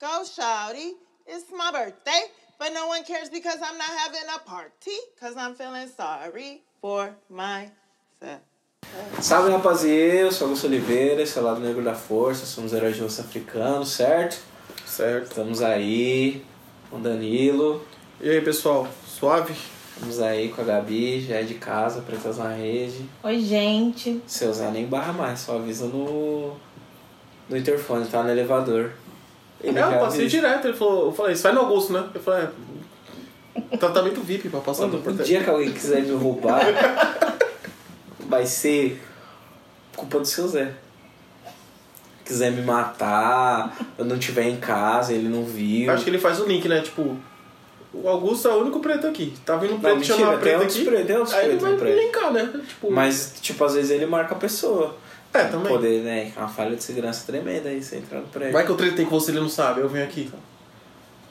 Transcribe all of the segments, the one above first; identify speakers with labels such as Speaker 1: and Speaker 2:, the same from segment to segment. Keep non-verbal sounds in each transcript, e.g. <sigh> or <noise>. Speaker 1: Go, shawty. It's my birthday, but no one cares because I'm not having a party. Because I'm feeling sorry for myself.
Speaker 2: Salve rapaziê, eu sou Augusto Oliveira, esse é o lado negro da força, somos heróis de osso africano, certo?
Speaker 3: Certo.
Speaker 2: Estamos aí com o Danilo,
Speaker 3: E aí, pessoal? Suave?
Speaker 2: estamos aí com a Gabi, já é de casa, pretas na rede.
Speaker 4: Oi, gente.
Speaker 2: Se usar nem barra mais, só avisa no, no interfone, tá no elevador. Ele
Speaker 3: não,
Speaker 2: já
Speaker 3: É, eu passei
Speaker 2: avisa.
Speaker 3: direto. Ele falou, eu falei, sai no Augusto, né? Eu falei, é. Tratamento VIP pra passar
Speaker 2: Quando
Speaker 3: no
Speaker 2: o
Speaker 3: portão.
Speaker 2: dia que alguém quiser me roubar, vai ser culpa do seu Zé. Quiser me matar, eu não tiver em casa, ele não viu.
Speaker 3: Eu acho que ele faz o link, né? Tipo, o Augusto é o único preto aqui. Tá vindo um preto
Speaker 2: mentira,
Speaker 3: chamar
Speaker 2: tem
Speaker 3: preto
Speaker 2: outros
Speaker 3: aqui.
Speaker 2: pretos, tem outros
Speaker 3: aí ele
Speaker 2: pretos no
Speaker 3: vai
Speaker 2: prédio.
Speaker 3: linkar, né? Tipo,
Speaker 2: Mas, tipo, às vezes ele marca a pessoa.
Speaker 3: é, também.
Speaker 2: Poder, né? É uma falha de segurança tremenda aí, você entrar no prédio.
Speaker 3: Vai que eu tretei com você ele não sabe, eu venho aqui.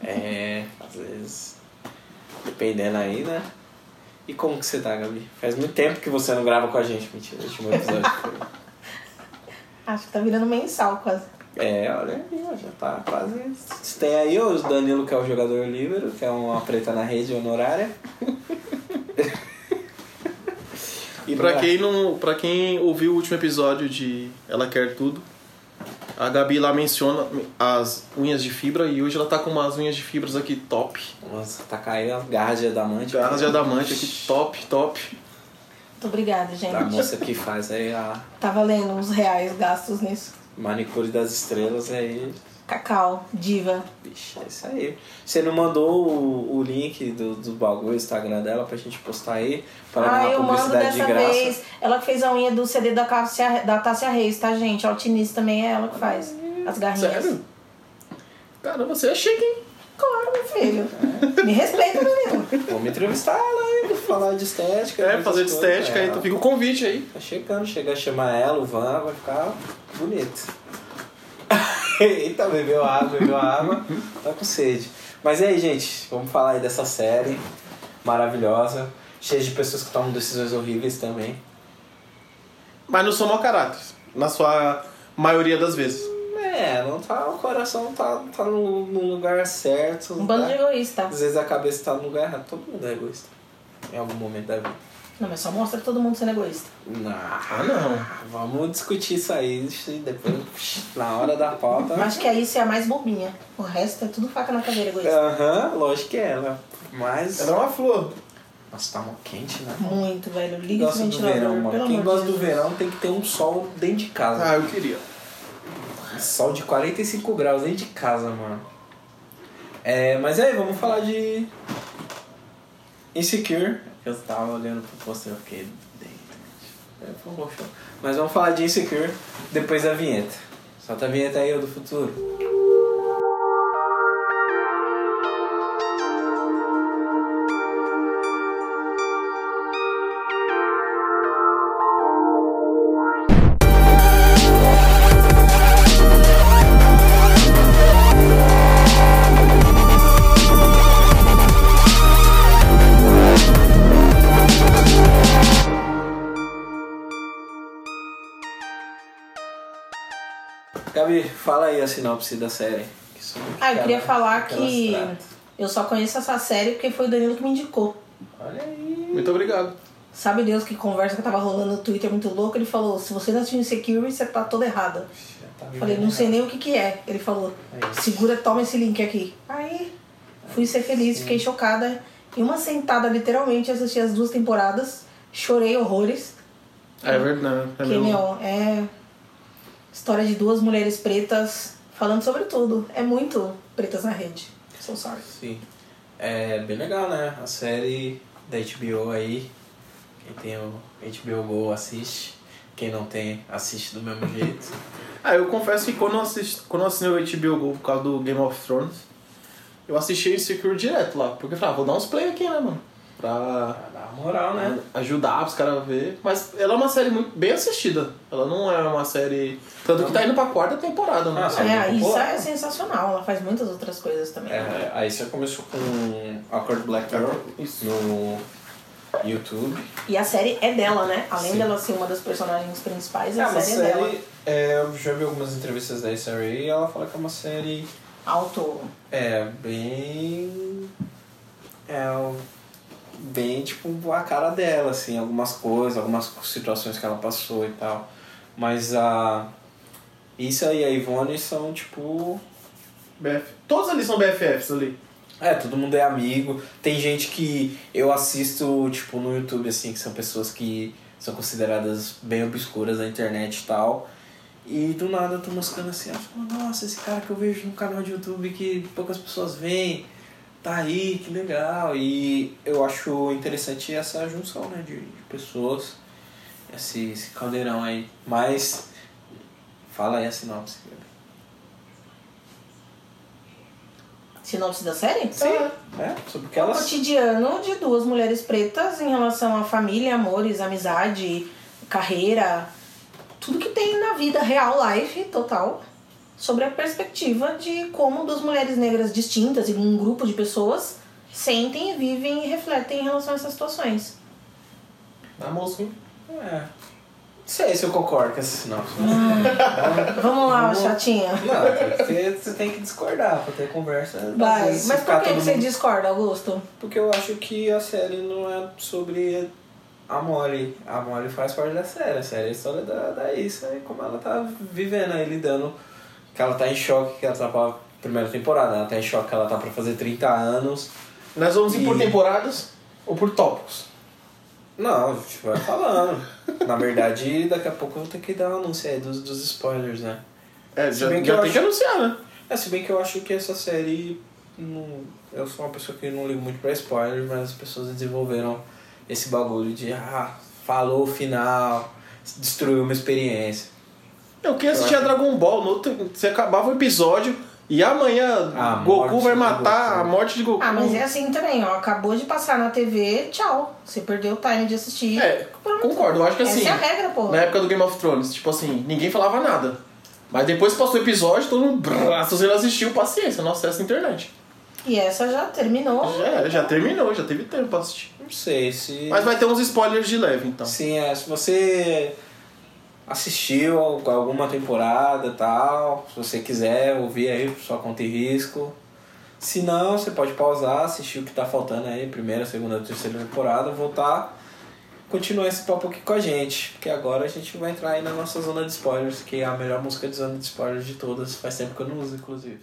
Speaker 2: É, às vezes. Dependendo aí, né? E como que você tá, Gabi? Faz muito tempo que você não grava com a gente, mentira. O último episódio
Speaker 3: <laughs>
Speaker 2: foi.
Speaker 4: Acho que tá virando mensal quase.
Speaker 2: É, olha aí, ó, já tá quase. Você Tem aí ó, o Danilo, que é o jogador livre, que é uma preta na rede honorária.
Speaker 3: E <laughs> pra
Speaker 2: Bra-
Speaker 3: quem não. para quem ouviu o último episódio de Ela Quer Tudo, a Gabi lá menciona as unhas de fibra e hoje ela tá com umas unhas de fibras aqui top.
Speaker 2: Nossa, tá caindo as garras de adamante.
Speaker 3: Garras de adamante aqui top, top.
Speaker 4: Muito obrigada, gente.
Speaker 2: Da moça que faz aí a
Speaker 4: Tá valendo uns reais gastos nisso.
Speaker 2: manicure das estrelas é aí.
Speaker 4: Cacau, diva.
Speaker 2: Vixe, é isso aí. Você não mandou o, o link do, do bagulho, o Instagram dela, pra gente postar aí, pra dar
Speaker 4: ah,
Speaker 2: uma
Speaker 4: eu mando
Speaker 2: publicidade
Speaker 4: dessa
Speaker 2: de graça.
Speaker 4: vez. Ela que fez a unha do CD da, Cássia, da Tássia Reis, tá, gente? A Altinice também é ela que faz. As garrinhas.
Speaker 3: Sério? Caramba, você é chique, hein?
Speaker 4: Claro, meu filho.
Speaker 2: <laughs>
Speaker 4: Me respeita,
Speaker 2: Tá.
Speaker 4: menino.
Speaker 2: Vamos entrevistar ela aí, falar de estética.
Speaker 3: É,
Speaker 2: essas
Speaker 3: fazer
Speaker 2: coisas,
Speaker 3: de estética
Speaker 2: é.
Speaker 3: aí, então fica o convite aí.
Speaker 2: Tá chegando, chegar a chamar ela, o Van, vai ficar bonito. <laughs> Eita, bebeu água, bebeu água, tá com sede. Mas e aí, gente, vamos falar aí dessa série maravilhosa, cheia de pessoas que tomam decisões horríveis também.
Speaker 3: Mas não sou mau caráter, na sua maioria das vezes.
Speaker 2: É, não tá, o coração não tá, tá no, no lugar certo.
Speaker 4: Um bando
Speaker 2: tá-
Speaker 4: de egoísta.
Speaker 2: Às vezes a cabeça tá no lugar errado. Todo mundo é egoísta. Em algum momento da vida.
Speaker 4: Não, mas só mostra todo mundo sendo egoísta.
Speaker 2: Ah, não. Vamos discutir isso aí. ixi, Depois, na hora da pauta.
Speaker 4: Acho que a Alice é a mais bobinha. O resto é tudo faca na caveira egoísta.
Speaker 2: Aham, lógico que é ela. Mas.
Speaker 3: Ela é uma flor.
Speaker 2: Nossa, tá mó quente, né?
Speaker 4: Muito, velho.
Speaker 2: Quem
Speaker 4: Liga esse
Speaker 2: gosta do
Speaker 4: ventilador.
Speaker 2: verão, mano?
Speaker 4: pelo
Speaker 2: Quem
Speaker 4: amor
Speaker 2: gosta
Speaker 4: de
Speaker 2: do
Speaker 4: Deus.
Speaker 2: verão tem que ter um sol dentro de casa.
Speaker 3: Ah, eu queria.
Speaker 2: Sol de 45 graus dentro de casa, mano. É, mas aí, vamos falar de. Insecure. Eu tava olhando pro poster, eu fiquei dentro. É, foi um bom show. Mas vamos falar de Insecure depois da vinheta. Solta a vinheta aí, eu do futuro. Gabi, fala aí a sinopse da série. Que sobre que
Speaker 4: Ah, eu
Speaker 2: ela-
Speaker 4: queria falar
Speaker 2: que ela se
Speaker 4: que
Speaker 2: trata.
Speaker 4: eu só conheço essa série porque foi o Danilo que me indicou.
Speaker 2: Olha aí.
Speaker 3: Muito obrigado.
Speaker 4: Sabe Deus que conversa que tava rolando no Twitter muito louco? Ele falou: se você não assistiu Insecure, você tá toda errada.
Speaker 2: Já tá vivendo
Speaker 4: Falei, não sei
Speaker 2: errado.
Speaker 4: nem o que que é. Ele falou:
Speaker 2: Aí.
Speaker 4: segura, toma esse link aqui. Aí fui ser feliz, fiquei chocada. Em uma sentada, literalmente, assisti as duas temporadas, chorei horrores.
Speaker 3: É verdade. É
Speaker 4: Que,
Speaker 3: meu-
Speaker 4: meu, é história de duas mulheres pretas falando sobre tudo. É muito pretas na rede. So sorry.
Speaker 2: Sim. É bem legal, né? A série da HBO aí. Quem tem o HBO Go assiste. Quem não tem, assiste do mesmo jeito.
Speaker 3: Ah, eu confesso que quando eu, assisti, quando eu assinei o HBO Go por causa do Game of Thrones, eu assisti Insecure direto lá. Porque eu falei, ah, vou dar uns play aqui, né, mano? Pra
Speaker 2: Pra dar uma moral, né?
Speaker 3: ajudar os caras a ver. Mas ela é uma série muito bem assistida. Ela não é uma série. Tanto que tá indo pra quarta temporada, né?
Speaker 2: Ah, sim.
Speaker 4: É, isso
Speaker 2: popular.
Speaker 4: é sensacional. Ela faz muitas outras coisas também.
Speaker 2: É, aí você começou com a cor do Black Girl
Speaker 3: Isso.
Speaker 2: no YouTube.
Speaker 4: E a série é dela, né? Além
Speaker 2: Sim.
Speaker 4: dela ser uma das personagens principais, a
Speaker 2: é uma
Speaker 4: série é dela.
Speaker 2: série. é, eu já vi algumas entrevistas da Sarah e ela fala que é uma série
Speaker 4: Auto.
Speaker 2: É, bem. É. o- Bem, tipo, a cara dela, assim, algumas coisas, algumas situações que ela passou e tal. Mas a. Issa e a Ivone são, tipo.
Speaker 3: BF. Todos ali são BFFs ali.
Speaker 2: É, todo mundo é amigo. Tem gente que eu assisto, tipo, no YouTube, assim, que são pessoas que são consideradas bem obscuras na internet e tal. E do nada eu tô moscando assim, ela fala, nossa, esse cara que eu vejo no canal de YouTube que poucas pessoas veem, tá aí, que legal. E eu acho interessante essa junção, né, de, de pessoas, esse, esse caldeirão aí. Mas, fala aí a sinopse.
Speaker 4: Sinopse da série?
Speaker 2: É, sobre o que
Speaker 4: É o
Speaker 2: elas...
Speaker 4: cotidiano de duas mulheres pretas em relação à família, amores, amizade, carreira, tudo que tem na vida real, life total, sobre a perspectiva de como duas mulheres negras distintas e um grupo de pessoas sentem, vivem e refletem em relação a essas situações.
Speaker 3: Na moça, Tá hein?
Speaker 2: É. Não sei se eu concordo com essa sinopse.
Speaker 4: Vamos lá,
Speaker 2: Vamos.
Speaker 4: chatinha.
Speaker 2: Não, porque você tem que discordar pra ter conversa. às
Speaker 4: Vai.
Speaker 2: vezes, Tá se
Speaker 4: Mas
Speaker 2: ficar
Speaker 4: por que, que
Speaker 2: todo
Speaker 4: você
Speaker 2: mundo-
Speaker 4: discorda, Augusto?
Speaker 2: Porque eu acho que a série não é sobre a Molly. A Molly faz parte da série. A série é a história da, da Issa e como ela tá vivendo aí, lidando. Que ela tá em choque, que ela tá pra primeira temporada. Ela tá em choque, que ela tá pra fazer 30 anos.
Speaker 3: Nós vamos ir por
Speaker 2: E-
Speaker 3: temporadas ou por tópicos?
Speaker 2: Não, a gente vai falando. Na verdade, daqui a pouco eu vou ter que dar um anúncio aí dos, dos spoilers, né?
Speaker 3: É,
Speaker 2: Se
Speaker 3: já,
Speaker 2: bem que
Speaker 3: já
Speaker 2: eu
Speaker 3: tem que
Speaker 2: acho-
Speaker 3: anunciar, né?
Speaker 2: É, se bem que eu acho que essa série. Não, eu sou uma pessoa que não ligo muito pra spoilers, mas as pessoas desenvolveram esse bagulho de. Ah, falou o final, destruiu uma experiência.
Speaker 3: Eu queria assistir a Dragon Ball. No outro, você acabava o episódio e amanhã
Speaker 2: A
Speaker 3: Goku
Speaker 2: morte
Speaker 3: vai
Speaker 2: de
Speaker 3: matar
Speaker 2: Goku.
Speaker 3: a morte de Goku.
Speaker 4: Ah, mas é assim também, ó. Acabou de passar na TV, tchau. Você perdeu o time de assistir.
Speaker 3: É,
Speaker 4: Pronto.
Speaker 3: concordo. Eu acho que assim,
Speaker 4: Essa é a regra, porra.
Speaker 3: na época do Game of Thrones, tipo assim, ninguém falava nada. Mas depois que passou o episódio, todo mundo. brrr, Se você não assistiu, paciência, não acessa a internet.
Speaker 4: E essa já terminou.
Speaker 3: Já, era, já terminou, já teve tempo pra assistir.
Speaker 2: Não sei se.
Speaker 3: Mas vai ter uns spoilers de leve, então.
Speaker 2: Sim, é, se você assistiu a alguma temporada e tal, se você quiser ouvir aí por sua conta e risco. Se não, você pode pausar, assistir o que tá faltando aí, primeira, segunda, terceira temporada, voltar, continuar esse papo aqui com a gente, porque agora a gente vai entrar aí na nossa zona de spoilers, que é a melhor música de zona de spoilers de todas, faz tempo que eu não uso, inclusive.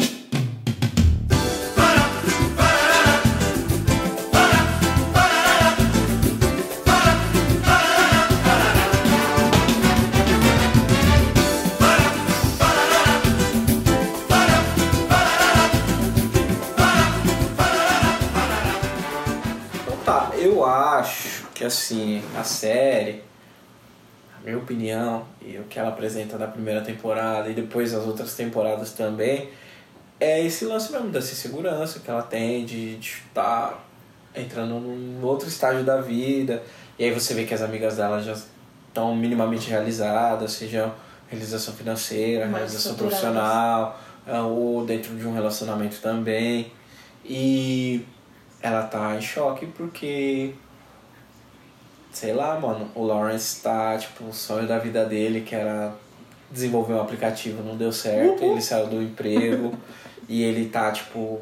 Speaker 2: Então tá, eu acho que assim, a série, a minha opinião, e o que ela apresenta da primeira temporada e depois das outras temporadas também, é esse lance mesmo dessa insegurança que ela tem de estar entrando num outro estágio da vida. E aí você vê que as amigas dela já estão minimamente realizadas, seja realização financeira,
Speaker 4: Mais
Speaker 2: realização
Speaker 4: estruturadas.
Speaker 2: profissional, ah, ou dentro de um relacionamento também. E ela tá em choque porque. Sei lá, mano, o Lawrence tá, tipo, o sonho da vida dele, que era desenvolver um aplicativo, não deu certo, ele saiu do emprego e ele tá, tipo,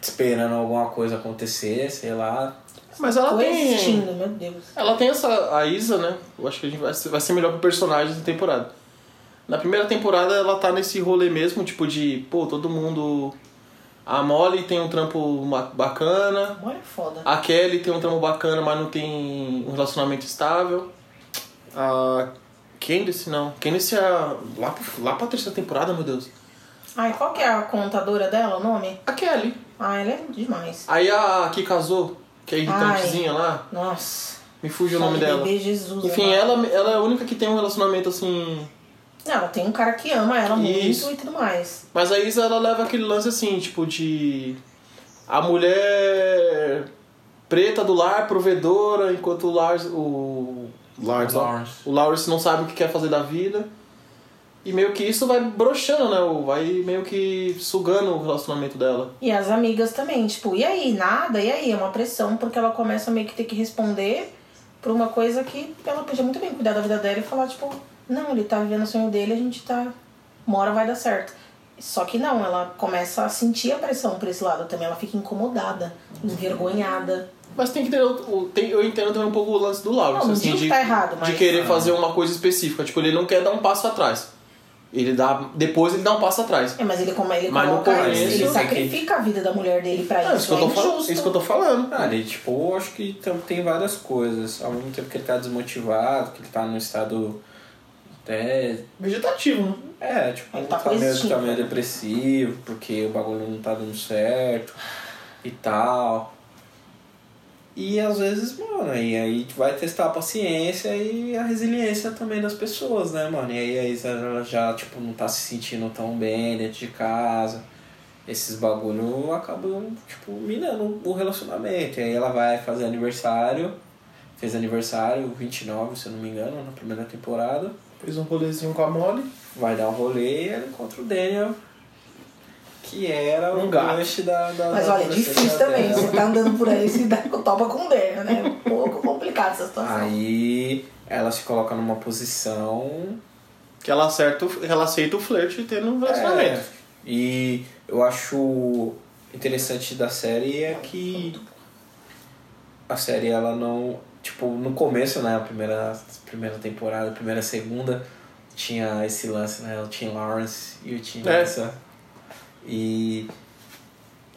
Speaker 2: esperando alguma coisa acontecer, sei lá.
Speaker 3: Mas ela tem.
Speaker 4: Coexistindo, meu Deus.
Speaker 3: Ela tem essa. A Isa, né? Eu acho que a gente vai ser, vai ser melhor pro personagem da temporada. Na primeira temporada ela tá nesse rolê mesmo, tipo de, pô, todo mundo. A Molly tem um trampo ma- bacana,
Speaker 4: Olha que é foda.
Speaker 3: a Kelly tem um trampo bacana, mas não tem um relacionamento estável. A Candice não. Candice é a- lá, pro- lá pra terceira temporada, meu Deus.
Speaker 4: Ai, qual que é a contadora dela, o nome?
Speaker 3: A Kelly.
Speaker 4: Ah, ela é demais.
Speaker 3: Aí a que casou, que é irritantezinha lá,
Speaker 4: Nossa.
Speaker 3: me fugiu o
Speaker 4: Só
Speaker 3: nome
Speaker 4: de
Speaker 3: dela.
Speaker 4: Bebê Jesus.
Speaker 3: Enfim, ela,
Speaker 4: amado.
Speaker 3: ela é a única que tem um relacionamento assim.
Speaker 4: Não, ela tem um cara que ama ela
Speaker 3: Isso.
Speaker 4: muito e tudo mais.
Speaker 3: Mas a Isa ela leva aquele lance assim, tipo de a mulher preta do lar, provedora, enquanto o Lars o Lars, ó,
Speaker 2: Lawrence.
Speaker 3: o Lawrence não sabe o que quer fazer da vida. E meio que isso vai broxando, né? o- Vai meio que sugando o relacionamento dela.
Speaker 4: E as amigas também, tipo, e aí, nada? E aí? É uma pressão, porque ela começa a meio que ter que responder por uma coisa que ela podia muito bem cuidar da vida dela e falar, tipo, não, ele tá vivendo o sonho dele, a gente tá. Uma hora vai dar certo. Só que não, ela começa a sentir a pressão por esse lado também. Ela fica incomodada, envergonhada.
Speaker 3: Mas tem que ter. o- tem- eu entendo também um pouco o lance do Lawrence,
Speaker 4: Não, não
Speaker 3: assim,
Speaker 4: digo
Speaker 3: de,
Speaker 4: que tá errado, mas-
Speaker 3: de querer fazer uma coisa específica. Tipo, ele não quer dar um passo atrás. Ele dá. Depois ele dá um passo atrás.
Speaker 4: É, mas ele, come, ele
Speaker 3: Mas no
Speaker 4: coloca,
Speaker 3: começo,
Speaker 4: ele, ele
Speaker 2: tem que-
Speaker 4: sacrifica a vida da mulher dele pra
Speaker 3: É,
Speaker 4: isso.
Speaker 3: isso que eu tô
Speaker 4: é
Speaker 3: falando.
Speaker 4: injusto.
Speaker 3: Isso que eu tô falando.
Speaker 2: Ah, ele, tipo, eu acho que tam- tem várias coisas. Ao mesmo tempo que ele tá desmotivado, que ele tá num estado até
Speaker 3: Vegetativo, né?
Speaker 2: É, tipo,
Speaker 4: Ele
Speaker 2: ele
Speaker 4: tá
Speaker 2: tá, meio,
Speaker 4: coesivo.
Speaker 2: tá meio depressivo, porque o bagulho não tá dando certo e tal. E às vezes, mano, e aí tu vai testar a paciência e a resiliência também das pessoas, né, mano? E aí a Isa ela já, tipo, não tá se sentindo tão bem dentro de casa. Esses bagulho acabam, tipo, minando o relacionamento. E aí ela vai fazer aniversário. Fez aniversário 29, se eu não me engano, na primeira temporada
Speaker 3: Fez um rolezinho com a Molly.
Speaker 2: vai dar um rolê e ela encontra o Daniel, que era
Speaker 3: Um
Speaker 2: o
Speaker 3: gato.
Speaker 2: crush da, da.
Speaker 4: Mas
Speaker 2: da
Speaker 4: olha, é difícil
Speaker 2: professora
Speaker 4: também.
Speaker 2: dela. <laughs>
Speaker 4: Você tá andando por aí e dá topa com o Derna, né? É um pouco complicada essa situação.
Speaker 2: Aí ela se coloca numa posição.
Speaker 3: Que ela, acerta, o- ela aceita o flerte e tendo um relacionamento.
Speaker 2: É, e eu acho interessante da série é que a série ela não. Tipo, no começo, né? A primeira, primeira temporada, a primeira segunda, tinha esse lance, né? O Tim Lawrence e o Tim
Speaker 3: É.
Speaker 2: Lawrence. E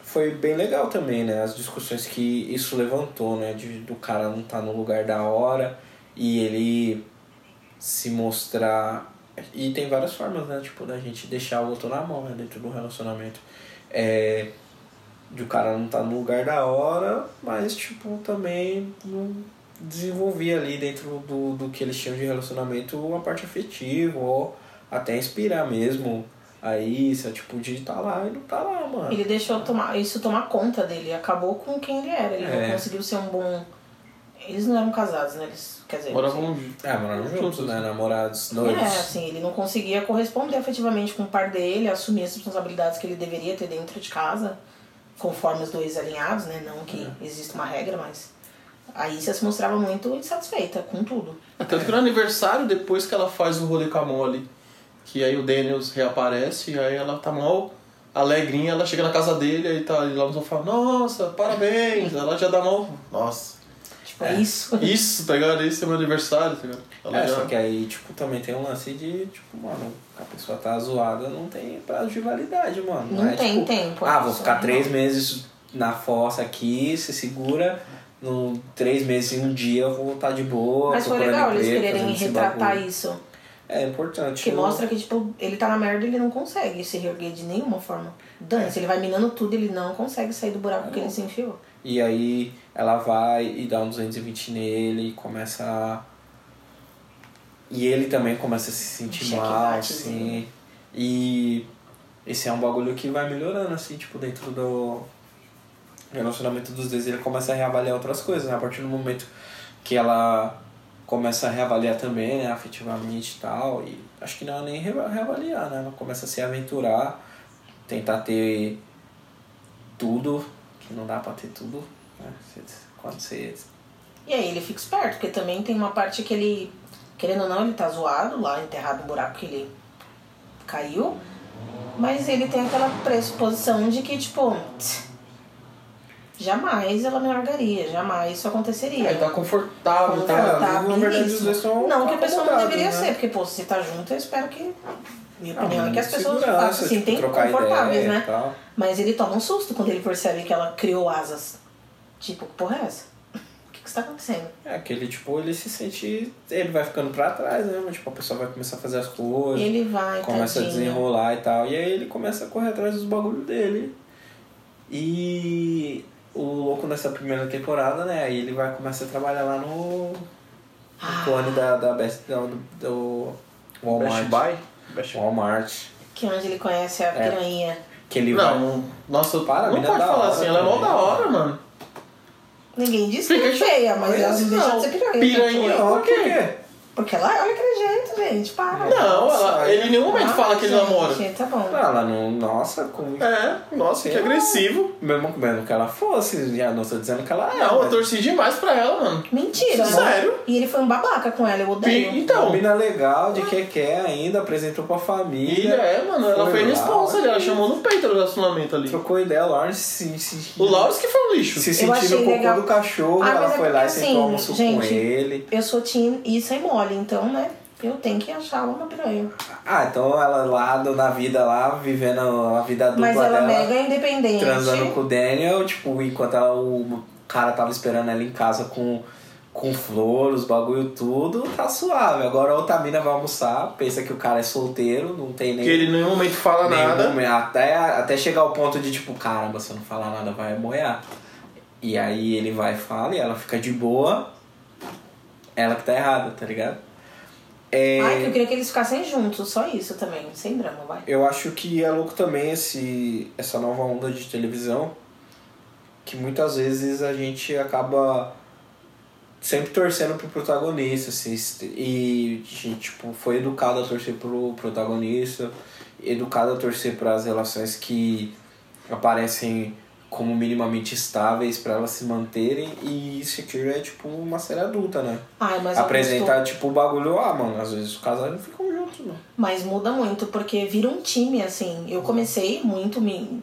Speaker 2: foi bem legal também, né? As discussões que isso levantou, né? De, do cara não estar no lugar da hora e ele se mostrar. E tem várias formas, né? Tipo, da gente deixar o outro na mão, né? Dentro do relacionamento. É. De o cara não estar no lugar da hora, mas, tipo, também não desenvolver ali dentro do, do que eles tinham de relacionamento uma parte afetiva, ou até inspirar mesmo. Aí, isso é tipo de estar lá e não tá lá, mano.
Speaker 4: Ele deixou tomar, isso tomar conta dele. Acabou com quem ele era. Ele
Speaker 2: É.
Speaker 4: não conseguiu ser um bom. Eles não eram casados, né? Eles, quer dizer.
Speaker 3: Agora vamos.
Speaker 2: É, moraram juntos, né? Namorados, noivos.
Speaker 4: É, assim, ele não conseguia corresponder afetivamente com o par dele, assumir as responsabilidades que ele deveria ter dentro de casa, conforme os dois alinhados, né? Não que
Speaker 2: É.
Speaker 4: exista uma regra, mas. Aí você se mostrava muito insatisfeita com tudo.
Speaker 3: Tanto que no aniversário, depois que ela faz o rolê com a Molly, que aí o Daniels reaparece, e aí ela tá mal alegrinha, ela chega na casa dele, aí tá ele lá no sofá, nossa, parabéns! Ela já dá mal. Nossa.
Speaker 4: Tipo, é isso.
Speaker 3: Isso, tá ligado? Esse é meu aniversário, tá ligado? Ela
Speaker 2: É,
Speaker 3: já-
Speaker 2: só que aí, tipo, também tem um lance de, tipo, mano, a pessoa tá zoada, não tem prazo de validade, mano.
Speaker 4: Não
Speaker 2: é,
Speaker 4: tem
Speaker 2: tipo,
Speaker 4: tempo.
Speaker 2: Ah, vou
Speaker 4: Isso
Speaker 2: ficar
Speaker 4: é
Speaker 2: três meses na fossa aqui, se segura. No três meses e um dia eu vou estar de boa.
Speaker 4: Mas foi
Speaker 2: procurando
Speaker 4: legal eles
Speaker 2: emprego,
Speaker 4: quererem
Speaker 2: fazendo esse
Speaker 4: retratar
Speaker 2: bagulho.
Speaker 4: isso.
Speaker 2: É importante.
Speaker 4: Que
Speaker 2: eu-
Speaker 4: mostra que, tipo, ele tá na merda e ele não consegue se reerguer de nenhuma forma. Dane-se, ele vai minando tudo ele não consegue sair do buraco que ele se enfiou.
Speaker 2: E aí ela vai e dá um 220 nele e começa a... E ele também começa a se sentir
Speaker 4: Cheque
Speaker 2: mal,
Speaker 4: batezinho.
Speaker 2: assim. E esse é um bagulho que vai melhorando, assim, tipo, dentro do relacionamento dos dois. Ele começa a reavaliar outras coisas, né? A partir do momento que ela começa a reavaliar também, né? Afetivamente e tal. E acho que não é nem reva- reavaliar, né? Ela começa a se aventurar, tentar ter tudo, que não dá pra ter tudo, né? Você- Quando você...
Speaker 4: E aí ele fica esperto, porque também tem uma parte que ele, querendo ou não, ele tá zoado lá, enterrado no buraco que ele caiu. Mas ele tem aquela pressuposição de que, tipo, tch, jamais ela me largaria, jamais isso aconteceria.
Speaker 3: É, tá confortável, tá?
Speaker 4: Confortável.
Speaker 2: Ah, na verdade, os dois são
Speaker 4: Não que a pessoa não
Speaker 2: acomodados,
Speaker 4: deveria
Speaker 2: né?
Speaker 4: ser, porque, pô, se você tá junto, eu espero que. Minha
Speaker 2: Ah,
Speaker 4: opinião é que as pessoas
Speaker 2: segurança,
Speaker 4: façam assim,
Speaker 2: tipo,
Speaker 4: tem
Speaker 2: trocar
Speaker 4: confortáveis,
Speaker 2: ideia tá. e
Speaker 4: né?
Speaker 2: tal.
Speaker 4: Mas ele toma um susto quando ele percebe que ela criou asas. Tipo, que porra é essa? O que que está acontecendo?
Speaker 2: É, aquele tipo, ele se sente. Ele vai ficando pra trás, né? Mas, tipo, a pessoa vai começar a fazer as coisas,
Speaker 4: Ele vai,
Speaker 2: começa a
Speaker 4: tadinho.
Speaker 2: desenrolar e tal. E aí ele começa a correr atrás dos bagulhos dele. E o louco nessa primeira temporada, né? Aí ele vai começar a trabalhar lá no.
Speaker 4: Ah.
Speaker 2: no clone da, da Best. Do, do Walmart.
Speaker 3: Best Buy? Best Buy.
Speaker 2: Walmart.
Speaker 4: Que é onde ele conhece a
Speaker 2: É.
Speaker 4: piranha.
Speaker 2: Que ele vai.
Speaker 3: Não, nossa,
Speaker 2: né? Para,
Speaker 3: para, não
Speaker 2: mina
Speaker 3: pode
Speaker 2: da
Speaker 3: falar
Speaker 2: hora né?
Speaker 3: assim, ela é mó
Speaker 2: também.
Speaker 3: da hora, mano.
Speaker 4: Ninguém diz que é feia, mas ela não deixa de ser piranha.
Speaker 3: Piranha.
Speaker 2: Não,
Speaker 3: Por quê?
Speaker 2: por quê?
Speaker 4: Porque ela é daquele jeito, gente. Para.
Speaker 3: Não, ela,
Speaker 2: Nossa,
Speaker 3: ele em nenhum momento
Speaker 4: Ah,
Speaker 3: fala que ele
Speaker 4: gente,
Speaker 3: namora.
Speaker 4: Tá bom.
Speaker 2: Ah, Ela não. Nossa, como.
Speaker 3: É, nossa, que
Speaker 2: Sei lá.
Speaker 3: agressivo.
Speaker 2: Mesmo, mesmo que ela fosse, já não tô dizendo que ela é.
Speaker 3: Não, eu
Speaker 2: mas-
Speaker 3: torci demais pra ela, mano.
Speaker 4: Mentira. né?
Speaker 3: Sério?
Speaker 4: E ele foi um babaca com ela, eu odeio.
Speaker 3: Pi- Então,
Speaker 2: Combina legal
Speaker 4: Ah.
Speaker 2: de que quer ainda, apresentou pra família.
Speaker 3: Ilha é, mano, ela
Speaker 2: Foi
Speaker 3: foi
Speaker 2: lá.
Speaker 3: responsa, ela chamou no peito do relacionamento
Speaker 4: é.
Speaker 3: ali.
Speaker 2: Trocou ideia, o Lawrence se, se,
Speaker 3: O Lawrence que foi um lixo.
Speaker 2: se
Speaker 4: achei
Speaker 2: sentindo o cocô
Speaker 4: legal.
Speaker 2: do cachorro,
Speaker 4: Ah,
Speaker 2: ela
Speaker 4: mas é
Speaker 2: foi lá e
Speaker 4: porque,
Speaker 2: sentou um
Speaker 4: assim,
Speaker 2: almoço com
Speaker 4: gente-
Speaker 2: ele.
Speaker 4: Eu sou teen e isso é mole, então, né? Eu tenho que achar uma piranha.
Speaker 2: Ah, então ela lá do- na vida lá, vivendo a vida dupla
Speaker 4: Mas ela é
Speaker 2: dela,
Speaker 4: mega independente.
Speaker 2: transando com o Daniel, tipo, enquanto ela- o cara tava esperando ela em casa com, com flores, bagulho tudo, tá suave. Agora a outra mina vai almoçar, pensa que o cara é solteiro, não tem nem.
Speaker 3: Que ele em nenhum momento fala
Speaker 2: Nenhum
Speaker 3: nada.
Speaker 2: momento. Até, até chegar ao ponto de tipo, caramba, se eu não falar nada, vai moer. E aí ele vai e fala e ela fica de boa. Ela que tá errada, tá ligado? É,
Speaker 4: Ai, que eu queria que eles ficassem juntos, só isso também, sem drama, vai.
Speaker 2: Eu acho que é louco também esse, essa nova onda de televisão, que muitas vezes a gente acaba sempre torcendo pro protagonista, assim, e a gente, tipo, foi educado a torcer pro protagonista, educado a torcer para as relações que aparecem como minimamente estáveis para elas se manterem, e isso aqui é tipo uma série adulta, né?
Speaker 4: Ai, mas eu
Speaker 2: Apresentar, tipo, o bagulho, ah, mano, às vezes os casais não ficam juntos, mano.
Speaker 4: Mas muda muito, porque vira um time, assim. Eu comecei muito me,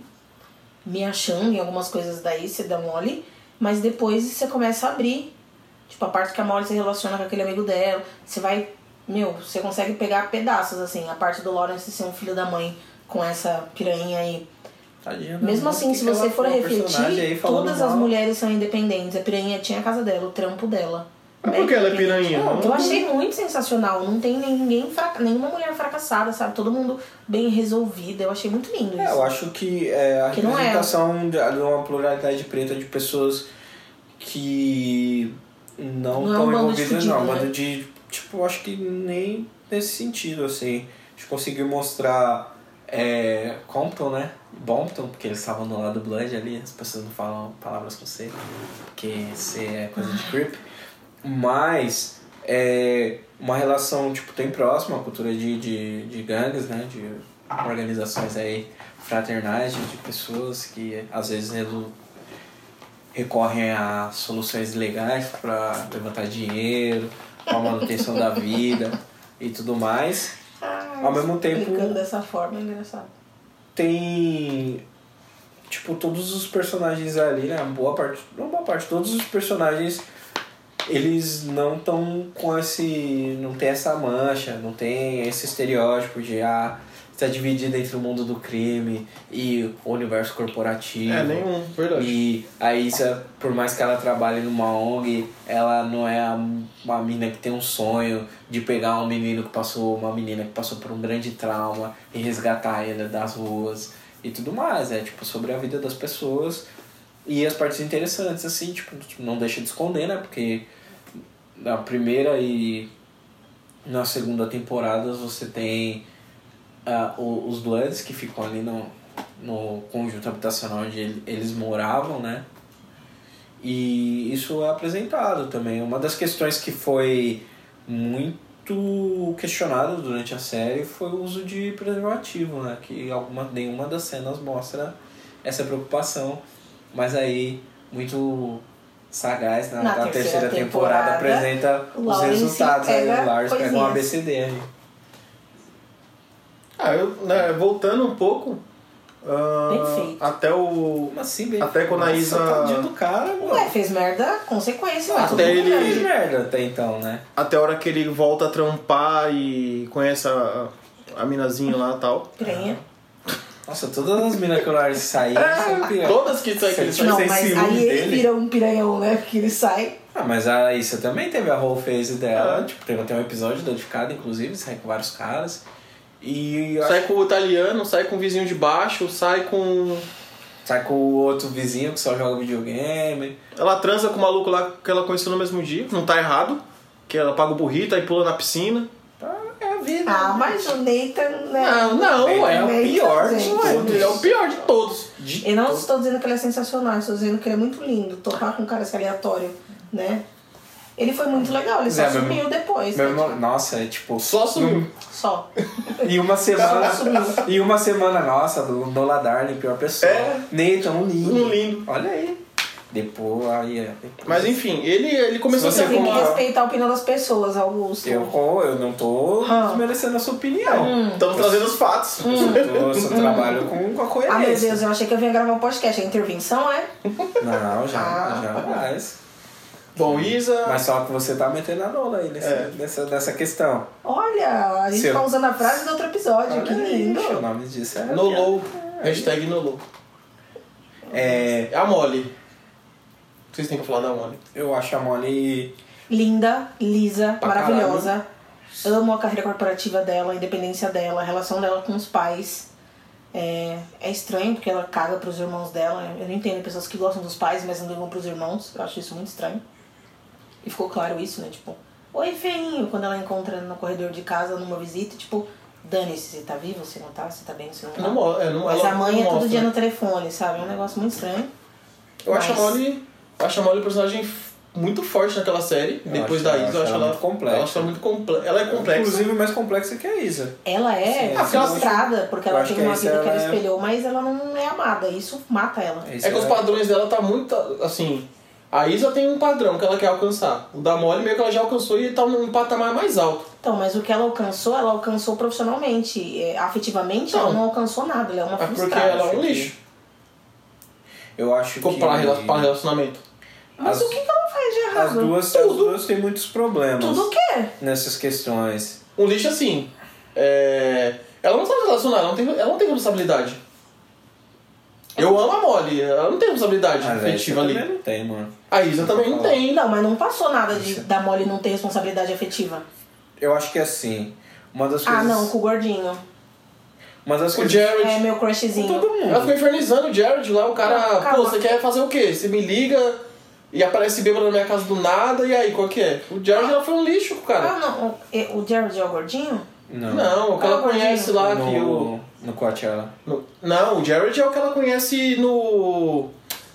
Speaker 4: me achando em algumas coisas daí, você dá mole, mas depois você começa a abrir. Tipo, a parte que a Molly se relaciona com aquele amigo dela, você vai. Meu, você consegue pegar pedaços, assim. A parte do Lawrence ser um filho da mãe com essa piranha aí.
Speaker 2: Tadinha da
Speaker 4: Mesmo
Speaker 2: moça,
Speaker 4: assim,
Speaker 2: que
Speaker 4: se
Speaker 2: que
Speaker 4: você
Speaker 2: ela
Speaker 4: for
Speaker 2: foi? O personagem aí
Speaker 4: refletir,
Speaker 2: falando
Speaker 4: todas
Speaker 2: mal.
Speaker 4: as mulheres são independentes. A piranha tinha a casa dela, o trampo dela.
Speaker 3: Mas por que ela é piranha?
Speaker 4: Não,
Speaker 3: Não?
Speaker 4: eu achei muito sensacional. Não tem ninguém fraca- nenhuma mulher fracassada, sabe? Todo mundo bem resolvida. Eu achei muito lindo
Speaker 2: É,
Speaker 4: isso.
Speaker 2: eu acho que é, a
Speaker 4: Que não é.
Speaker 2: representação de de uma pluralidade preta de pessoas que não
Speaker 4: Não é um
Speaker 2: estão
Speaker 4: bando de
Speaker 2: envolvidas, não.
Speaker 4: fudido, né?
Speaker 2: Bando de. Tipo, eu acho que nem nesse sentido, assim. A gente conseguiu mostrar é, Compton, né? Bompton, porque eles estavam do lado do Blood ali, as pessoas não falam palavras com C, porque C é coisa de creep. Mas é uma relação tipo, tem próxima, a cultura de, de, de gangues, né? De organizações aí fraternais, de, de pessoas que às vezes relu- recorrem a soluções legais para levantar dinheiro, para manutenção da vida e tudo mais.
Speaker 4: Ai,
Speaker 2: Ao mesmo tempo,
Speaker 4: Explicando dessa forma, é engraçado.
Speaker 2: tem tipo todos os personagens ali, né? Boa parte, não boa parte, todos os personagens eles não estão com esse, não tem essa mancha, não tem esse estereótipo de ah, está dividido entre o mundo do crime e o universo corporativo.
Speaker 3: É, nenhum, verdade.
Speaker 2: E a Isa, por mais que ela trabalhe numa ONG, ela não é a- uma menina que tem um sonho de pegar um menino que passou, uma menina que passou por um grande trauma e resgatar ela das ruas e tudo mais. É tipo sobre a vida das pessoas e as partes interessantes, assim, tipo, não deixa de esconder, né? Porque na primeira e na segunda temporada você tem ah, o- os Bloods que ficam ali no, no conjunto habitacional onde ele- eles moravam, né? E isso é apresentado também. Uma das questões que foi muito questionada durante a série foi o uso de preservativo, né? Que alguma, nenhuma das cenas mostra essa preocupação. Mas aí, muito sagaz, né? na, na terceira, temporada, apresenta
Speaker 4: o
Speaker 2: os
Speaker 4: Lawrence
Speaker 2: resultados. Aí
Speaker 4: pega
Speaker 2: o Lawrence pega um
Speaker 4: coisinhas.
Speaker 2: ABCD aí.
Speaker 3: Ah, eu, né, voltando um pouco. ah,
Speaker 4: Bem feito.
Speaker 3: até o.
Speaker 2: Como assim, baby?
Speaker 3: Até quando a
Speaker 2: Nossa,
Speaker 3: Isa-
Speaker 2: tadinho do cara,
Speaker 4: Ué,
Speaker 2: mano.
Speaker 4: fez merda, consequência. mas
Speaker 3: Até
Speaker 4: é tudo
Speaker 3: ele-
Speaker 4: bem.
Speaker 2: Que merda até então, né?
Speaker 3: Até a hora que ele volta a trampar e conhece a, a minazinha lá e tal.
Speaker 4: Piranha.
Speaker 2: Nossa, todas as minas que o Lawrence saía,
Speaker 3: É,
Speaker 2: são pior.
Speaker 3: Todas que saem que ele
Speaker 2: Sim.
Speaker 3: sai.
Speaker 4: Não,
Speaker 2: sem
Speaker 4: mas
Speaker 2: ciúme
Speaker 4: aí ele
Speaker 2: dele.
Speaker 4: vira um piranhão, né? Porque ele sai.
Speaker 2: Ah, mas a Issa também teve a whole phase
Speaker 3: É.
Speaker 2: dela. Tipo, teve até um episódio dedicado, inclusive, sai com vários caras. E eu acho-
Speaker 3: Sai com o italiano, sai com o vizinho de baixo, sai com.
Speaker 2: sai com o outro vizinho que só joga videogame.
Speaker 3: Ela transa com o maluco lá que ela conheceu no mesmo dia. Não tá errado. Que ela paga o burrito e pula na piscina.
Speaker 2: Tá, é a vida.
Speaker 4: Ah, mas o Nathan, né?
Speaker 3: Não, não,
Speaker 2: é
Speaker 3: é.
Speaker 2: o
Speaker 4: Bem,
Speaker 2: pior de
Speaker 4: gente.
Speaker 2: todos.
Speaker 3: Ele é o pior de todos.
Speaker 2: De
Speaker 4: Eu não
Speaker 2: todos.
Speaker 4: estou dizendo que ele é sensacional, estou dizendo que ele é muito lindo. Tocar com caras que é aleatório, né? Ele foi muito legal, ele só
Speaker 2: É,
Speaker 4: sumiu
Speaker 2: mesmo-
Speaker 4: depois. né,
Speaker 2: Meu irmão-
Speaker 4: tipo,
Speaker 2: nossa, é tipo.
Speaker 3: Só sumiu.
Speaker 4: Só.
Speaker 2: E uma semana.
Speaker 4: Só sumiu.
Speaker 2: e uma semana nossa, do Nola Darling, pior pessoa.
Speaker 3: É.
Speaker 2: Nathan, um lindo.
Speaker 3: Um lindo.
Speaker 2: Olha aí. Depois, aí é. depois.
Speaker 3: Mas enfim, ele, ele começou
Speaker 2: Se
Speaker 3: a
Speaker 4: Você
Speaker 3: ser
Speaker 2: você
Speaker 4: tem que
Speaker 2: concorda?
Speaker 4: respeitar a opinião das pessoas, Augusto.
Speaker 2: Eu, oh, eu não tô
Speaker 4: Ah. Hum.
Speaker 2: desmerecendo a sua opinião.
Speaker 3: Estamos trazendo os fatos.
Speaker 2: Eu só trabalho com, com a coerência.
Speaker 4: Ah, meu Deus, eu achei que eu vinha gravar um podcast. É intervenção, é?
Speaker 2: Não, já,
Speaker 4: Ah.
Speaker 2: jamais.
Speaker 3: Bom, Isa.
Speaker 2: Mas só que você tá metendo a nola aí nesse-
Speaker 3: É.
Speaker 2: nessa, nessa questão.
Speaker 4: Olha, a gente
Speaker 2: Seu.
Speaker 4: tá usando a frase do outro episódio, Ah, que
Speaker 2: Olha aí,
Speaker 4: lindo.
Speaker 2: O nome disso é.
Speaker 3: No low. Hashtag no low.
Speaker 2: É,
Speaker 3: É a Molly. Vocês têm que falar da Molly.
Speaker 2: eu acho a Molly.
Speaker 4: Linda, lisa,
Speaker 2: Pra
Speaker 4: maravilhosa. Amo a carreira corporativa dela, a independência dela, a relação dela com os pais. É, é estranho porque ela caga pros irmãos dela. Eu não entendo pessoas que gostam dos pais, mas não ligam pros irmãos. Eu acho isso muito estranho. E ficou claro isso, né? Tipo, oi, feinho. Quando ela encontra no corredor de casa numa visita, tipo, dane-se, você tá vivo, você não tá, você tá bem, você não tá.
Speaker 3: Não, mo- é, não,
Speaker 4: mas
Speaker 3: ela
Speaker 4: a mãe é
Speaker 3: não
Speaker 4: todo
Speaker 3: mostra. né?
Speaker 4: dia no telefone, sabe? É um negócio muito estranho.
Speaker 3: Eu acho a
Speaker 4: Mas-
Speaker 3: Molly. Eu acho a Molly um personagem f- muito forte naquela série.
Speaker 2: Eu
Speaker 3: depois
Speaker 2: acho-
Speaker 3: da
Speaker 2: eu
Speaker 3: Isa, eu acho ela.
Speaker 2: muito complexa.
Speaker 3: Eu acho ela muito complexa. Ela é complexa.
Speaker 2: Inclusive mais complexa que a Isa.
Speaker 4: Ela é
Speaker 2: Sim, Ah, eu
Speaker 4: frustrada, porque
Speaker 2: eu
Speaker 4: ela
Speaker 2: acho
Speaker 4: tem
Speaker 2: que
Speaker 4: uma
Speaker 2: isso
Speaker 4: vida que ela
Speaker 2: ela é-
Speaker 4: espelhou, mas ela não é amada. Isso mata ela.
Speaker 2: Isso né?
Speaker 3: É que os padrões dela tá muito. Assim. A Isa tem um padrão que ela quer alcançar. O da Molly meio que ela já alcançou e tá num patamar mais alto.
Speaker 4: Então, mas o que ela alcançou, ela alcançou profissionalmente. É, afetivamente,
Speaker 2: Então.
Speaker 3: Não.
Speaker 4: ela não alcançou nada. Ela é uma
Speaker 3: É porque
Speaker 4: frustrada.
Speaker 3: ela é
Speaker 2: acho
Speaker 3: um
Speaker 2: que-
Speaker 3: lixo.
Speaker 2: Eu acho
Speaker 3: Ficou
Speaker 2: que.
Speaker 3: para rela- para relacionamento.
Speaker 4: Mas
Speaker 2: as-
Speaker 4: o que, que ela faz de
Speaker 2: As
Speaker 4: errado?
Speaker 2: duas, as
Speaker 4: Tudo.
Speaker 2: duas têm muitos problemas
Speaker 4: Tudo o quê?
Speaker 2: nessas questões.
Speaker 3: Um lixo assim. É... Ela não sabe relacionar, ela não tem, ela não tem responsabilidade. Eu amo a Molly, ela não tem responsabilidade
Speaker 2: Ah, velho,
Speaker 3: afetiva
Speaker 2: você
Speaker 3: ali.
Speaker 2: também Não tem, mano.
Speaker 3: A Isa também não tem. né?
Speaker 4: Não, Então, mas não passou nada de, da Molly não ter responsabilidade afetiva.
Speaker 2: Eu acho que é assim. Uma das coisas.
Speaker 4: Ah, não, com o gordinho.
Speaker 2: Uma das
Speaker 3: O
Speaker 2: coisas.
Speaker 3: Jared.
Speaker 4: É meu
Speaker 2: Com
Speaker 4: crushzinho.
Speaker 2: todo
Speaker 3: Ela
Speaker 2: mundo.
Speaker 3: ficou infernizando o Jared lá, o cara.
Speaker 4: Calma.
Speaker 3: Pô, você quer fazer o quê? Você me liga e aparece bêbado na minha casa do nada, e aí, qual que é? O Jared ela foi um lixo com o
Speaker 4: Ah,
Speaker 3: cara.
Speaker 4: não. o- e- O Jared é o gordinho?
Speaker 2: Não.
Speaker 3: Não, o que ela
Speaker 4: Ah, o
Speaker 3: conhece lá é
Speaker 2: no,
Speaker 3: que o.
Speaker 2: no Coachella.
Speaker 3: no- Não, o Jared é o que ela conhece no.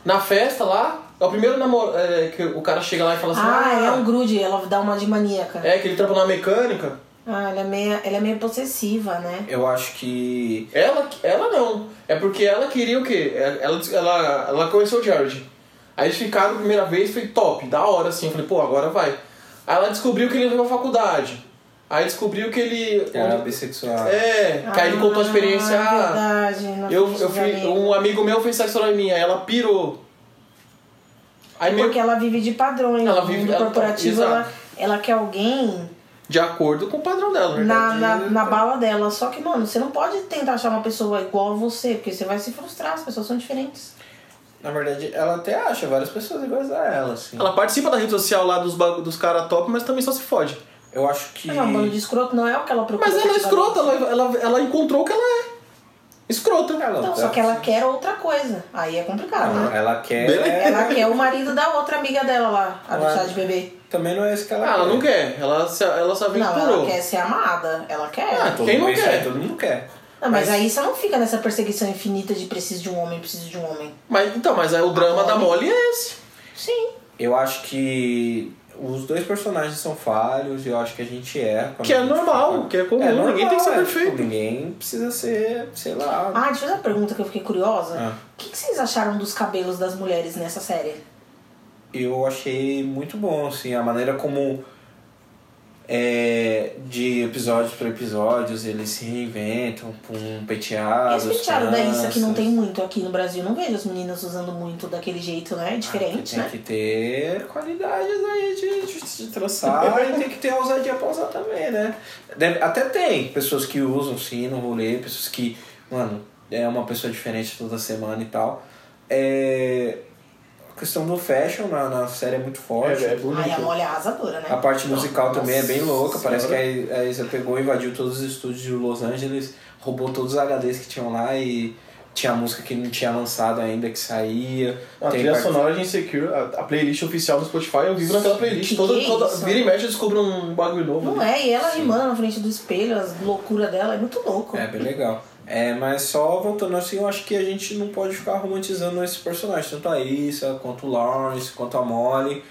Speaker 3: Na festa lá. É o primeiro namorado. que o cara chega lá e fala assim.
Speaker 4: Ah, ela é um grude. Ela dá uma de maníaca.
Speaker 3: É, que ele trampa na mecânica.
Speaker 4: Ah, ela é, meio, ela é meio possessiva, né?
Speaker 2: Eu acho que.
Speaker 3: Ela, ela não. É porque ela queria o quê? É, Ela, ela, ela conheceu o Jared. Aí eles ficaram a primeira vez, foi top, da hora assim. Eu falei, pô, agora vai. Aí ela descobriu que ele entrou na faculdade. Aí descobriu que ele.
Speaker 2: Era bissexual.
Speaker 3: É, que aí ele contou a experiência.
Speaker 4: Ah,
Speaker 3: Ah,
Speaker 4: verdade. na
Speaker 3: eu,
Speaker 4: frente
Speaker 3: eu
Speaker 4: dos
Speaker 3: fui,
Speaker 4: amigos.
Speaker 3: um amigo meu fez sexo oral em mim, aí ela pirou. Aí meio
Speaker 4: Porque ela vive de padrões.
Speaker 3: é Ela
Speaker 4: no
Speaker 3: vive-
Speaker 4: mundo
Speaker 3: ela-
Speaker 4: corporativo,
Speaker 3: exato.
Speaker 4: ela, ela quer alguém
Speaker 3: de acordo com o padrão dela, né?
Speaker 4: na, na,
Speaker 2: verdade,
Speaker 4: na
Speaker 2: tá.
Speaker 4: bala dela. Só que, mano, você não pode tentar achar uma pessoa igual a você, porque você vai se frustrar, as pessoas são diferentes.
Speaker 2: Na verdade, ela até acha várias pessoas iguais a ela, assim.
Speaker 3: Ela participa da rede social lá dos, bagu- dos caras top, mas também só se fode.
Speaker 2: Eu acho que.
Speaker 4: Mas é um bando de escroto, não é o que ela procura.
Speaker 3: Mas ela é
Speaker 4: efetivamente.
Speaker 3: escrota, ela, ela, ela encontrou o que ela é. Escrota.
Speaker 2: Ela
Speaker 4: Então,
Speaker 2: tá-
Speaker 4: só que ela quer outra coisa. Aí é complicado,
Speaker 2: Não,
Speaker 4: né?
Speaker 2: ela quer.
Speaker 3: Beleza.
Speaker 4: Ela quer o marido da outra amiga dela lá, a do
Speaker 2: Ela-
Speaker 4: chá de bebê.
Speaker 2: Também não é isso que ela
Speaker 3: Ah, ela
Speaker 2: quer.
Speaker 3: não quer. Ela, se, ela se
Speaker 4: Não, ela
Speaker 3: aventurou.
Speaker 4: quer ser amada. Ela quer.
Speaker 3: Ah,
Speaker 2: Todo
Speaker 3: Quem
Speaker 2: mundo-
Speaker 3: não
Speaker 2: isso
Speaker 3: quer?
Speaker 2: aí todo mundo quer.
Speaker 4: Não, mas, aí você não fica nessa perseguição infinita de preciso de um homem, preciso de um homem.
Speaker 3: Mas então, mas aí o drama
Speaker 4: A
Speaker 3: da
Speaker 4: Molly-
Speaker 3: Molly é esse.
Speaker 4: Sim.
Speaker 2: Eu acho que os dois personagens são falhos e eu acho que a gente erra. quando
Speaker 3: Que é
Speaker 2: a gente
Speaker 3: normal,
Speaker 2: fala.
Speaker 3: que é comum, ninguém tem que ser
Speaker 2: é,
Speaker 3: perfeito.
Speaker 2: tipo, ninguém precisa ser, sei lá.
Speaker 4: Ah, deixa eu fazer uma pergunta que eu fiquei curiosa.
Speaker 2: Ah.
Speaker 4: O que, que vocês acharam dos cabelos das mulheres nessa série?
Speaker 2: Eu achei muito bom, assim, a maneira como é, de episódios para episódios eles se reinventam com penteados.
Speaker 4: Eles pentearam da Issa,
Speaker 2: tranças.
Speaker 4: que não tem muito aqui no Brasil. Não vejo as meninas usando muito daquele jeito, né? É
Speaker 2: Ah,
Speaker 4: Diferente,
Speaker 2: Tem
Speaker 4: né?
Speaker 2: que ter qualidades aí de, de, de trançar e tem que ter ousadia pra usar também, né? Deve- até tem pessoas que usam sim no rolê, pessoas que, mano, é uma pessoa diferente toda semana e tal. É, a questão do fashion na, na série é muito forte.
Speaker 4: Ai, a Molly é arrasadora, né?
Speaker 2: A parte musical também é bem
Speaker 3: Nossa
Speaker 2: louca. Parece que
Speaker 3: Senhora.
Speaker 2: a a Isa pegou, invadiu todos os estúdios de Los Angeles, roubou todos os HDs que tinham lá e tinha música que não tinha lançado ainda que saía.
Speaker 3: A
Speaker 2: Tem
Speaker 3: trilha
Speaker 2: parte-
Speaker 3: sonora de Insecure, a, a playlist oficial do Spotify, eu vivo naquela playlist.
Speaker 4: Que
Speaker 3: toda,
Speaker 4: que é
Speaker 3: toda,
Speaker 4: isso?
Speaker 3: vira e mexe, eu descubro um bagulho novo.
Speaker 4: Não
Speaker 3: ali.
Speaker 4: é, e ela rimando na frente do espelho, as loucuras dela, é muito louco.
Speaker 2: É, bem legal. É, mas só voltando assim, eu acho que a gente não pode ficar romantizando esses personagens, tanto a Issa, quanto o Lawrence, quanto a Molly.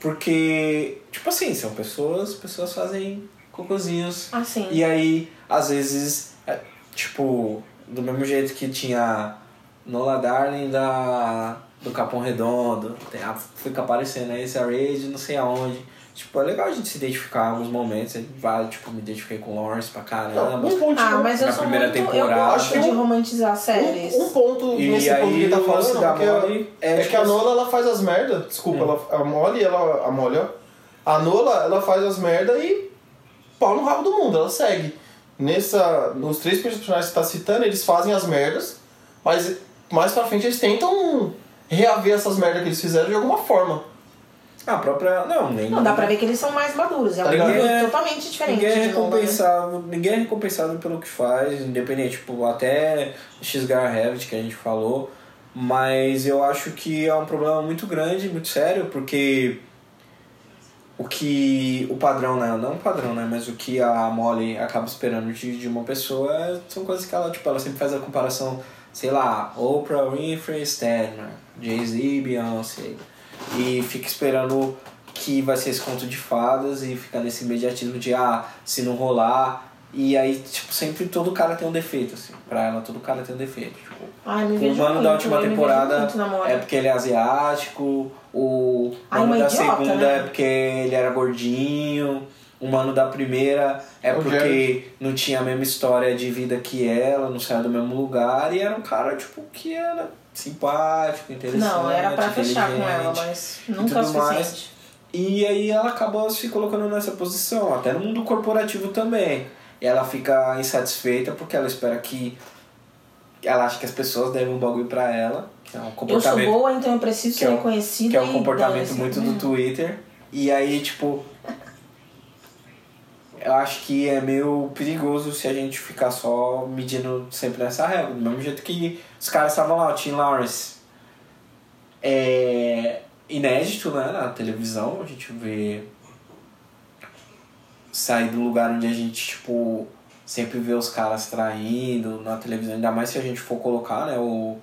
Speaker 2: Porque, tipo assim, são pessoas, pessoas fazem cocôzinhos.
Speaker 4: Assim.
Speaker 2: E aí, às vezes, é, tipo, do mesmo jeito que tinha Nola Darling da, do Capão Redondo, tem a, fica aparecendo aí esse Rage, não sei aonde. Tipo, é legal a gente se identificar em alguns momentos. Ele vai, tipo, me identifiquei com o Lawrence pra caramba.
Speaker 3: um ponto
Speaker 4: Ah,
Speaker 3: não.
Speaker 4: mas eu
Speaker 2: Na
Speaker 4: sou
Speaker 2: primeira
Speaker 4: muito,
Speaker 2: temporada. um-
Speaker 4: eu gosto de romantizar séries.
Speaker 3: Um, um ponto
Speaker 2: E
Speaker 3: nesse
Speaker 2: aí
Speaker 3: ponto que ele tá
Speaker 2: o lance
Speaker 3: falando,
Speaker 2: da
Speaker 3: porque a-
Speaker 2: Molly é
Speaker 3: é,
Speaker 2: tipo
Speaker 3: que a
Speaker 2: assim- É.
Speaker 3: Nola ela faz as merda, desculpa, ela, a Molly, ela a Molly, ó. A Nola ela faz as merda e pau no rabo do mundo, ela segue. Nessa, nos três personagens que você tá citando, eles fazem as merdas, mas mais pra frente eles tentam reaver essas merdas que eles fizeram de alguma forma.
Speaker 2: Ah, a própria. Não, nem.
Speaker 4: Não, dá pra ver que eles são mais maduros. É um
Speaker 3: Tá ligado?
Speaker 4: nível
Speaker 2: É.
Speaker 4: totalmente diferente
Speaker 2: Ninguém é,
Speaker 4: de Nolan, né?
Speaker 2: recompensado, ninguém é recompensado pelo que faz, independente, tipo, até X-Gar Heavy que a gente falou, mas eu acho que é um problema muito grande, muito sério, porque o que o padrão, né, não o padrão, né, mas o que a Molly acaba esperando de, de uma pessoa é- são coisas que ela, tipo, ela sempre faz a comparação, sei lá, Oprah Winfrey, Stan, né, Jay-Z, Beyoncé, e fica esperando que vai ser esse conto de fadas e fica nesse imediatismo de, ah, se não rolar, e aí, tipo, sempre todo cara tem um defeito, assim, pra ela todo cara tem um defeito, tipo,
Speaker 4: Ai, me
Speaker 2: o
Speaker 4: vejo
Speaker 2: mano
Speaker 4: muito,
Speaker 2: da última
Speaker 4: eu me vejo
Speaker 2: temporada
Speaker 4: muito na Molly.
Speaker 2: é porque ele é asiático, o
Speaker 4: Ai,
Speaker 2: mano
Speaker 4: uma
Speaker 2: da
Speaker 4: idiota,
Speaker 2: segunda
Speaker 4: né?
Speaker 2: é porque ele era gordinho, o mano da primeira é
Speaker 3: O
Speaker 2: porque
Speaker 3: Jared.
Speaker 2: não tinha a mesma história de vida que ela, não saía do mesmo lugar, e era um cara, tipo, que era simpático, interessante,
Speaker 4: Não, era pra fechar com ela,
Speaker 2: inteligente.
Speaker 4: mas nunca é o
Speaker 2: tipo tudo mais.
Speaker 4: suficiente.
Speaker 2: E aí ela acaba se colocando nessa posição, até no mundo corporativo também. E ela fica insatisfeita porque ela espera que. Ela acha que as pessoas devem um bagulho pra ela, que é um
Speaker 4: Eu sou
Speaker 2: comportamento.
Speaker 4: boa, então eu preciso
Speaker 2: que é
Speaker 4: ser
Speaker 2: um-
Speaker 4: reconhecida.
Speaker 2: que é
Speaker 4: e
Speaker 2: um comportamento
Speaker 4: dane-se. Uhum.
Speaker 2: muito do Twitter. E aí, tipo. Eu acho que é meio perigoso se a gente ficar só medindo sempre nessa regra. Do mesmo jeito que os caras estavam lá, o Tim Lawrence. É inédito, né? Na televisão, a gente vê sair do lugar onde a gente, tipo, sempre vê os caras traindo na televisão, ainda mais se a gente for colocar, né, o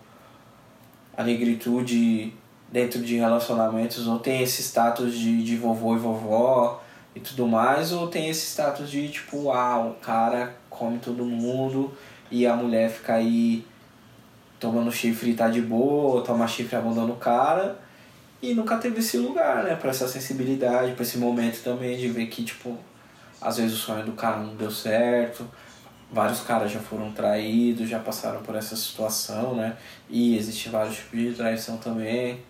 Speaker 2: a negritude dentro de relacionamentos, ou tem esse status de, de vovô e vovó e tudo mais, ou tem esse status de, tipo, ah, o cara come todo mundo e a mulher fica aí tomando chifre e tá de boa, ou toma chifre e abandona o cara. E nunca teve esse lugar, né? Pra essa sensibilidade, pra esse momento também de ver que, tipo, às vezes o sonho do cara não deu certo, vários caras já foram traídos, já passaram por essa situação, né? E existe vários tipos de traição também.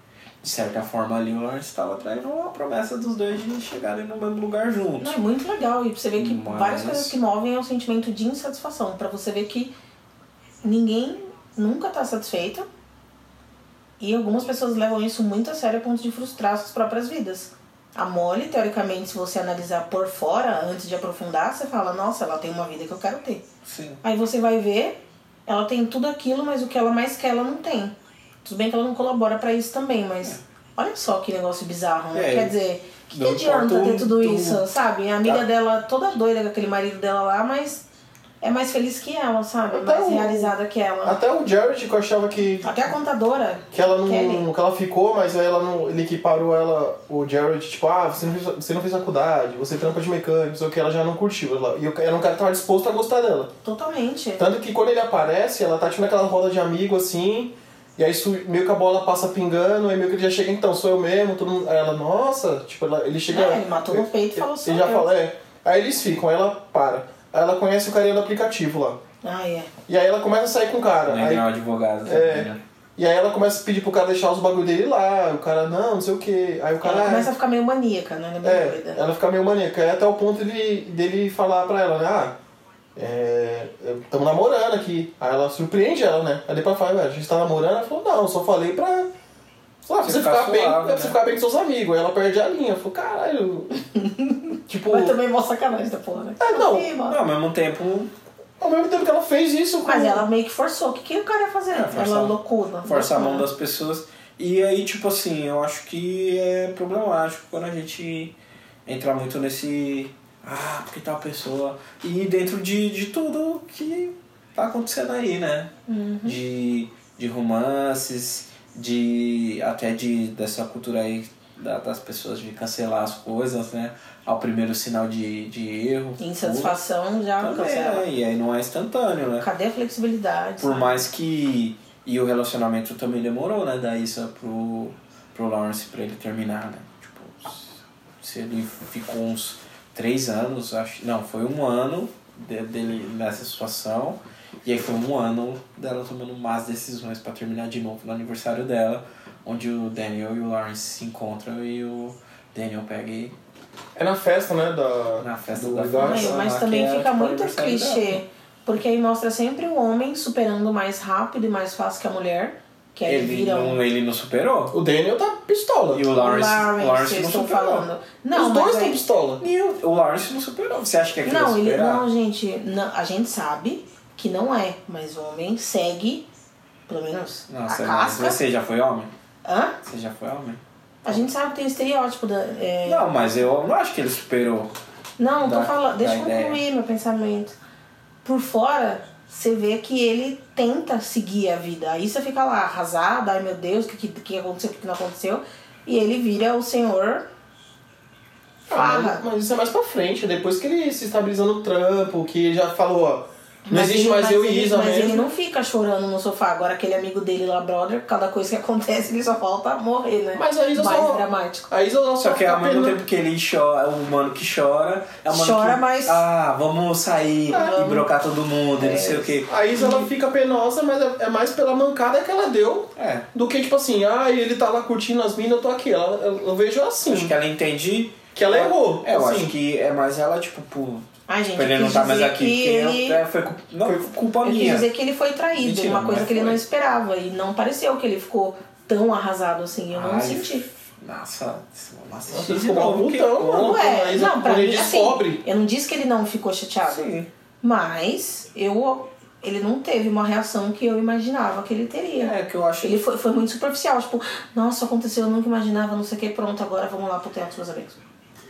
Speaker 2: De certa forma ali o Lawrence estava traindo uma promessa dos dois de chegarem no mesmo lugar juntos.
Speaker 4: Não, é muito legal. E pra você ver que
Speaker 2: Mas-
Speaker 4: várias coisas que movem é um sentimento de insatisfação. Pra você ver que ninguém nunca tá satisfeito. E algumas pessoas levam isso muito a sério a ponto de frustrar suas próprias vidas. A Molly, teoricamente, se você analisar por fora, antes de aprofundar, você fala, nossa, ela tem uma vida que eu quero ter.
Speaker 2: Sim.
Speaker 4: Aí você vai ver, ela tem tudo aquilo, mas o que ela mais quer, ela não tem. Tudo bem que ela não colabora pra isso também, mas olha só que negócio bizarro, né?
Speaker 2: É,
Speaker 4: Quer dizer, que, que
Speaker 2: não
Speaker 4: adianta
Speaker 2: importa o-
Speaker 4: ter tudo
Speaker 2: o-
Speaker 4: isso, sabe? A amiga
Speaker 2: Tá.
Speaker 4: dela toda doida com aquele marido dela lá, mas é mais feliz que ela, sabe? É
Speaker 3: Até
Speaker 4: mais
Speaker 3: o-
Speaker 4: realizada que ela.
Speaker 3: Até o Jared que eu achava que
Speaker 4: Até a contadora.
Speaker 3: que ela não
Speaker 4: Kelly.
Speaker 3: que ela ficou, mas aí ela não, ele que parou ela, o Jared, tipo, ah, você não fez, você não fez faculdade, você trampa de mecânico, não sei o que, ela já não curtiu. Ela, e eu- era um cara que tava disposto a gostar dela.
Speaker 4: Totalmente.
Speaker 3: Tanto que quando ele aparece, ela tá tipo naquela roda de amigo assim, e aí su- meio que a bola passa pingando, aí meio que ele já chega, então, sou eu mesmo, todo mundo. Aí ela, nossa, tipo, ela- ele chega.
Speaker 4: É, ele matou no peito e falou, "Sou
Speaker 3: Ele já
Speaker 4: eu."
Speaker 3: fala, é. Aí eles ficam, aí ela para. Aí ela conhece o carinha do aplicativo lá.
Speaker 4: Ai, é.
Speaker 3: E aí ela começa a sair com o cara. Aí-
Speaker 2: Legal, advogado.
Speaker 3: é.
Speaker 2: também, né?
Speaker 3: E aí ela começa a pedir pro cara deixar os bagulho dele lá, o cara, não, não sei o que. Aí o cara. "Ah,
Speaker 4: Ela começa a ficar meio maníaca, né? Ela é meio
Speaker 3: é,
Speaker 4: doida.
Speaker 3: ela fica meio maníaca. Aí até o ponto dele, dele falar pra ela, né? Ah, é, estamos namorando aqui. Aí ela surpreende ela, né? Aí depois ela fala, "Ué, a gente tá namorando? Ela falou, não, só falei pra. Sei lá, pra
Speaker 2: Você
Speaker 3: você
Speaker 2: ficar
Speaker 3: ficar, bem,
Speaker 2: suave,
Speaker 3: pra você
Speaker 2: né?
Speaker 3: ficar bem com seus amigos. Aí ela perde a linha. Falou,
Speaker 4: <laughs>
Speaker 3: caralho. tipo.
Speaker 4: Mas também é mó sacanagem da porra, né?
Speaker 3: É, não.
Speaker 4: Sim, mano.
Speaker 2: Não, ao mesmo tempo,
Speaker 3: Ao mesmo tempo que ela fez isso com.
Speaker 4: Mas ela meio que forçou. O que, que o cara ia fazer?
Speaker 2: É, forçar-
Speaker 4: ela loucura.
Speaker 2: força a mão
Speaker 4: loucura.
Speaker 2: das pessoas. E aí, tipo assim, eu acho que é problemático quando a gente entra muito nesse. Ah, porque tal pessoa. E dentro de, de tudo que tá acontecendo aí, né?
Speaker 4: Uhum.
Speaker 2: De, de romances, de. até de dessa cultura aí da- das pessoas de cancelar as coisas, né? Ao primeiro sinal de, de erro.
Speaker 4: Insatisfação já
Speaker 2: Também,
Speaker 4: cancela.
Speaker 2: né? E aí não é instantâneo, né?
Speaker 4: Cadê a flexibilidade?
Speaker 2: Por
Speaker 4: sabe?
Speaker 2: mais que. E o relacionamento também demorou, né? Da Issa pro, pro Lawrence pra ele terminar, né? Tipo, se ele ficou uns três anos, acho. Não, foi um ano de- dele nessa situação. E aí foi um ano dela tomando más decisões pra terminar de novo no aniversário dela, onde o Daniel e o Lawrence se encontram e o Daniel pega e
Speaker 3: É na festa, né? Da,
Speaker 2: na festa
Speaker 3: do Ah.
Speaker 2: da
Speaker 3: Eduardo.
Speaker 4: Mas,
Speaker 2: Não,
Speaker 4: mas
Speaker 2: aqui
Speaker 4: também
Speaker 2: é
Speaker 4: fica
Speaker 2: tipo
Speaker 4: muito
Speaker 2: aniversário dela.
Speaker 4: clichê. Porque aí mostra sempre o homem superando mais rápido e mais fácil que a mulher. Que é, um aí
Speaker 2: Ele
Speaker 4: viram
Speaker 2: não, ele não superou.
Speaker 3: O Daniel tá pistola.
Speaker 2: E o Lawrence,
Speaker 4: Lawrence,
Speaker 2: o Lawrence
Speaker 4: eu
Speaker 2: não
Speaker 4: estou
Speaker 2: superou.
Speaker 4: falando.
Speaker 3: Os
Speaker 4: Não, mas é-
Speaker 3: dois estão
Speaker 4: aí-
Speaker 3: pistola.
Speaker 2: E o, o Lawrence não superou. Você acha que é que
Speaker 4: Não,
Speaker 2: vai
Speaker 4: ele
Speaker 2: superar?
Speaker 4: não, gente. não, a gente sabe que não é, mas o homem segue, pelo menos
Speaker 2: Não,
Speaker 4: a
Speaker 2: você,
Speaker 4: casca.
Speaker 2: mas você já foi homem?
Speaker 4: Hã?
Speaker 2: Você já foi homem?
Speaker 4: A gente sabe que tem estereótipo da. é,
Speaker 2: Não, mas eu não acho que ele superou.
Speaker 4: Não,
Speaker 2: Da-
Speaker 4: tô falando. Deixa eu
Speaker 2: da ideia.
Speaker 4: concluir meu pensamento. Por fora, você vê que ele tenta seguir a vida. Aí você fica lá arrasado, ai meu Deus, o que, que, que aconteceu, o que, que não aconteceu. E ele vira o senhor.
Speaker 3: Ah,
Speaker 4: Farra.
Speaker 3: mas- mas isso é mais pra frente, depois que ele se estabiliza no trampo, que já falou, ó, não
Speaker 4: Mas
Speaker 3: existe
Speaker 4: ele-
Speaker 3: mais
Speaker 4: mas
Speaker 3: eu
Speaker 4: ele-
Speaker 3: e Isa
Speaker 4: Mas ele
Speaker 3: mesmo.
Speaker 4: não fica chorando no sofá. Agora aquele amigo dele lá, brother, cada coisa que <laughs> acontece, ele só falta morrer, né?
Speaker 3: Mas a Isa
Speaker 4: Mais
Speaker 3: só-
Speaker 4: dramático.
Speaker 3: Aí Isa só
Speaker 2: Só que é ao
Speaker 3: fica
Speaker 2: mesmo
Speaker 3: pena-
Speaker 2: tempo que ele chora, o humano que chora, é o mano
Speaker 4: Chora,
Speaker 2: que,
Speaker 4: mas- Ah,
Speaker 2: Ah, vamos sair e brocar todo mundo e não sei o
Speaker 4: É.
Speaker 2: quê.
Speaker 3: A Isa ela fica penosa, mas é- é mais pela mancada que ela deu
Speaker 2: É.
Speaker 3: do que tipo assim, ah, ele tá lá curtindo as minas, eu tô aqui. Ela, eu, eu vejo assim.
Speaker 2: Acho que é ela entende.
Speaker 3: Que ela errou,
Speaker 2: É, eu
Speaker 3: assim.
Speaker 2: acho que é mais ela, tipo, pô.
Speaker 4: Ai, gente,
Speaker 2: tipo, ele
Speaker 4: eu
Speaker 2: não
Speaker 4: quis
Speaker 2: tá mais
Speaker 4: dizer
Speaker 2: aqui.
Speaker 4: que
Speaker 2: porque eu-
Speaker 4: ele-
Speaker 2: é, foi, cu- não, foi culpa
Speaker 4: Eu quis
Speaker 2: minha.
Speaker 4: dizer que ele foi traído,
Speaker 2: Mentira,
Speaker 4: uma coisa
Speaker 2: mas
Speaker 4: que ele
Speaker 2: foi.
Speaker 4: não esperava. E não pareceu que ele ficou tão arrasado assim. Eu não
Speaker 2: Ai,
Speaker 4: senti.
Speaker 2: Nossa, nossa,
Speaker 3: Nossa, ele
Speaker 2: de
Speaker 3: ficou
Speaker 2: novo, que é
Speaker 3: malvutão,
Speaker 2: porra.
Speaker 3: mano.
Speaker 4: Ué,
Speaker 3: mas
Speaker 4: não, pra
Speaker 3: quando
Speaker 4: mim,
Speaker 3: ele
Speaker 4: assim,
Speaker 3: descobre-
Speaker 4: eu não disse que ele não ficou chateado.
Speaker 2: Sim.
Speaker 4: Mas eu, ele não teve uma reação que eu imaginava que ele teria.
Speaker 2: É, que eu acho
Speaker 4: Ele foi, foi muito superficial, tipo, nossa, aconteceu, eu nunca imaginava, não sei o que, pronto, agora vamos lá pro teatro dos meus amigos.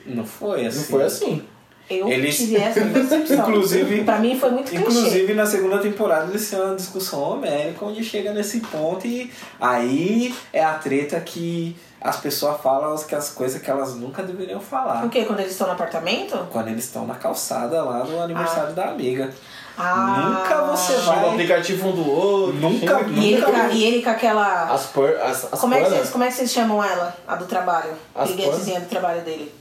Speaker 2: Não foi assim.
Speaker 3: Não foi assim.
Speaker 4: Eu
Speaker 2: Eles-
Speaker 4: tive
Speaker 2: <laughs>
Speaker 4: essa percepção.
Speaker 2: Inclusive-
Speaker 4: Pra mim foi muito clichê.
Speaker 2: Inclusive na segunda temporada eles têm uma discussão homérica onde chega nesse ponto e aí é a treta que as pessoas falam as- que as coisas que elas nunca deveriam falar.
Speaker 4: O quê? Quando eles estão no apartamento?
Speaker 2: Quando eles estão na calçada lá no aniversário da amiga.
Speaker 4: Ah.
Speaker 2: Nunca você
Speaker 3: Chega o
Speaker 2: vai.
Speaker 3: aplicativo um do outro.
Speaker 2: Nunca,
Speaker 3: chega-
Speaker 4: E ele,
Speaker 2: nunca.
Speaker 4: com- e ele com aquela.
Speaker 3: As por, as, as
Speaker 4: como, é que
Speaker 3: panas-
Speaker 4: vocês, como é que vocês chamam ela? A do trabalho.
Speaker 3: As
Speaker 4: Briguetezinha do trabalho dele.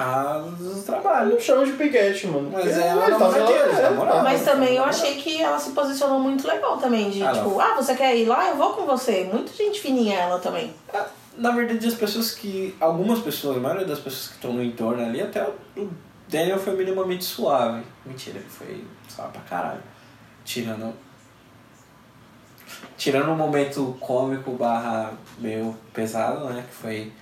Speaker 2: Ah, do
Speaker 3: Ah,
Speaker 2: trabalho.
Speaker 3: não chama de piguete, mano.
Speaker 2: Mas
Speaker 3: Porque
Speaker 2: ela é
Speaker 3: ele tá
Speaker 2: namoradeira,
Speaker 3: falando-
Speaker 2: é namorada.
Speaker 4: Mas também eu achei que ela se posicionou muito legal também, de
Speaker 2: Ah, não.
Speaker 4: tipo, ah, você quer ir lá? Eu vou com você. Muito gente fininha ela também.
Speaker 2: Ah, Na verdade, as pessoas que. Algumas pessoas, a maioria das pessoas que estão no entorno ali, até o Daniel foi minimamente suave. Mentira, ele foi suave pra caralho. Tirando. Tirando um momento cômico barra meio pesado, né? Que foi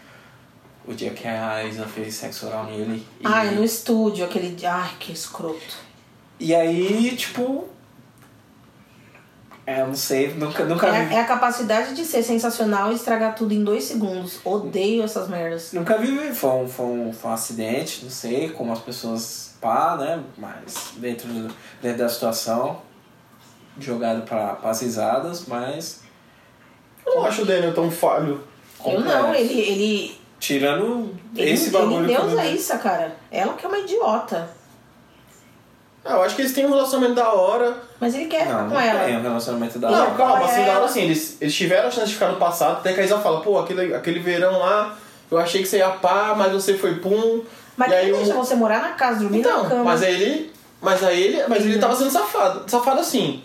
Speaker 2: o dia que a Isa fez sexo oral nele. E,
Speaker 4: Ai, no estúdio, aquele. dia- Ai, que escroto.
Speaker 2: e aí, tipo. É, eu não sei, nunca, nunca vi.
Speaker 4: É, é a capacidade de ser sensacional e estragar tudo em dois segundos. Odeio essas merdas.
Speaker 2: Nunca vi, foi um, foi, um, foi um acidente, não sei como as pessoas pá, né? Mas dentro, do- dentro da situação, jogado para as risadas, mas
Speaker 3: Eu não acho o Daniel tão falho.
Speaker 4: Eu não,
Speaker 2: complexo.
Speaker 4: ele. ele
Speaker 2: Tirando
Speaker 4: ele,
Speaker 2: esse
Speaker 4: ele
Speaker 2: bagulho. que eu
Speaker 4: deusa
Speaker 2: não-
Speaker 4: isso, cara. Ela que é uma idiota.
Speaker 3: Ah, eu acho que eles têm um relacionamento da hora.
Speaker 4: Mas ele quer
Speaker 2: Não,
Speaker 4: ficar
Speaker 2: não
Speaker 4: é com ela.
Speaker 2: tem um relacionamento da
Speaker 3: Não,
Speaker 4: Não,
Speaker 3: calma,
Speaker 4: olha
Speaker 3: assim, da
Speaker 4: ela.
Speaker 3: hora assim, eles, eles tiveram a chance de ficar no passado, até que a Isa fala, pô, aquele, aquele verão lá, eu achei que você ia pá, mas você foi pum.
Speaker 4: Mas
Speaker 3: e aí
Speaker 4: quem
Speaker 3: o-
Speaker 4: deixa você morar na casa, dormir na
Speaker 3: Então,
Speaker 4: cama? Uhum.
Speaker 3: mas aí ele. Mas aí ele. Mas ele
Speaker 4: Não.
Speaker 3: tava sendo safado. Safado assim.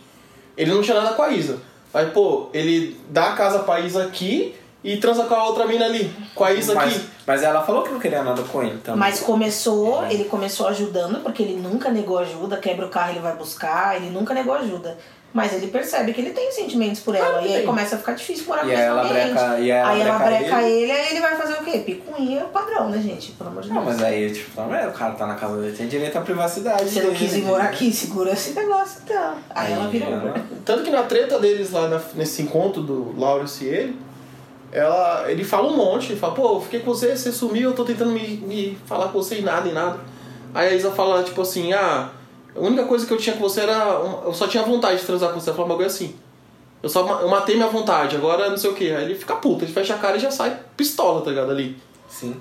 Speaker 3: Ele não tinha nada com a Isa. Aí, pô, ele dá a casa pra Isa aqui e transa com a outra mina ali. Com a Isa
Speaker 2: mas,
Speaker 3: é aqui.
Speaker 2: mas ela falou que não queria nada com ele também. É.
Speaker 4: Mas começou, ele começou ajudando, porque ele nunca negou ajuda, quebra o carro, ele vai buscar, ele nunca negou ajuda. Mas ele percebe que ele tem sentimentos por ela,
Speaker 3: Claro que
Speaker 4: e aí
Speaker 3: tem.
Speaker 4: começa a ficar difícil morar
Speaker 2: Ah, E
Speaker 4: com
Speaker 2: aí
Speaker 4: esse
Speaker 2: ela
Speaker 4: ambiente.
Speaker 2: breca- e aí ela
Speaker 4: aí ela
Speaker 2: breca
Speaker 4: breca ele, aí ele vai fazer o quê? Picuinha padrão, né, gente? Pelo amor de
Speaker 2: Não,
Speaker 4: Deus.
Speaker 2: mas aí, tipo, também, o cara tá na casa dele, tem direito à privacidade.
Speaker 4: Você não
Speaker 2: dele,
Speaker 4: quis ir
Speaker 2: né?
Speaker 4: morar aqui, segura esse negócio então. Aí ela vira
Speaker 2: ela-
Speaker 4: Uber.
Speaker 3: Tanto que na treta deles lá na- nesse encontro do Lawrence e ele, ela, ele fala um monte, ele fala, pô, eu fiquei com você, você sumiu, eu tô tentando me, me falar com você e nada, e nada. Aí a Isa fala, tipo assim, ah, a única coisa que eu tinha com você era. um- Eu só tinha vontade de transar com você. Ela fala um bagulho assim. Eu só ma- eu matei minha vontade, agora não sei o que. Aí ele fica puto, ele fecha a cara e já sai pistola, tá ligado? Ali.
Speaker 2: Sim.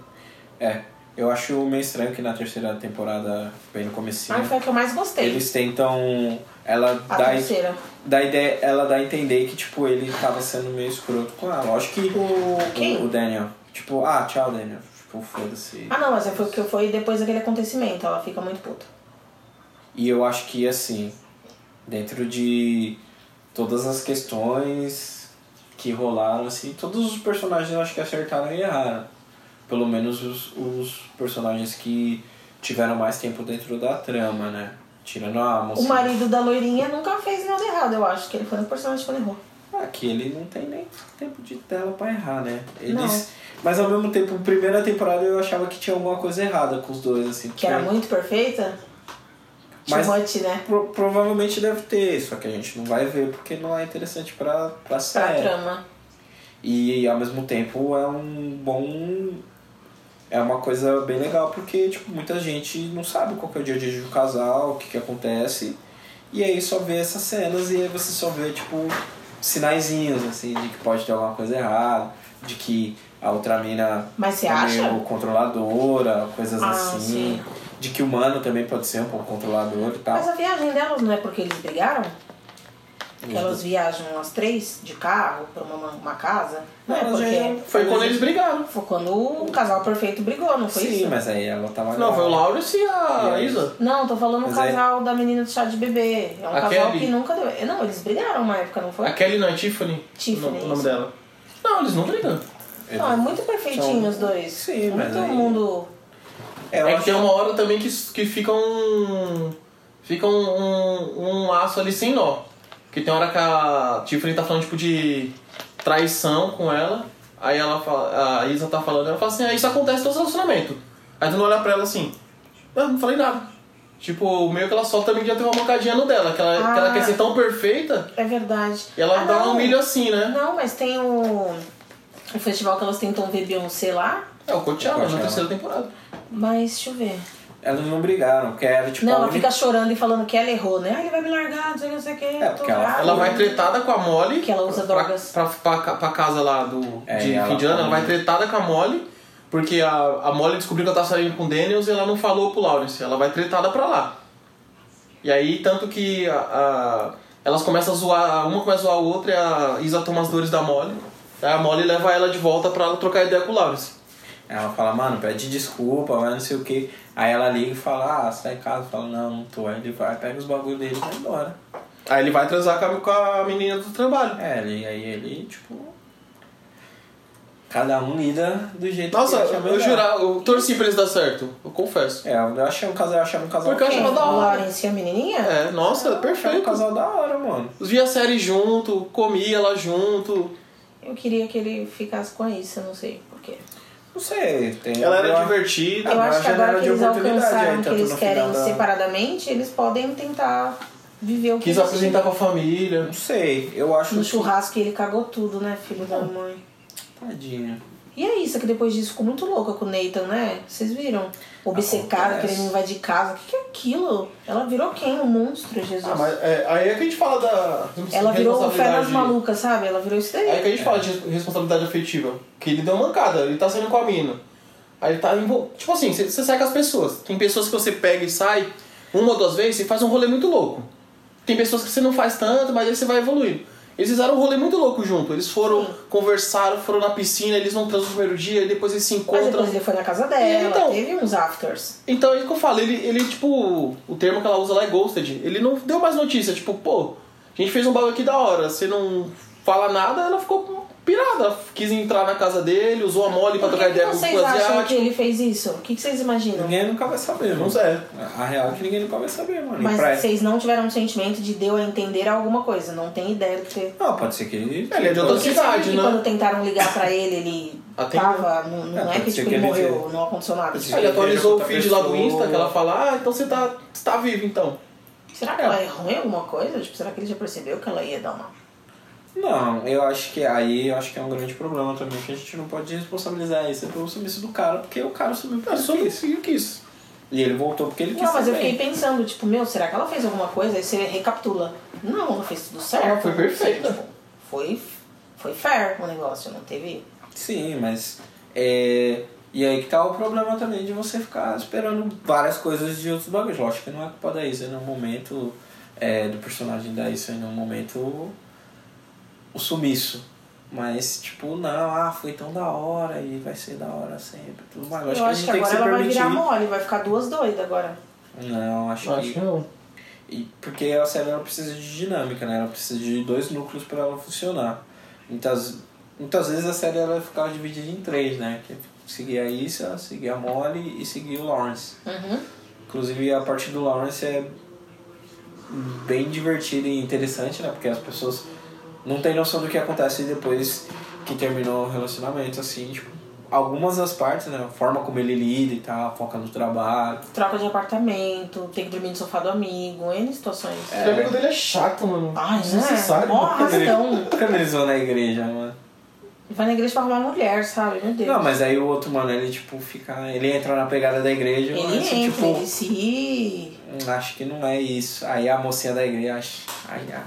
Speaker 2: É. Eu acho meio estranho que na terceira temporada, bem no comecinho,
Speaker 4: Mas foi a que eu mais gostei.
Speaker 2: eles tentam. Ela
Speaker 4: A
Speaker 2: dá,
Speaker 4: terceira.
Speaker 2: dá ideia, ela dá a entender que, tipo, ele tava sendo meio escroto com ela. Acho que
Speaker 4: O
Speaker 2: o,
Speaker 4: quem?
Speaker 2: o Daniel. Tipo, ah, tchau, Daniel. Tipo, foda-se.
Speaker 4: Ah não, mas foi porque foi depois daquele acontecimento. Ela fica muito puta.
Speaker 2: E eu acho que, assim, dentro de todas as questões que rolaram, assim, todos os personagens eu acho que acertaram e erraram. Pelo menos os, os personagens que tiveram mais tempo dentro da trama, né? Tirando a moça.
Speaker 4: O marido da loirinha nunca fez nada errado, eu acho. Que ele foi um personagem que não errou.
Speaker 2: Aqui ele não tem nem tempo de tela pra errar, né?
Speaker 4: Não.
Speaker 2: Eles... Mas ao mesmo tempo, primeira temporada eu achava que tinha alguma coisa errada com os dois, assim.
Speaker 4: Que era
Speaker 2: porque-
Speaker 4: muito perfeita.
Speaker 2: Mas-
Speaker 4: Timothy, né?
Speaker 2: Pro- provavelmente deve ter, só que a gente não vai ver porque não é interessante pra, pra
Speaker 4: Pra
Speaker 2: série.
Speaker 4: trama.
Speaker 2: E ao mesmo tempo é um bom. É uma coisa bem legal porque tipo, muita gente não sabe qual que é o dia a dia do casal, o que, que acontece. E aí só vê essas cenas e aí você só vê tipo sinaizinhos assim de que pode ter alguma coisa errada, de que a outra mina
Speaker 4: Mas você
Speaker 2: é
Speaker 4: acha?
Speaker 2: meio controladora, coisas
Speaker 4: Ah,
Speaker 2: assim.
Speaker 4: sim.
Speaker 2: De que o mano também pode ser um pouco controlador e tal.
Speaker 4: Mas a viagem delas não é porque eles brigaram? Que
Speaker 2: Os
Speaker 4: elas viajam as três de carro pra uma, uma casa? Não, é
Speaker 2: Elas
Speaker 4: porque.
Speaker 2: já-
Speaker 3: Foi quando eles brigaram.
Speaker 4: Foi quando o casal perfeito brigou, não foi
Speaker 2: Sim,
Speaker 4: isso?
Speaker 2: mas aí ela tava
Speaker 3: Não, foi o
Speaker 2: lá.
Speaker 3: Lawrence e a
Speaker 2: E a
Speaker 3: Isa.
Speaker 4: Não, tô falando o
Speaker 2: Mas
Speaker 4: casal da menina do chá de bebê. É um
Speaker 3: A
Speaker 4: casal
Speaker 3: Kelly.
Speaker 4: que nunca deu. É, Não, eles brigaram uma época, não foi?
Speaker 3: A Kelly não é Tiffany?
Speaker 4: Tiffany,
Speaker 3: O nome- o nome
Speaker 4: isso.
Speaker 3: dela. Não, eles não brigam.
Speaker 4: Não, é muito perfeitinho os dois.
Speaker 2: Sim,
Speaker 4: muito
Speaker 2: mas aí-
Speaker 4: mundo.
Speaker 2: É, eu
Speaker 3: é que
Speaker 2: acho-
Speaker 3: tem uma hora também que, que fica um. Fica um, um, um laço ali sem nó. Porque tem hora que a Tiffany tá falando tipo de traição com ela. Aí ela fala, a Isa tá falando, ela fala assim, ah, isso acontece em todo relacionamento. Aí tu não olha pra ela assim, eu não falei nada. Tipo, meio que ela solta também que já tem uma mancadinha no dela, que ela, que ela
Speaker 4: Ah.
Speaker 3: quer ser tão perfeita
Speaker 4: É verdade.
Speaker 3: e ela
Speaker 4: Ah,
Speaker 3: dá
Speaker 4: não.
Speaker 3: um milho assim, né?
Speaker 4: Não, mas tem o. O festival que elas tentam ver Beyoncé lá.
Speaker 3: É o Coachella, na
Speaker 2: Coachella.
Speaker 3: terceira temporada.
Speaker 4: Mas deixa eu ver.
Speaker 2: Elas não brigaram, porque era tipo.
Speaker 4: não,
Speaker 2: a
Speaker 4: ela
Speaker 2: única-
Speaker 4: fica chorando e falando que ela errou, né? Ah, ele vai me largar, não sei o que, não sei o que.
Speaker 2: É, porque ela-
Speaker 3: Ela vai tretada com a Molly.
Speaker 4: Que ela usa
Speaker 3: pra-
Speaker 4: drogas.
Speaker 3: Pra, pra, ca- pra casa lá do,
Speaker 2: É,
Speaker 3: de
Speaker 2: e ela
Speaker 3: fim de ano, ela
Speaker 2: come.
Speaker 3: vai tretada com a Molly. Porque a, a Molly descobriu que ela tá saindo com o Daniels e ela não falou pro Lawrence. Ela vai tretada pra lá. E aí, tanto que a, a- elas começam a zoar, uma começa a zoar a outra e a Isa toma as dores da Molly. Aí a Molly leva ela de volta pra ela trocar ideia com o Lawrence.
Speaker 2: Ela fala, mano, pede desculpa, mas não sei o que. Aí ela liga e fala, ah, sai em casa. Fala, não, não tô. Aí ele vai, pega os bagulhos dele e vai embora.
Speaker 3: Aí ele vai transar com a, com a menina do trabalho.
Speaker 2: É, ele, aí ele, tipo. Cada um lida do jeito
Speaker 3: Nossa,
Speaker 2: que acha
Speaker 3: eu,
Speaker 2: melhor.
Speaker 3: jurava, eu torci pra eles dar certo. Eu confesso.
Speaker 2: É, eu achei um casal, eu achava um casal.
Speaker 3: Porque eu
Speaker 4: Quem?
Speaker 3: achava da hora.
Speaker 4: Lawrence e a menininha?
Speaker 3: É, nossa,
Speaker 2: Eu achava um
Speaker 3: perfeito.
Speaker 2: casal da hora, mano.
Speaker 3: Via série junto, comia lá junto.
Speaker 4: Eu queria que ele ficasse com a Issa, não sei porquê.
Speaker 2: Não sei, tem.
Speaker 3: Ela era
Speaker 2: eu-
Speaker 3: divertida.
Speaker 2: Ah,
Speaker 4: eu
Speaker 2: mas
Speaker 4: acho que
Speaker 2: já era
Speaker 4: agora que
Speaker 2: de
Speaker 4: eles
Speaker 2: oportunidade, aí,
Speaker 4: alcançaram o
Speaker 2: tanto
Speaker 4: que eles
Speaker 2: no
Speaker 4: querem
Speaker 2: final da-
Speaker 4: separadamente, eles podem tentar viver o que
Speaker 3: Quis
Speaker 4: eles-
Speaker 3: apresentar pra família.
Speaker 2: Não sei, eu acho.
Speaker 4: No
Speaker 2: que-
Speaker 4: churrasco ele cagou tudo, né, filho da mãe?
Speaker 2: Tadinho.
Speaker 4: E é isso, que depois disso ficou muito louca com o Nathan, né? Vocês viram? Obcecada,
Speaker 2: Acontece.
Speaker 4: querendo invadir casa. O que, que é aquilo? Ela virou quem? Um
Speaker 3: Ah,
Speaker 4: monstro, Jesus.
Speaker 3: aí é que a gente fala da.
Speaker 4: Ela virou um o
Speaker 3: responsabilidade-
Speaker 4: Feras Maluca, sabe? Ela virou isso daí.
Speaker 3: Aí é que a gente fala de responsabilidade afetiva. Que ele deu uma mancada, ele tá saindo com a mina. Aí ele tá envol... Tipo assim, você você sai com as pessoas. Tem pessoas que você pega e sai uma ou duas vezes e faz um rolê muito louco. Tem pessoas que você não faz tanto, mas aí você vai evoluindo. Eles fizeram um rolê muito louco junto. Eles foram,
Speaker 4: Sim.
Speaker 3: conversaram, foram na piscina, eles não transam no primeiro dia, e depois eles se
Speaker 4: Mas
Speaker 3: encontram.
Speaker 4: depois ele foi na casa dela,
Speaker 3: Então-
Speaker 4: teve uns afters.
Speaker 3: Então é isso que eu falo, ele, ele, tipo, o termo que ela usa lá é ghosted. Ele não deu mais notícia, tipo, pô, a gente fez um bagulho aqui da hora, você não fala nada, ela ficou pirada. Ela quis entrar na casa dele, usou a mole pra
Speaker 4: Por
Speaker 3: trocar
Speaker 4: que, que
Speaker 3: ideia com o
Speaker 4: vocês acham que
Speaker 3: asiático.
Speaker 4: ele fez isso? O que, que vocês imaginam?
Speaker 2: Ninguém nunca vai saber,
Speaker 3: Não
Speaker 2: mano.
Speaker 3: sei.
Speaker 2: A real é que ninguém nunca vai saber, mano. E
Speaker 4: Mas
Speaker 2: pra-
Speaker 4: vocês não tiveram um sentimento de deu a entender alguma coisa, não tem ideia do que teve.
Speaker 2: Não, pode ser que ele.
Speaker 3: Ele é de outra
Speaker 4: Porque
Speaker 3: cidade,
Speaker 4: sabe que
Speaker 3: né? Ah, um-
Speaker 4: quando tentaram ligar pra ele, ele
Speaker 3: Atendeu.
Speaker 4: tava. Não, não
Speaker 2: É,
Speaker 3: Ah,
Speaker 4: é,
Speaker 2: pode
Speaker 4: que
Speaker 2: ser
Speaker 4: tipo,
Speaker 2: que ele
Speaker 4: ele morreu, não aconteceu nada.
Speaker 2: Pode ser.
Speaker 3: Aí ele atualizou o
Speaker 2: Outra
Speaker 3: feed lá do
Speaker 2: pessoa.
Speaker 3: Insta, que ela fala, ah, então você tá, você tá vivo então.
Speaker 4: Será que ela errou em alguma coisa? Tipo, será que ele já percebeu que ela ia dar uma.
Speaker 2: Não, eu acho que aí eu acho que é um grande problema também, que a gente não pode responsabilizar isso é pelo sumiço do cara, porque o cara sumiu porque
Speaker 3: Eu sou
Speaker 2: ele quis.
Speaker 3: eu quis.
Speaker 2: E ele voltou porque ele quis.
Speaker 4: Não, mas eu
Speaker 2: também.
Speaker 4: fiquei pensando, tipo, meu, será que ela fez alguma coisa? Aí você recapitula. Não, ela fez tudo certo.
Speaker 3: Ela foi perfeita.
Speaker 4: Tipo, foi, foi fair o negócio, não teve.
Speaker 2: Sim, mas. É... E aí que tá o problema também de você ficar esperando várias coisas de outros bagulhos. Lógico que não é culpa da Isa, no momento. É, do personagem da Isa, no momento. o- O sumiço. Mas, tipo, não, ah, foi tão da hora e vai ser da hora sempre. Tudo mais.
Speaker 4: Eu acho que
Speaker 2: a gente
Speaker 4: agora ela vai
Speaker 2: tem que se
Speaker 4: virar
Speaker 2: permitir.
Speaker 4: mole, vai ficar duas doidas agora.
Speaker 2: Não, acho,
Speaker 3: Eu acho que não.
Speaker 2: E porque a série ela precisa de dinâmica, né? Ela precisa de dois núcleos para ela funcionar. Muitas, muitas vezes a série ela ficava dividida em três, né? Que seguia a Issa, seguia a Molly e seguia o Lawrence. Inclusive a parte do Lawrence é bem divertida e interessante, né? Porque as pessoas não têm noção do que acontece depois que terminou o relacionamento, assim, tipo, algumas das partes, né? A forma como ele lida e tal, foca no trabalho.
Speaker 4: Troca de apartamento, tem que dormir no sofá do amigo, N situações.
Speaker 3: O amigo dele é chato, mano.
Speaker 4: Ai, né?
Speaker 3: Desnecessário.
Speaker 4: Mó
Speaker 2: Quando ele-
Speaker 4: arrastão.
Speaker 2: Quando eles vão na igreja, né? mano.
Speaker 4: Vai na igreja pra arrumar mulher, sabe? Meu Deus.
Speaker 2: Não, mas aí o outro, mano, ele tipo fica. Ele entra na pegada da igreja,
Speaker 4: ele
Speaker 2: mas
Speaker 4: entra,
Speaker 2: tipo,
Speaker 4: ele se.
Speaker 2: "Hum, acho que não é isso. Aí a mocinha da igreja, acho- aí a-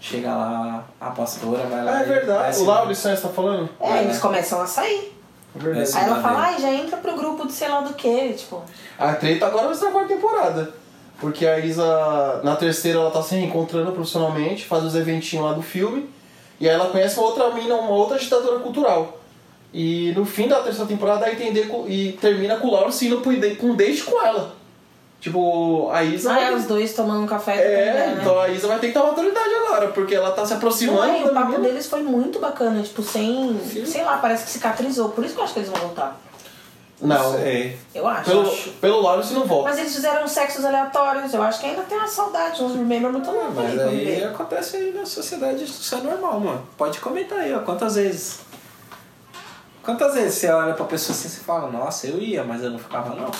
Speaker 2: chega lá a pastora, vai lá.
Speaker 3: Ah, é
Speaker 2: e
Speaker 3: verdade.
Speaker 2: desce-
Speaker 3: O Laurisson está tá falando?
Speaker 4: É,
Speaker 2: É,
Speaker 4: eles
Speaker 2: né?
Speaker 4: começam a sair.
Speaker 3: É verdade.
Speaker 2: Sim,
Speaker 4: Aí ela
Speaker 2: maneiro.
Speaker 4: fala, ai, já entra pro grupo de sei lá do que, tipo.
Speaker 3: A treta agora vai ser na quarta temporada. Porque a Isa, na terceira, ela tá se reencontrando profissionalmente, faz os eventinhos lá do filme. E aí ela conhece uma outra mina, uma outra ditadora cultural. E no fim da terceira temporada, aí tem de- e termina com o Lawrence indo pro ide- pra um date com ela. Tipo, a Isa.
Speaker 4: Ah,
Speaker 3: vai
Speaker 4: é,
Speaker 3: ter-
Speaker 4: os dois tomando um café.
Speaker 3: É,
Speaker 4: trocando ideia, né?
Speaker 3: então a Isa vai ter que dar maturidade agora, porque ela tá se aproximando.
Speaker 4: Não, e o
Speaker 3: da
Speaker 4: papo
Speaker 2: é.
Speaker 3: menina.
Speaker 4: deles foi muito bacana, tipo, sem. Sei lá, parece que cicatrizou. Por isso que eu acho que eles vão voltar.
Speaker 3: Não,
Speaker 2: sei.
Speaker 4: Eu acho. acho.
Speaker 3: pelo, pelo Lawrence não volta.
Speaker 4: Mas eles fizeram sexos aleatórios, eu acho que ainda tem uma saudade, não me lembro muito não.
Speaker 2: Mas
Speaker 4: vamos
Speaker 2: aí é-
Speaker 4: ver.
Speaker 2: acontece aí na sociedade, isso é normal, mano. Pode comentar aí, ó, quantas vezes. Quantas vezes você olha pra pessoa assim e você fala, nossa, eu ia, mas eu não ficava não.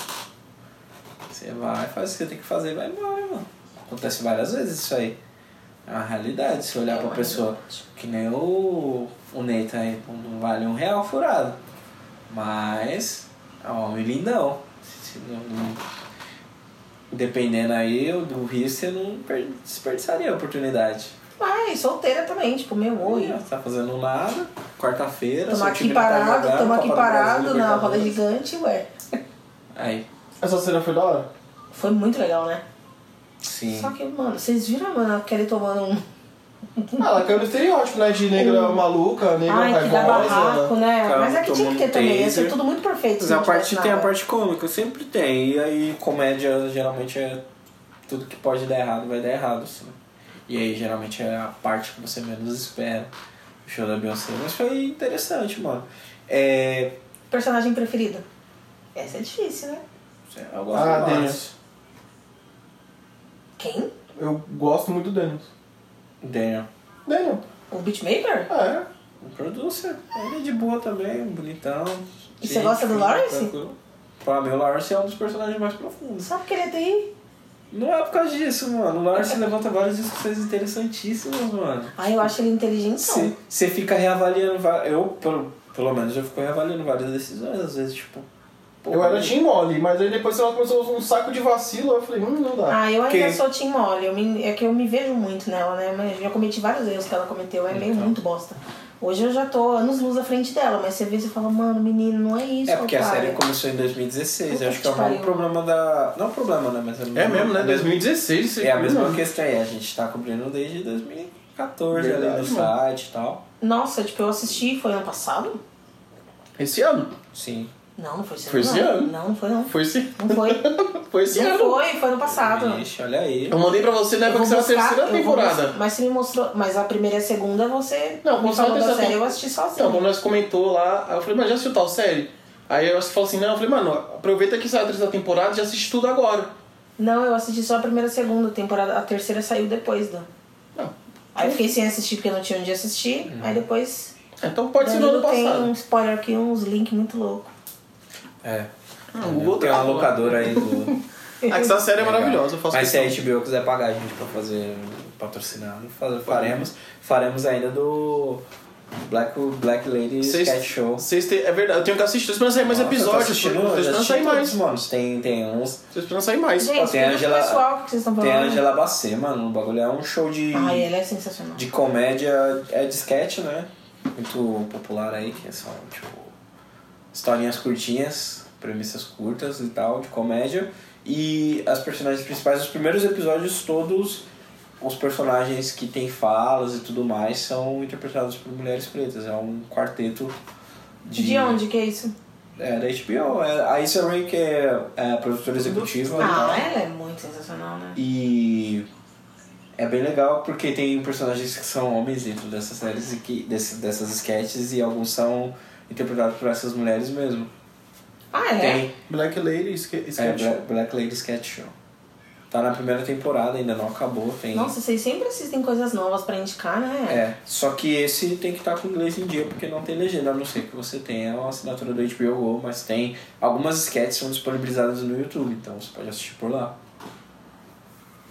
Speaker 2: Você vai, faz o que você tem que fazer e vai embora, mano. Acontece várias vezes isso aí. É uma realidade, se olhar
Speaker 4: É
Speaker 2: pra
Speaker 4: uma
Speaker 2: pessoa.
Speaker 4: realidade.
Speaker 2: Que nem o, o Neita aí, não vale um real furado. Mas é um homem lindão. Se- se não- não- Dependendo aí eu- do Rio, você não per- desperdiçaria a oportunidade.
Speaker 4: Mas solteira também, tipo, meu
Speaker 2: Oi,
Speaker 4: olho.
Speaker 2: tá fazendo nada, quarta-feira,
Speaker 4: Tamo
Speaker 2: seu
Speaker 4: aqui
Speaker 2: time tá
Speaker 4: parado,
Speaker 2: jogando,
Speaker 4: tamo aqui
Speaker 2: Copa do Brasil,
Speaker 4: parado na roda
Speaker 2: Libertadores.
Speaker 4: gigante, ué.
Speaker 2: Aí,
Speaker 3: Essa cena foi da hora?
Speaker 4: Foi muito legal, né?
Speaker 2: sim.
Speaker 4: Só que, mano, vocês viram, mano, a Kelly tomando um.
Speaker 3: Ah, ela caiu no estereótipo, né? De negra maluca, negra
Speaker 4: Ai, que dá barraco,
Speaker 3: raivosa.
Speaker 4: né?
Speaker 2: Cara,
Speaker 4: Mas é que tinha que ter
Speaker 2: tomando
Speaker 4: também, ia
Speaker 2: taser.
Speaker 4: ser tudo muito perfeito.
Speaker 2: Mas
Speaker 4: se
Speaker 2: a
Speaker 4: não tivesse
Speaker 2: parte tem a
Speaker 4: nada.
Speaker 2: parte cômica, sempre tem. E aí comédia geralmente é tudo que pode dar errado, vai dar errado, assim. E aí geralmente é a parte que você menos espera. O show da Beyoncé. Mas foi interessante, mano. É.
Speaker 4: Personagem preferido? Essa é difícil, né?
Speaker 2: Eu gosto
Speaker 3: Ah,
Speaker 2: do Lawrence.
Speaker 3: Dennis.
Speaker 4: Quem?
Speaker 3: Eu gosto muito do Daniel.
Speaker 2: Daniel. ah,
Speaker 3: Daniel.
Speaker 4: O Beatmaker?
Speaker 3: É.
Speaker 2: O producer. Ele é de boa também, bonitão.
Speaker 4: E você gosta do
Speaker 2: Gente,
Speaker 4: Lawrence?
Speaker 2: tranquilo. Pra mim, o Lawrence é um dos personagens mais profundos.
Speaker 4: Sabe que ele é TI?
Speaker 2: Não é por causa disso, mano. O Lawrence <laughs> levanta várias discussões interessantíssimas, mano.
Speaker 4: Ai, Ah, eu acho ele inteligente,
Speaker 2: Você você fica reavaliando. va- Eu, pelo, pelo menos, eu fico reavaliando várias decisões, às vezes, tipo. pô,
Speaker 3: Eu era
Speaker 2: mas-
Speaker 3: Team Molly, mas aí depois ela começou a usar um saco de vacilo, eu falei, hum, não dá.
Speaker 4: Ah, eu ainda
Speaker 2: Que-
Speaker 4: sou Tim Molly. Eu me- é que eu me vejo muito nela, né? Mas eu já cometi vários erros que ela cometeu. É meio muito bosta. Hoje eu já tô anos luz à frente dela, mas você vê e você fala, mano, menino, não é isso,
Speaker 2: É porque a
Speaker 4: otário."
Speaker 2: série começou em 2016.
Speaker 4: Puta
Speaker 2: eu acho
Speaker 4: que
Speaker 2: que é o maior
Speaker 4: pariu.
Speaker 2: problema da. Não é um problema, né? Mas
Speaker 3: É mesmo, né?
Speaker 2: a mesma-
Speaker 3: 2016, você
Speaker 2: É a mesma
Speaker 3: viu?
Speaker 2: questão aí. A gente tá cobrindo desde 2014 ali
Speaker 3: Verdade,
Speaker 2: no
Speaker 3: mano.
Speaker 2: site e tal.
Speaker 4: Nossa, tipo, eu assisti, foi ano passado?
Speaker 3: Esse ano.
Speaker 2: Sim.
Speaker 4: Não, não foi esse ano.
Speaker 3: Foi esse
Speaker 4: não.
Speaker 3: ano.
Speaker 4: Não, não foi não.
Speaker 3: Foi esse, <laughs>
Speaker 4: Não foi.
Speaker 3: foi esse
Speaker 4: não
Speaker 3: ano.
Speaker 4: foi, foi ano passado.
Speaker 2: Ixi, olha aí.
Speaker 3: Eu mandei é pra você na
Speaker 4: Eu
Speaker 3: época que
Speaker 4: vou
Speaker 3: saiu a
Speaker 4: buscar-
Speaker 3: terceira
Speaker 4: eu vou
Speaker 3: temporada.
Speaker 4: buscar- Mas você me mostrou. Mas a primeira e a segunda você.
Speaker 3: Não,
Speaker 4: me
Speaker 3: quando saiu a
Speaker 4: falou da
Speaker 3: terceira
Speaker 4: série,
Speaker 3: temporada.
Speaker 4: eu assisti sozinho.
Speaker 3: Então, quando nós comentou lá, aí eu falei, mas já assistiu tal série? Aí eu falou assim, não, eu falei, mano, aproveita que saiu a terceira temporada e já assiste tudo agora.
Speaker 4: Não, eu assisti só a primeira e a segunda temporada. A terceira saiu depois do.
Speaker 3: Não.
Speaker 4: Aí eu fiquei sem assistir porque eu não tinha onde assistir. Aí depois.
Speaker 3: Então pode ser no Uhum. ano
Speaker 4: Danilo tem
Speaker 3: passado.
Speaker 4: um spoiler aqui, uns links muito loucos.
Speaker 2: É.
Speaker 4: um-
Speaker 3: Ah, o outro
Speaker 2: Tem uma
Speaker 3: tá bom.
Speaker 2: locadora
Speaker 3: <laughs>
Speaker 2: aí do.
Speaker 3: Ah, que essa série é maravilhosa, eu faço
Speaker 2: Mas se a
Speaker 3: questão.
Speaker 2: HBO quiser pagar a gente pra fazer patrocinado, fa- faremos. Faremos ainda do Black, Black Lady
Speaker 3: Vocês-
Speaker 2: Sketch Show.
Speaker 3: Vocês têm- É verdade, eu tenho que assistir. Tô esperando sair mais
Speaker 2: Nossa, eu tô
Speaker 3: episódios.
Speaker 2: assistindo,
Speaker 3: Tô tô
Speaker 2: eu já
Speaker 3: esperando
Speaker 2: assisti
Speaker 3: sair mais.
Speaker 2: todos, mano. Tem, tem uns.
Speaker 3: Tô esperando sair mais.
Speaker 4: Gente,
Speaker 2: tem
Speaker 4: tem
Speaker 2: Angela-
Speaker 4: pessoal que vocês estão falando.
Speaker 2: Tem a Angela Basset, mano. O bagulho é um show de.
Speaker 4: Ai, ela é sensacional.
Speaker 2: de comédia é de sketch, né? Muito popular aí, que são, tipo, historinhas curtinhas, premissas curtas e tal, de comédia. E as personagens principais, os primeiros episódios todos, os personagens que têm falas e tudo mais são interpretados por mulheres pretas. É um quarteto de...
Speaker 4: De... onde que é isso? É
Speaker 2: É, da HBO. É, a Issa Rae, que é, é produtora executiva. e tal.
Speaker 4: Ah, ela é muito sensacional, né?
Speaker 2: E é bem legal porque tem personagens que são homens dentro dessas séries e que, desse, dessas sketches e alguns são interpretados por essas mulheres mesmo.
Speaker 4: Ah, é?
Speaker 2: Tem
Speaker 3: Black Lady Sketch.
Speaker 2: é, Bla- Black Lady Sketch Show. Tá na primeira temporada, ainda não acabou, tem.
Speaker 4: Nossa, vocês sempre assistem coisas novas pra indicar, né?
Speaker 2: É, só que esse tem que estar com inglês em dia, porque não tem legenda, a não ser que você tenha uma assinatura do HBO Go, mas tem. Algumas sketches são disponibilizadas no YouTube, então você pode assistir por lá.
Speaker 3: Hum,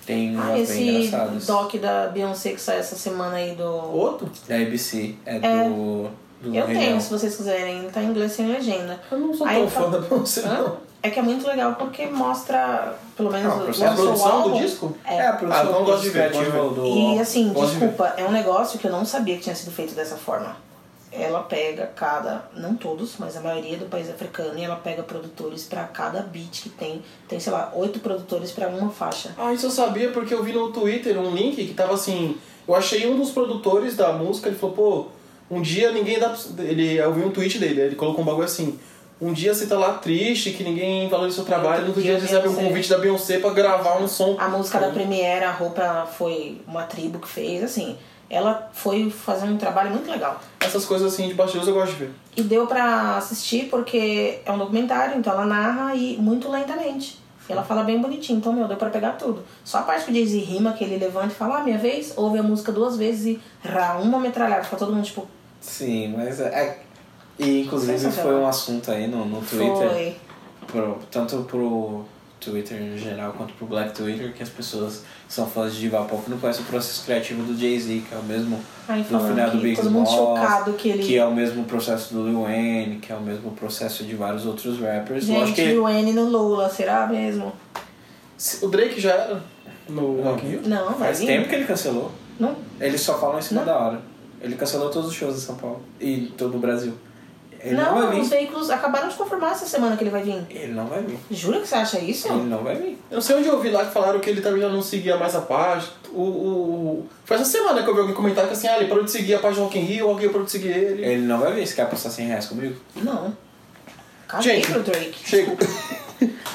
Speaker 2: Tem
Speaker 4: Ah,
Speaker 2: umas bem
Speaker 4: esse
Speaker 2: engraçadas.
Speaker 4: doc da Beyoncé que sai essa semana aí do.
Speaker 3: Outro?
Speaker 2: Da ABC, é,
Speaker 4: É.
Speaker 2: do. do
Speaker 4: Eu
Speaker 2: Rei
Speaker 4: tenho,
Speaker 2: Leão.
Speaker 4: se vocês quiserem. Tá em inglês sem legenda.
Speaker 3: Eu não sou
Speaker 4: Aí
Speaker 3: tão
Speaker 4: eu
Speaker 3: fã
Speaker 4: falo-
Speaker 3: da Beyoncé, não.
Speaker 4: Hã? É que é muito legal porque mostra, pelo menos,
Speaker 2: Ah, o processo
Speaker 4: mostra
Speaker 3: de é produção
Speaker 4: o álbum.
Speaker 3: do disco?
Speaker 4: É.
Speaker 2: É, a
Speaker 3: Ah,
Speaker 2: produção
Speaker 3: eu não gosto de ver,
Speaker 2: criativa
Speaker 3: pode ver.
Speaker 2: do.
Speaker 4: E assim,
Speaker 3: Pode ver.
Speaker 4: desculpa, é um negócio que eu não sabia que tinha sido feito dessa forma. Ela pega cada, não todos, mas a maioria do país africano, e ela pega produtores pra cada beat que tem. Tem, sei lá, oito produtores pra uma faixa.
Speaker 3: Ah, isso eu sabia porque eu vi no Twitter um link que tava assim. Eu achei um dos produtores da música, ele falou, pô, um dia ninguém dá. pra- Ele, eu vi um tweet dele, ele colocou um bagulho assim. Um dia você tá lá triste, que ninguém valoriza o seu trabalho, no outro dia recebe um
Speaker 4: Beyoncé.
Speaker 3: convite da Beyoncé pra gravar um som.
Speaker 4: A música da Premiere, a roupa foi uma tribo que fez, assim. Ela foi fazer um trabalho muito legal.
Speaker 3: Essas coisas assim de bastidores eu gosto de ver.
Speaker 4: E deu pra assistir porque é um documentário, então ela narra e muito lentamente. E ela fala bem bonitinho, então, meu, deu pra pegar tudo. Só a parte que o Jay-Z rima, que ele levanta e fala, ah, minha vez, ouve a música duas vezes e rá, uma metralhada. Fica todo mundo tipo,
Speaker 2: Sim, mas é. é- E inclusive
Speaker 4: Sensacional.
Speaker 2: foi um assunto aí no, no Twitter.
Speaker 4: foi.
Speaker 2: Pro, tanto pro Twitter em geral quanto pro Black Twitter, que as pessoas que são fãs de Diva Pop não conhecem o processo criativo do Jay-Z, que é o mesmo
Speaker 4: Aí
Speaker 2: no final
Speaker 4: falando
Speaker 2: do
Speaker 4: que
Speaker 2: Big
Speaker 4: todo mundo
Speaker 2: Boss,
Speaker 4: chocado que ele.
Speaker 2: que é o mesmo processo do Lil Wayne, que é o mesmo processo de vários outros rappers. Lógico
Speaker 4: Gente,
Speaker 2: que.
Speaker 4: o N no Lula, será mesmo?
Speaker 3: O Drake já era no
Speaker 2: Não.
Speaker 3: Rock in Rio?
Speaker 4: Não, vai
Speaker 2: Faz
Speaker 4: vir.
Speaker 2: tempo que ele cancelou.
Speaker 4: Não,
Speaker 2: Eles só falam em cima
Speaker 4: Não.
Speaker 2: da hora. Ele cancelou todos os shows em São Paulo e todo o Brasil. Ele não,
Speaker 4: não,
Speaker 2: vai
Speaker 4: os
Speaker 2: vir.
Speaker 4: veículos acabaram de confirmar essa semana que ele vai vir.
Speaker 2: Ele não vai vir.
Speaker 4: Jura que você acha isso?
Speaker 2: Ele não vai vir.
Speaker 3: Eu não sei onde eu ouvi lá que falaram que ele também já não seguia mais a página. O, o, o- Foi essa semana que eu vi alguém comentar que assim, ah, ele parou de seguir a página do Rock in Rio, alguém parou de seguir ele.
Speaker 2: Ele não vai vir. Você quer passar 100 reais comigo?
Speaker 4: Não. Caguei
Speaker 3: Gente,
Speaker 4: pro Drake.
Speaker 3: Chega.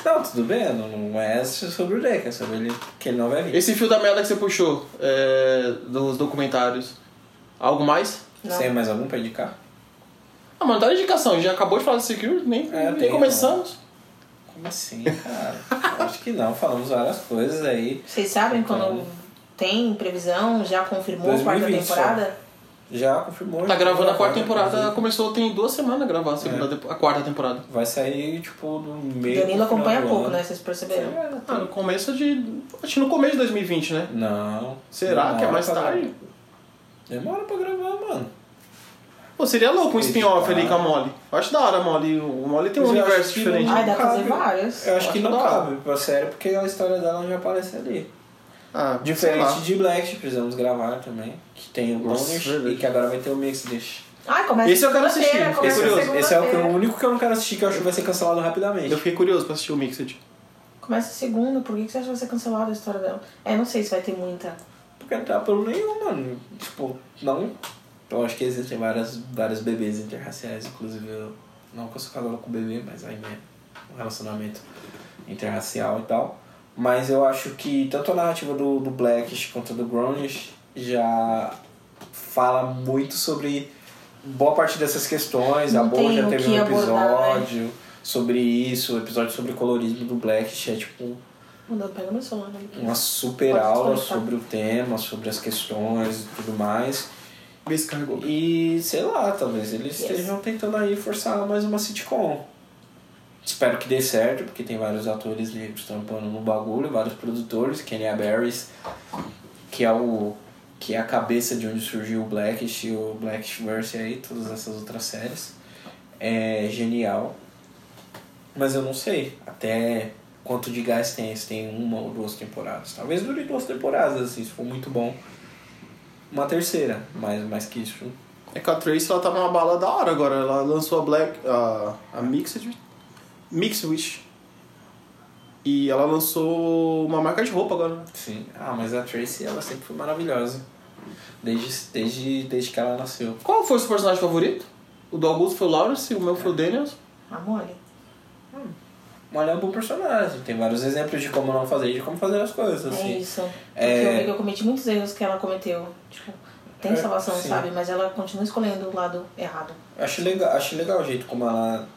Speaker 2: Não, tudo bem. Não, não é sobre o Drake. É sobre ele que ele não vai vir.
Speaker 3: Esse fio da merda que você puxou é, dos documentários. Algo mais?
Speaker 4: Não.
Speaker 2: Você tem mais algum pra indicar?
Speaker 3: Ah, mano, tá na indicação, a gente já acabou de falar de Security, nem,
Speaker 2: É,
Speaker 3: nem
Speaker 2: tem,
Speaker 3: começamos.
Speaker 2: Como assim, cara? Acho que não. Falamos várias coisas aí.
Speaker 4: Vocês sabem
Speaker 2: Então,
Speaker 4: quando tem previsão, já confirmou a quarta
Speaker 2: 2020 só.
Speaker 4: temporada?
Speaker 2: Já confirmou.
Speaker 3: Tá
Speaker 2: já
Speaker 3: gravando a
Speaker 2: gravou,
Speaker 3: quarta
Speaker 2: né?
Speaker 3: temporada, começou tem duas semanas a gravar a,
Speaker 2: É.
Speaker 3: segunda tempo- a quarta temporada.
Speaker 2: Vai sair, tipo, no meio.
Speaker 4: Danilo
Speaker 2: do final
Speaker 4: acompanha
Speaker 2: do
Speaker 4: pouco,
Speaker 2: ano.
Speaker 4: né? Vocês perceberam?
Speaker 3: Ah, no começo de. Acho que no começo de 2020, né?
Speaker 2: Não. tá
Speaker 3: Será que é
Speaker 2: Demora
Speaker 3: mais
Speaker 2: pra-
Speaker 3: tarde?
Speaker 2: Demora pra gravar, mano.
Speaker 3: Pô, seria louco um
Speaker 2: Sei
Speaker 3: spin-off
Speaker 2: lá.
Speaker 3: ali com a Molly. Eu acho da hora a Molly. O Molly tem um
Speaker 2: Mas eu
Speaker 3: universo
Speaker 2: acho que
Speaker 3: diferente.
Speaker 2: não-
Speaker 4: Ai, dá pra
Speaker 2: cabe.
Speaker 4: fazer várias.
Speaker 2: Eu acho que não
Speaker 3: Acho da hora.
Speaker 2: cabe pra série, porque a história dela já aparece ali.
Speaker 3: Ah, sei lá.
Speaker 2: Diferente de Black, precisamos gravar também, que tem o
Speaker 3: Nossa,
Speaker 2: Boner
Speaker 3: verdade.
Speaker 2: e que agora vai ter o Mix Dish.
Speaker 4: Ai, começa
Speaker 3: Esse eu quero
Speaker 4: segunda-feira,
Speaker 3: assistir,
Speaker 4: começa
Speaker 2: Esse,
Speaker 3: curioso.
Speaker 4: segunda-feira.
Speaker 2: esse é o, que- o único que eu não quero assistir, que eu acho que vai ser cancelado
Speaker 3: Eu
Speaker 2: rapidamente.
Speaker 3: fiquei curioso pra assistir o Mixed.
Speaker 4: Começa segunda, por que que você acha que vai ser cancelada a história dela? É, não sei se vai ter muita.
Speaker 2: Porque não tem apelo nenhum, mano. Tipo, não. Eu acho que existem várias, várias bebês interraciais, inclusive eu. Não que eu sou casado com bebê, mas ainda é um relacionamento interracial e tal. Mas eu acho que tanto a narrativa do, do Blackish quanto do Grownish já fala muito sobre boa parte dessas questões. a
Speaker 4: Não
Speaker 2: Boa
Speaker 4: tem
Speaker 2: já
Speaker 4: o
Speaker 2: teve
Speaker 4: que
Speaker 2: um
Speaker 4: abordar, né?
Speaker 2: episódio sobre isso, o episódio sobre colorismo do Blackish é tipo
Speaker 4: Mandou, pega meu celular. né?
Speaker 2: uma super
Speaker 4: Pode
Speaker 2: aula
Speaker 4: desconectar.
Speaker 2: sobre o tema, sobre as questões e tudo mais.
Speaker 3: Descarregou.
Speaker 2: E sei lá, talvez eles
Speaker 4: Yes.
Speaker 2: estejam tentando aí forçar mais uma sitcom. Espero que dê certo, porque tem vários atores negros trampando no bagulho, vários produtores, Kenya Barris, que é o que é a cabeça de onde surgiu o Blackish, o Blackishverse aí, todas essas outras séries. É genial. Mas eu não sei até quanto de gás tem se tem uma ou duas temporadas. Talvez dure duas temporadas, assim, se for muito bom. Uma terceira, mas mais que isso.
Speaker 3: É que a Trace ela tá numa bala da hora agora. Ela lançou a Black. a, a Mixed. Mixed Witch. E ela lançou uma marca de roupa agora.
Speaker 2: Sim. Ah, mas a Tracy, ela sempre foi maravilhosa. Desde, desde, desde que ela nasceu.
Speaker 3: Qual foi o seu personagem favorito? O do Augusto foi o Lawrence, o meu foi o Daniels.
Speaker 4: A Ah, mole.
Speaker 2: Mas ela é um bom personagem. Tem vários exemplos de como não fazer e de como fazer as coisas, assim.
Speaker 4: É isso.
Speaker 2: É.
Speaker 4: Porque eu vi que eu cometi muitos erros que ela cometeu. Tipo, tem
Speaker 2: É,
Speaker 4: salvação,
Speaker 2: sim.
Speaker 4: sabe? Mas ela continua escolhendo o lado errado. <laughs>
Speaker 2: Acho legal, acho legal o jeito como ela.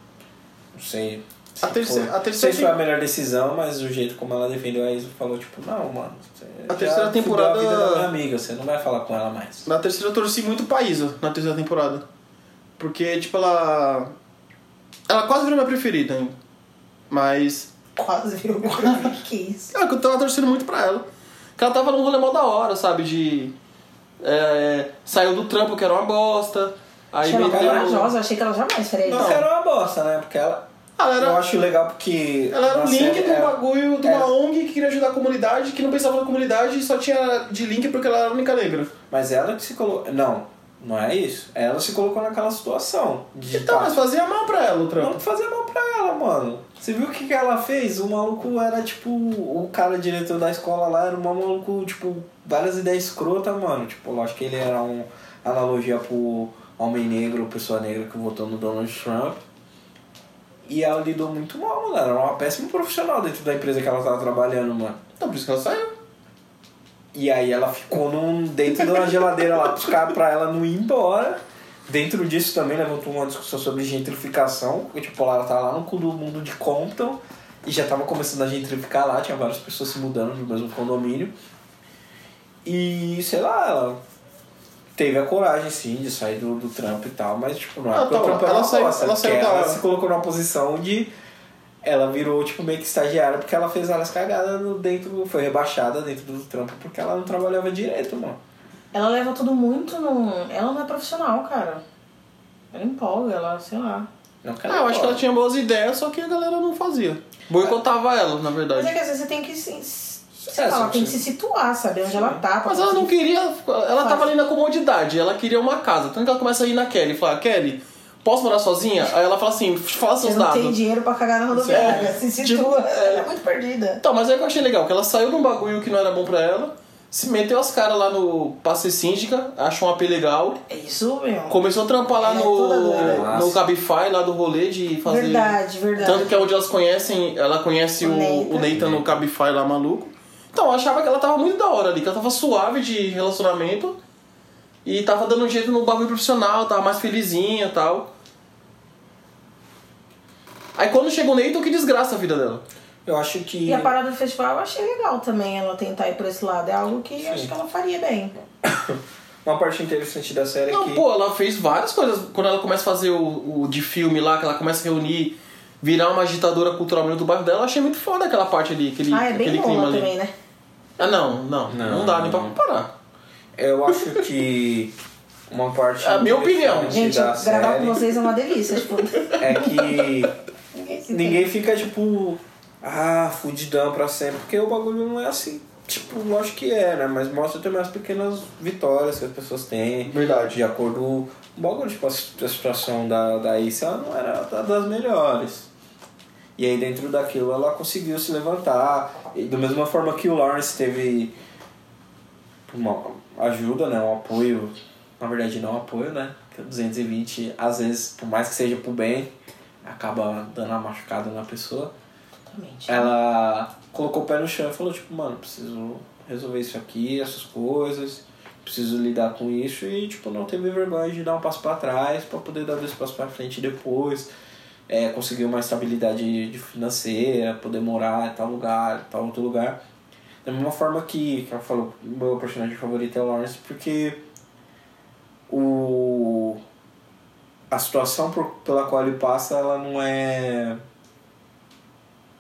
Speaker 2: Não sei. Se
Speaker 3: A terceira-
Speaker 2: foi,
Speaker 3: a terceira
Speaker 2: não sei se foi a melhor decisão, mas o jeito como ela defendeu a Isa falou, tipo, não, mano. você
Speaker 3: A
Speaker 2: já
Speaker 3: terceira
Speaker 2: fudeu
Speaker 3: temporada-
Speaker 2: A vida da minha amiga, você não vai falar com ela mais.
Speaker 3: Na terceira eu torci muito pra Isa, na terceira temporada. Porque, tipo, ela. Ela quase virou minha preferida ainda. Mas
Speaker 4: Quase
Speaker 2: <laughs>
Speaker 4: virou quase que isso.
Speaker 3: É, que eu tava torcendo muito pra ela. Que ela tava num rolê mó da hora, sabe? De. é, saiu do trampo que era uma bosta. Aí
Speaker 4: achei ela
Speaker 2: meteu-
Speaker 4: corajosa, eu achei que ela jamais faria isso.
Speaker 2: Não, era uma bosta, né? Porque ela.
Speaker 3: Ah, Ela
Speaker 2: Eu
Speaker 3: era,
Speaker 2: acho legal porque.
Speaker 3: ela era
Speaker 2: na
Speaker 3: o link
Speaker 2: série é,
Speaker 3: de um
Speaker 2: ela-
Speaker 3: bagulho de uma
Speaker 2: era-
Speaker 3: ONG que queria ajudar a comunidade, que não pensava na comunidade e só tinha de link porque ela era a única negra.
Speaker 2: Mas ela que se colocou. Não, não é isso. Ela se colocou naquela situação. De
Speaker 3: Então,
Speaker 2: tá,
Speaker 3: mas fazia mal pra ela o
Speaker 2: Não
Speaker 3: trampo.
Speaker 2: fazer mal pra ela, mano. Você viu o que, que ela fez? O maluco era tipo. O cara diretor da escola lá era um maluco, tipo, várias ideias escrotas, mano. Tipo, lógico que ele era um analogia pro homem negro, pessoa negra que votou no Donald Trump. E ela lidou muito mal, mano. Ela era uma péssima profissional dentro da empresa que ela tava trabalhando, mano.
Speaker 3: Então, por isso que ela saiu.
Speaker 2: E aí ela ficou num, dentro de uma geladeira lá pros caras pra ela não ir embora. Dentro disso também levantou uma discussão sobre gentrificação. porque, Tipo, ela tá lá no cu do mundo de Compton e já tava começando a gentrificar lá, tinha várias pessoas se mudando no mesmo condomínio. E sei lá, ela teve a coragem sim de sair do, do Trump e tal, mas tipo, não é
Speaker 3: Ah,
Speaker 2: porque
Speaker 3: tá,
Speaker 2: o Trump era
Speaker 3: ela
Speaker 2: uma
Speaker 3: saiu-
Speaker 2: bosta,
Speaker 3: ela
Speaker 2: porque
Speaker 3: saiu da-
Speaker 2: ela se colocou numa posição de ela virou, tipo, meio que estagiária porque ela fez várias cagadas no- dentro. Foi rebaixada dentro do trampo porque ela não trabalhava direito, mano.
Speaker 4: Ela leva tudo muito num. Ela não é profissional, cara. Ela empolga, ela, sei lá.
Speaker 2: Não, cara,
Speaker 3: Ah, eu acho que
Speaker 2: pô.
Speaker 3: ela tinha boas ideias, só que a galera não
Speaker 2: É.
Speaker 3: fazia. Boicotava ela, na
Speaker 4: Mas é
Speaker 3: verdade.
Speaker 4: que às vezes você tem que se. Sei
Speaker 2: É,
Speaker 4: lá,
Speaker 2: só
Speaker 4: ela tem que
Speaker 2: que-
Speaker 4: se situar, saber onde ela tá. pra
Speaker 3: Mas ela não
Speaker 4: conseguir-
Speaker 3: queria. Ela tava ali na comodidade, ela queria uma casa. Tanto que ela começa a ir na Kelly e fala, Kelly, posso morar sozinha? Aí ela fala assim, fala
Speaker 4: Você
Speaker 3: seus
Speaker 4: não tem
Speaker 3: dados.
Speaker 4: dinheiro pra cagar na rodoviária. <laughs>
Speaker 3: É,
Speaker 4: se
Speaker 3: tipo,
Speaker 4: situa.
Speaker 3: é.
Speaker 4: Ela é muito perdida.
Speaker 3: Então, mas aí que eu achei legal, que ela saiu de um bagulho que não era bom pra ela, se meteu as caras lá no passe síndica, achou um AP legal,
Speaker 4: É isso, meu.
Speaker 3: começou a trampar lá
Speaker 4: Ela é toda
Speaker 3: no,
Speaker 4: doida.
Speaker 3: no Cabify, lá do rolê de fazer.
Speaker 4: Verdade, verdade.
Speaker 3: Tanto que é onde elas conhecem, ela conhece o,
Speaker 4: O
Speaker 3: o
Speaker 4: Nathan.
Speaker 3: Nathan no Cabify lá maluco. Então, eu achava que ela tava muito da hora ali, que ela tava suave de relacionamento e tava dando um jeito no bagulho profissional, tava mais felizinha e tal. Aí quando chega o Nathan, que desgraça a vida dela.
Speaker 2: Eu acho que.
Speaker 4: E a parada do festival eu achei legal também, ela tentar ir por esse lado. É algo que acho que ela faria bem.
Speaker 2: Uma parte interessante da série é
Speaker 3: Não,
Speaker 2: que.
Speaker 3: pô, ela fez várias coisas. Quando ela começa a fazer o, o de filme lá, que ela começa a reunir, virar uma agitadora cultural dentro do bairro dela, eu achei muito foda aquela parte ali, aquele,
Speaker 4: Ah, é bem
Speaker 3: aquele clima
Speaker 4: nova
Speaker 3: ali.
Speaker 4: também, né?
Speaker 3: Ah, não, não, não,
Speaker 2: Não,
Speaker 3: dá nem pra
Speaker 2: não.
Speaker 3: comparar.
Speaker 2: Eu acho que. Uma parte.
Speaker 3: <laughs> A minha opinião.
Speaker 2: interessante
Speaker 4: Gente,
Speaker 2: da
Speaker 4: gravar
Speaker 2: série
Speaker 4: com vocês é uma delícia. Tipo, <laughs>
Speaker 2: É que.
Speaker 4: ninguém se
Speaker 2: Ninguém fica tipo, ah, fudidão pra sempre, porque o bagulho não é assim. Tipo, lógico que é, né? Mas mostra também as pequenas vitórias que as pessoas têm.
Speaker 3: Verdade.
Speaker 2: De acordo com o bagulho, tipo, a situ- a situação da, da Issa ela não era da- das melhores. E aí dentro daquilo ela conseguiu se levantar. E da mesma forma que o Lawrence teve uma ajuda, né? Um apoio. Na verdade não um apoio, né? Porque o 220, às vezes, por mais que seja pro bem, acaba dando uma machucada na pessoa.
Speaker 4: Exatamente.
Speaker 2: Ela colocou o pé no chão e falou, tipo, mano, preciso resolver isso aqui, essas coisas, preciso lidar com isso e, tipo, não teve vergonha de dar um passo pra trás pra poder dar dois passos pra frente depois. É, conseguir uma estabilidade de financeira, poder morar em tal lugar, em tal outro lugar. Da mesma forma que, que ela falou, meu personagem favorito é o Lawrence, porque o a situação por- pela qual ele passa, ela não é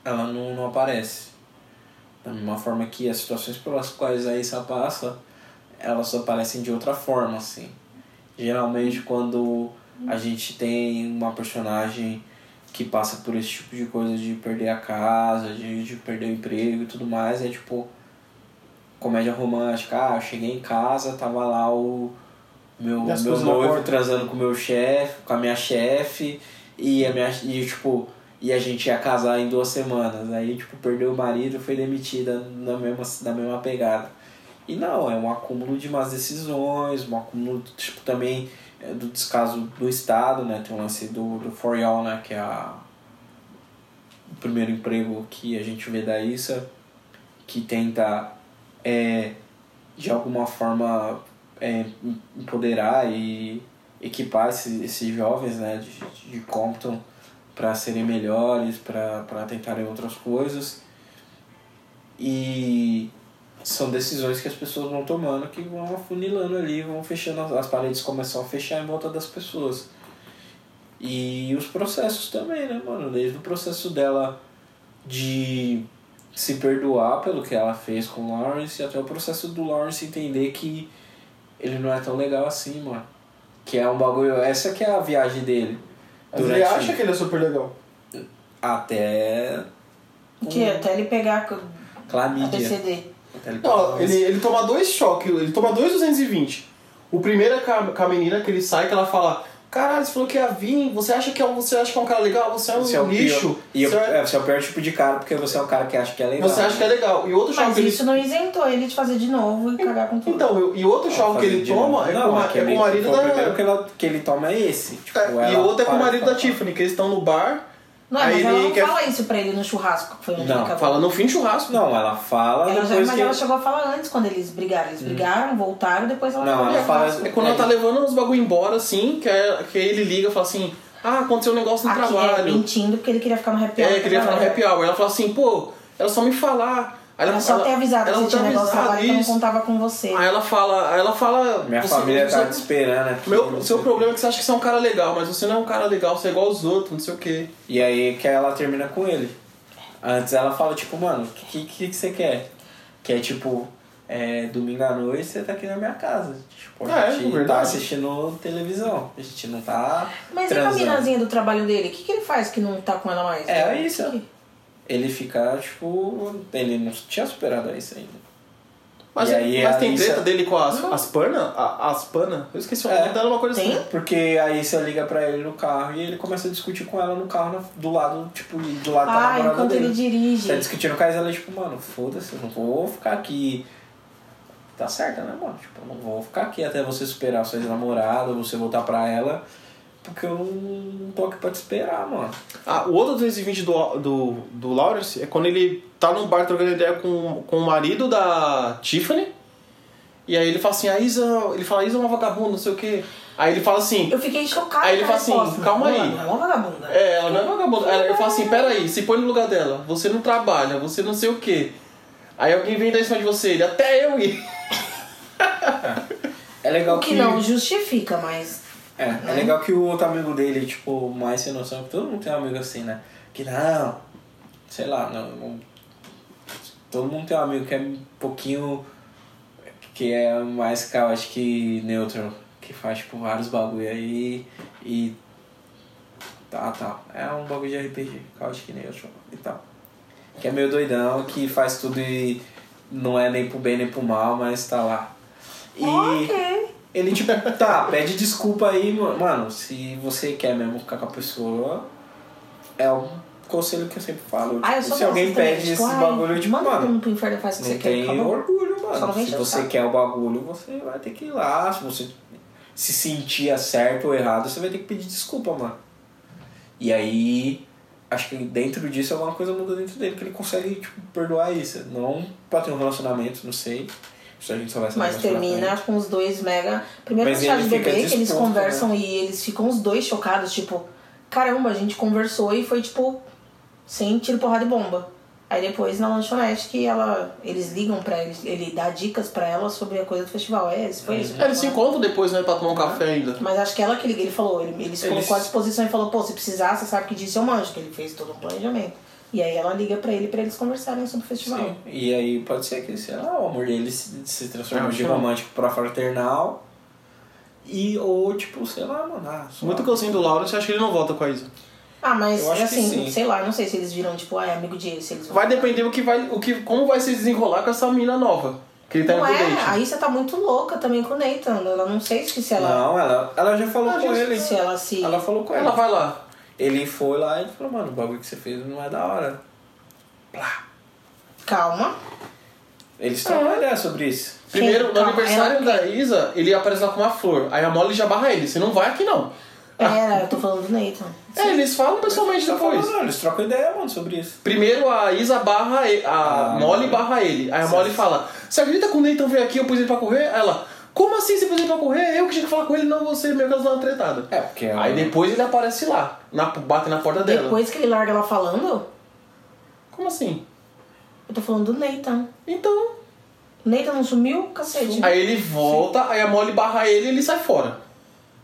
Speaker 2: ela não, não aparece. Da mesma forma que as situações pelas quais a Issa passa, elas aparecem de outra forma, assim. Geralmente quando a gente tem uma personagem que passa por esse tipo de coisa de perder a casa, de, de perder o emprego e tudo mais, é tipo comédia romântica, ah, eu cheguei em casa, tava lá o meu,
Speaker 3: E as
Speaker 2: meu
Speaker 3: coisas na
Speaker 2: noivo
Speaker 3: porta.
Speaker 2: transando com o meu chefe, com a minha chefe, e a minha e, tipo, e a gente ia casar em duas semanas. Aí, tipo, perdeu o marido foi demitida na mesma, na mesma pegada. E não, é um acúmulo de más decisões, um acúmulo, tipo, também é, do descaso do Estado, né? Tem o lance do, do For Y'all, né? Que é a, o primeiro emprego que a gente vê da Issa, que tenta, é, de alguma forma, é, em- empoderar e equipar esses, esses jovens né, de, de Compton para serem melhores, para tentarem outras coisas. E são decisões que as pessoas vão tomando que vão afunilando ali, vão fechando, as, as paredes começam a fechar em volta das pessoas. E os processos também, né, mano? Desde o processo dela de se perdoar pelo que ela fez com o Lawrence, até o processo do Lawrence entender que ele não é tão legal assim, mano. Que é um bagulho. Essa que é a viagem dele.
Speaker 3: Mas ele acha que ele é super legal.
Speaker 2: Até.
Speaker 3: É,
Speaker 4: Que é até ele pegar
Speaker 3: um
Speaker 4: a
Speaker 2: Clamídia.
Speaker 4: PCD.
Speaker 2: Até ele-
Speaker 3: Não, ele, ele toma dois choques, ele toma dois 220. O primeiro é com a, com a menina que ele sai, que ela fala, caralho, você falou que ia vir, você acha que é um, você acha que é um cara legal, você é um
Speaker 2: Você é o
Speaker 3: lixo.
Speaker 2: pior- E eu-
Speaker 3: você, é-
Speaker 2: é, você é o pior tipo de cara, porque você é um cara que acha que é legal.
Speaker 3: você acha que é legal. E outro choque
Speaker 4: Mas
Speaker 3: que ele-
Speaker 4: isso não é isentou ele de fazer de novo e cagar com tudo.
Speaker 3: Então, eu- e outro choque que
Speaker 2: Fazer
Speaker 3: ele
Speaker 2: de novo.
Speaker 3: toma é com, a- é
Speaker 2: aquele-
Speaker 3: com o marido
Speaker 2: foi
Speaker 3: da.
Speaker 2: O primeiro que, ela, que ele toma é esse. Tipo,
Speaker 3: É, e
Speaker 2: ela
Speaker 3: o outro é com o
Speaker 2: para e
Speaker 3: marido
Speaker 2: fala,
Speaker 3: da Tiffany, que eles estão no bar.
Speaker 4: não, é,
Speaker 3: aí
Speaker 4: mas ela
Speaker 3: ele
Speaker 4: não
Speaker 3: quer-
Speaker 4: fala isso pra ele no churrasco, que foi onde
Speaker 2: Não,
Speaker 4: ele acabou.
Speaker 3: Fala no fim do churrasco.
Speaker 2: Não, ela fala
Speaker 4: Ela já, é
Speaker 2: depois
Speaker 4: mas
Speaker 2: que...
Speaker 4: ela chegou a falar antes quando eles brigaram. Eles brigaram, voltaram, depois ela
Speaker 2: Não,
Speaker 4: falou,
Speaker 2: ela
Speaker 4: "Ah,
Speaker 2: fala-
Speaker 4: nossa,
Speaker 3: É quando ela tá levando uns bagulho embora, assim, que, é, que aí ele liga e fala assim, ah, aconteceu um negócio no
Speaker 4: Aqui é
Speaker 3: trabalho.
Speaker 4: mentindo porque ele queria ficar no happy hour.
Speaker 3: É, queria
Speaker 4: com a
Speaker 3: falar no
Speaker 4: galera.
Speaker 3: happy hour. Ela fala assim, pô, era só me falar. Aí
Speaker 4: Ela só ter avisado
Speaker 3: ela
Speaker 4: que
Speaker 3: não
Speaker 4: você tinha
Speaker 3: tinha avisado
Speaker 4: negócio de trabalho que eu não
Speaker 3: isso.
Speaker 4: contava com você.
Speaker 3: Aí ela fala, aí ela fala.
Speaker 2: Minha
Speaker 3: você-
Speaker 2: família
Speaker 3: você-
Speaker 2: tá te esperando aqui.
Speaker 3: Meu, seu problema é que você acha que você é um cara legal, mas você não é um cara legal, você é igual aos outros, não sei o quê.
Speaker 2: E aí que ela termina com ele. Antes ela fala, tipo, mano, o que, que, que você quer? Que é tipo, é, domingo à noite você tá aqui na minha casa. Tipo, a
Speaker 3: É,
Speaker 2: gente tá
Speaker 3: verdade.
Speaker 2: assistindo televisão. A gente não tá.
Speaker 4: Mas
Speaker 2: transando.
Speaker 4: e com a minazinha do trabalho dele? O que, que ele faz que não tá com ela mais?
Speaker 2: É isso.
Speaker 4: Que-
Speaker 2: Ele fica, tipo. Ele não tinha superado isso ainda.
Speaker 3: Mas,
Speaker 2: E aí
Speaker 3: mas
Speaker 2: a
Speaker 3: tem
Speaker 2: Lisa-
Speaker 3: treta dele com as, as pana? A- As pana? Eu esqueci o
Speaker 2: É.
Speaker 3: nome dela, uma coisa
Speaker 4: Tem?
Speaker 3: assim.
Speaker 2: Porque aí você liga pra ele no carro e ele começa a discutir com ela no carro na- do lado, tipo, do lado da
Speaker 4: Ah,
Speaker 2: namorada
Speaker 4: enquanto
Speaker 2: dele.
Speaker 4: ele dirige.
Speaker 2: Tá discutindo com a Isela, tipo, mano, foda-se, eu não vou ficar aqui. Tá certa, né, mano? Tipo, eu não vou ficar aqui até você superar sua ex-namorada, você voltar pra ela, porque eu não tô aqui pra te esperar, mano.
Speaker 3: Ah, o outro 220 do, do, do Lawrence é quando ele tá num bar trocando ideia com, com o marido da Tiffany. E aí ele fala assim, a Isa. Ele fala, Isa é uma vagabunda, não sei o quê. Aí ele fala assim.
Speaker 4: Eu fiquei chocada.
Speaker 3: Aí ele
Speaker 4: com a
Speaker 3: fala assim,
Speaker 4: resposta.
Speaker 3: calma aí.
Speaker 4: Não, Não é uma vagabunda.
Speaker 3: É, ela não é vagabunda. Ela, eu falo assim, peraí, se põe no lugar dela. Você não trabalha, você não sei o quê. Aí alguém vem dar em cima de você, ele, até eu ir.
Speaker 2: É legal
Speaker 4: O que não justifica, mas...
Speaker 2: É, é legal que o outro amigo dele, tipo, mais sem noção, que todo mundo tem um amigo assim, né? Que não, sei lá, não, não- Todo mundo tem um amigo que é um pouquinho. que é mais caótico que neutro, que faz, tipo, vários bagulho aí e. Tá, tá. É um bagulho de RPG, caótico e neutro e tal. Que é meio doidão, que faz tudo e não é nem pro bem nem pro mal, mas tá lá. E.
Speaker 4: Ok.
Speaker 2: Ele, tipo, tá, pede desculpa aí, mano. Mano, se você quer mesmo ficar com a pessoa, é um conselho que eu sempre falo.
Speaker 4: Ah, eu
Speaker 2: Tipo,
Speaker 4: sou
Speaker 2: se alguém
Speaker 4: dessas também,
Speaker 2: pede
Speaker 4: tipo,
Speaker 2: esse
Speaker 4: ai,
Speaker 2: bagulho, de
Speaker 4: Manda todo
Speaker 2: mano,
Speaker 4: mundo pro inferno e faz o que
Speaker 2: não
Speaker 4: você quer.
Speaker 2: tem
Speaker 4: acabou.
Speaker 2: orgulho,
Speaker 4: Só não
Speaker 2: mano.
Speaker 4: vem
Speaker 2: Se
Speaker 4: encher o
Speaker 2: você
Speaker 4: saco.
Speaker 2: quer o bagulho, você vai ter que ir lá. Se você se sentia certo ou errado, você vai ter que pedir desculpa, mano. E aí, acho que dentro disso alguma coisa muda dentro dele, que ele consegue, tipo, perdoar isso. Não pra ter um relacionamento, não sei. Isso a gente só vai saber
Speaker 4: Mas
Speaker 2: mais pra
Speaker 4: termina
Speaker 2: frente.
Speaker 4: com os dois mega. Primeiro
Speaker 2: né? Mas
Speaker 4: no chá
Speaker 2: ele
Speaker 4: de
Speaker 2: fica
Speaker 4: bebê, que eles
Speaker 2: disposto, né?
Speaker 4: conversam e eles ficam os dois chocados, tipo, caramba, a gente conversou e foi tipo, sem tiro, porrada e bomba. Aí depois na lanchonete que ela. Eles ligam pra ele, ele dá dicas pra ela sobre a coisa do festival. É, isso
Speaker 2: Uhum.
Speaker 4: foi isso.
Speaker 3: É, <laughs> Eles se encontram depois, né, pra tomar um café ainda.
Speaker 4: Mas acho que ela que liga, ele falou, ele, ele se
Speaker 2: Eles-
Speaker 4: colocou à disposição e falou, pô, se precisar, você sabe que disso eu manjo, que ele fez todo um planejamento. E aí ela liga pra ele pra eles conversarem sobre o festival.
Speaker 2: Sim. E aí pode ser que, sei lá, o amor dele se, se transforme
Speaker 3: Ah,
Speaker 2: de
Speaker 3: sim.
Speaker 2: romântico pra fraternal. E ou, tipo, sei lá, mano. Ah, só-
Speaker 3: Muito que eu sinto do Laura, você acha que ele não volta com a Isa?
Speaker 4: Ah, mas
Speaker 2: Eu acho que
Speaker 4: assim,
Speaker 2: sim.
Speaker 4: sei lá, não sei se eles viram, tipo, ah, é amigo de ele, se eles vão.
Speaker 3: Vai depender o que vai, o que, como vai se desenrolar com essa mina nova. Que ele tá
Speaker 4: Não
Speaker 3: indo pro
Speaker 4: é,
Speaker 3: date.
Speaker 4: aí você tá muito louca também com o Nathan. Ela não sei se se ela.
Speaker 2: Não, ela, ela já falou
Speaker 4: Ela
Speaker 2: com
Speaker 4: já-
Speaker 2: ele.
Speaker 4: se ela se-
Speaker 2: Ela falou com ele.
Speaker 3: tá Ah, Ela vai lá.
Speaker 2: Ele foi lá e falou, mano, o bagulho que você fez não é da hora. Plá.
Speaker 4: Calma.
Speaker 2: Eles estão
Speaker 3: É.
Speaker 2: ah. olhando sobre isso.
Speaker 3: Primeiro,
Speaker 4: Sim,
Speaker 3: no
Speaker 4: calma,
Speaker 3: aniversário
Speaker 4: ela-
Speaker 3: da Isa, ele aparece lá com uma flor. Aí a Molly já barra ele. Você não vai aqui, não.
Speaker 4: Pera, eu tô falando do Nathan.
Speaker 3: Ah. É, eles falam pessoalmente
Speaker 2: Eles tão
Speaker 3: depois.
Speaker 2: falando, eles trocam ideia, mano, sobre isso.
Speaker 3: Primeiro a Isa barra ele, a
Speaker 2: Ah,
Speaker 3: Molly
Speaker 2: Molly.
Speaker 3: barra ele. Aí a
Speaker 2: Certo.
Speaker 3: Molly fala: Você acredita que o Nathan veio aqui, eu pus ele pra correr? Aí Ela, como assim você pôs ele pra correr? Eu que tinha que falar com ele, não você, meu caso dá uma tretada.
Speaker 2: É, porque ela-
Speaker 3: Aí depois ele aparece lá, na, bate na porta dela.
Speaker 4: Depois que ele larga ela falando,
Speaker 3: Como assim?
Speaker 4: eu tô falando do Nathan.
Speaker 3: Então.
Speaker 4: O Nathan não sumiu? Cacete.
Speaker 3: Aí ele volta, aí a Molly barra ele e ele sai fora.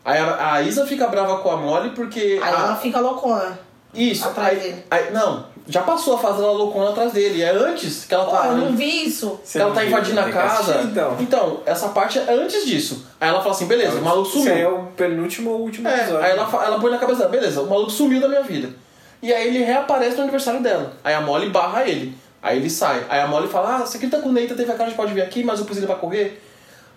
Speaker 3: Aí a, a Isa fica brava com a Molly porque.
Speaker 4: Aí
Speaker 3: a-
Speaker 4: ela fica loucona.
Speaker 3: Isso,
Speaker 4: atrás
Speaker 3: aí-
Speaker 4: dele.
Speaker 3: aí- não, já passou a fase dela loucona atrás dele. É antes que ela
Speaker 4: Ó,
Speaker 3: tá.
Speaker 4: eu não vi isso.
Speaker 2: Você
Speaker 3: ela
Speaker 2: não
Speaker 3: tá
Speaker 2: viu,
Speaker 3: invadindo a
Speaker 2: tem que assistir,
Speaker 3: casa.
Speaker 2: então.
Speaker 3: essa parte é antes disso. Aí ela fala assim, beleza, o maluco
Speaker 2: Isso aí é
Speaker 3: sumiu.
Speaker 2: o penúltimo ou último
Speaker 3: É,
Speaker 2: episódio.
Speaker 3: aí ela, fa- ela põe na cabeça dela, beleza, o maluco sumiu da minha vida. E aí ele reaparece no aniversário dela. Aí a Molly barra ele. Aí ele sai. Aí a Molly fala, ah, você acredita que o Neita teve a cara de pode vir aqui, mas eu pus ele pra correr?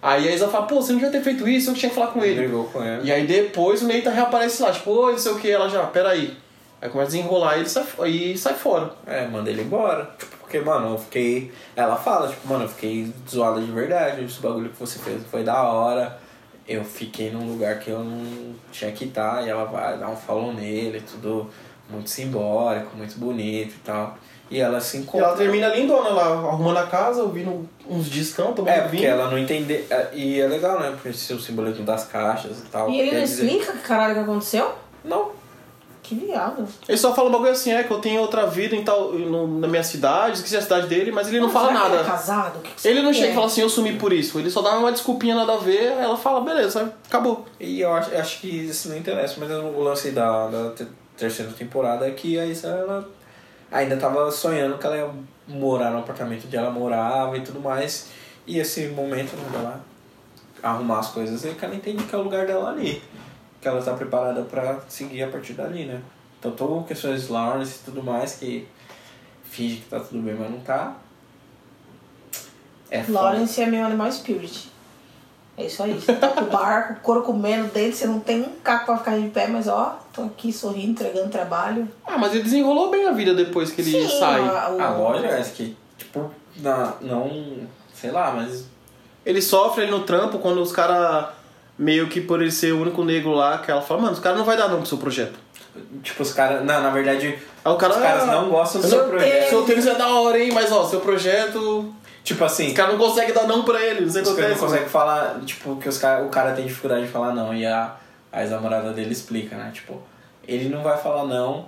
Speaker 3: Aí a Isa fala, pô, você não devia ter feito isso, eu que tinha que falar com ele.
Speaker 2: brigou com ela.
Speaker 3: E aí depois o Neita reaparece lá, tipo, oi, não sei o que, ela já, peraí. Aí começa a desenrolar e ele sai, fo- e sai fora.
Speaker 2: É, manda ele embora. Tipo, porque, mano, eu fiquei. Ela fala, tipo, mano, eu fiquei zoada de verdade. Esse bagulho que você fez foi da hora. Eu fiquei num lugar que eu não tinha que estar. E ela vai dar um follow nele, tudo muito simbólico, muito bonito e tal. E ela se
Speaker 3: E
Speaker 2: encontra.
Speaker 3: ela termina lindona lá, arrumando a casa, ouvindo uns discão, tomando
Speaker 2: É, porque
Speaker 3: vinho.
Speaker 2: ela não entende. é, E é legal, né? Porque esse é o simbolismo das caixas e
Speaker 3: Ah,
Speaker 2: tal.
Speaker 4: E assim? ele
Speaker 2: quer
Speaker 4: não
Speaker 2: dizer-
Speaker 4: explica que caralho que aconteceu?
Speaker 2: Não.
Speaker 4: Que viado.
Speaker 3: Ele só fala um bagulho assim, é que eu tenho outra vida em tal, no- na minha cidade, esqueci a cidade dele, mas ele não fala
Speaker 4: Será que ele é
Speaker 3: nada.
Speaker 4: casado? O que que
Speaker 3: Ele não
Speaker 4: isso
Speaker 3: chega
Speaker 4: é?
Speaker 3: e fala assim, eu sumi por isso. Ele só dá uma desculpinha nada a ver, aí ela fala, beleza, acabou.
Speaker 2: E eu acho, acho que isso não interessa, mas o lance da, da te- terceira temporada é que a Issa, ela ainda tava sonhando que ela ia morar no apartamento onde ela morava e tudo mais. E esse momento né, dela arrumar as coisas é que ela entende que é o lugar dela ali. Que ela tá preparada pra seguir a partir dali, né? Então todas questões Lawrence e tudo mais que finge que tá tudo bem, mas não tá. É foda.
Speaker 4: Lawrence é meu animal spirit. É isso aí. Você tá com o
Speaker 3: <laughs>
Speaker 4: barco, couro comendo dentro, você não tem um caco pra ficar de pé, mas ó, tô aqui sorrindo, entregando trabalho.
Speaker 3: Ah, mas ele desenrolou bem a vida depois que ele
Speaker 4: Sim,
Speaker 3: sai.
Speaker 4: a- o-
Speaker 2: A loja é que, tipo, na, não. Sei lá, mas.
Speaker 3: Ele sofre ali no trampo quando os caras, meio que por ele ser o único negro lá, que ela fala, mano, os caras não vai dar não pro seu projeto.
Speaker 2: Tipo, os caras. Na, na verdade,
Speaker 3: Aí o cara,
Speaker 2: os caras
Speaker 3: "Ah,
Speaker 2: não gostam do
Speaker 3: eu
Speaker 2: seu
Speaker 3: não-
Speaker 2: projeto.
Speaker 3: Seu tênis é da hora, hein, mas ó, seu projeto...
Speaker 2: Tipo assim,
Speaker 3: Os caras não conseguem dar não pra ele, não sei o que
Speaker 2: os caras não
Speaker 3: acontece.
Speaker 2: conseguem falar. Tipo, que os cara, o cara tem dificuldade de falar não. E a, a ex-namorada dele explica, né? Tipo, ele não vai falar não,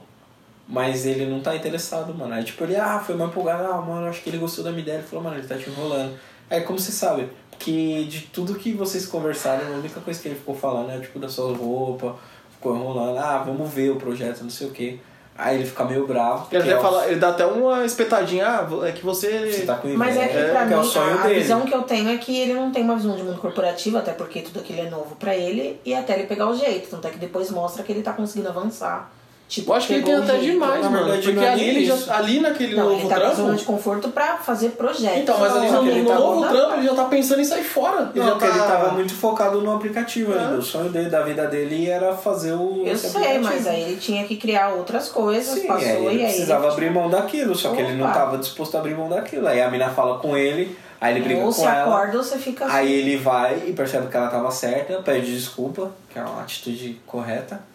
Speaker 2: mas ele não tá interessado, mano. Aí, tipo, ele, ah, foi mais empolgado, ah, mano, acho que ele gostou da minha ideia. Ele falou, mano, ele tá te enrolando. Aí, como você sabe? Que de tudo que vocês conversaram, a única coisa que ele ficou falando é, tipo, da sua roupa, ficou enrolando, ah, vamos ver o projeto, não sei o quê. Aí ele fica meio bravo. porque
Speaker 3: Ele,
Speaker 2: é
Speaker 3: até
Speaker 2: o-
Speaker 3: fala, ele dá até uma espetadinha, ah, é que
Speaker 2: Você
Speaker 3: você.
Speaker 2: tá com inveja.
Speaker 4: Mas é que pra
Speaker 2: que
Speaker 4: mim,
Speaker 2: é o sonho
Speaker 4: a, a
Speaker 2: dele.
Speaker 4: visão que eu tenho é que ele não tem uma visão de mundo corporativo, até porque tudo aquilo é novo pra ele, e até ele pegar o jeito. Tanto é que depois mostra que ele tá conseguindo avançar. Tipo,
Speaker 3: Eu acho que é ele tem
Speaker 4: pegou o
Speaker 3: até
Speaker 4: jeito.
Speaker 3: demais,
Speaker 2: na
Speaker 3: mano.
Speaker 2: verdade,
Speaker 3: Porque
Speaker 2: não é
Speaker 3: ali,
Speaker 2: nem
Speaker 3: ele
Speaker 2: isso.
Speaker 3: já, ali naquele
Speaker 4: Não,
Speaker 3: novo
Speaker 4: ele tá na zona de
Speaker 3: trampo.
Speaker 4: conforto pra fazer projetos.
Speaker 3: Então, mas ali
Speaker 2: Não,
Speaker 3: no,
Speaker 2: ele
Speaker 3: no
Speaker 2: tá
Speaker 3: novo
Speaker 4: bom.
Speaker 3: trampo ele já tá pensando em sair fora.
Speaker 2: Não,
Speaker 3: ele já
Speaker 2: porque
Speaker 3: tá...
Speaker 2: ele tava muito focado no aplicativo
Speaker 3: É.
Speaker 2: ainda. O sonho dele, da vida dele era fazer o.
Speaker 4: Eu
Speaker 2: esse
Speaker 4: sei,
Speaker 2: aplicativo.
Speaker 4: mas aí ele tinha que criar outras coisas,
Speaker 2: Sim,
Speaker 4: passou
Speaker 2: aí ele
Speaker 4: e aí.
Speaker 2: precisava abrir mão daquilo, só que ele não
Speaker 4: Opa.
Speaker 2: tava disposto a abrir mão daquilo. Aí a mina fala com ele, aí ele briga
Speaker 4: ou
Speaker 2: com
Speaker 4: você
Speaker 2: ela.
Speaker 4: acorda ou você fica
Speaker 2: Aí ele vai e percebe que ela tava certa, pede desculpa, que é uma atitude correta.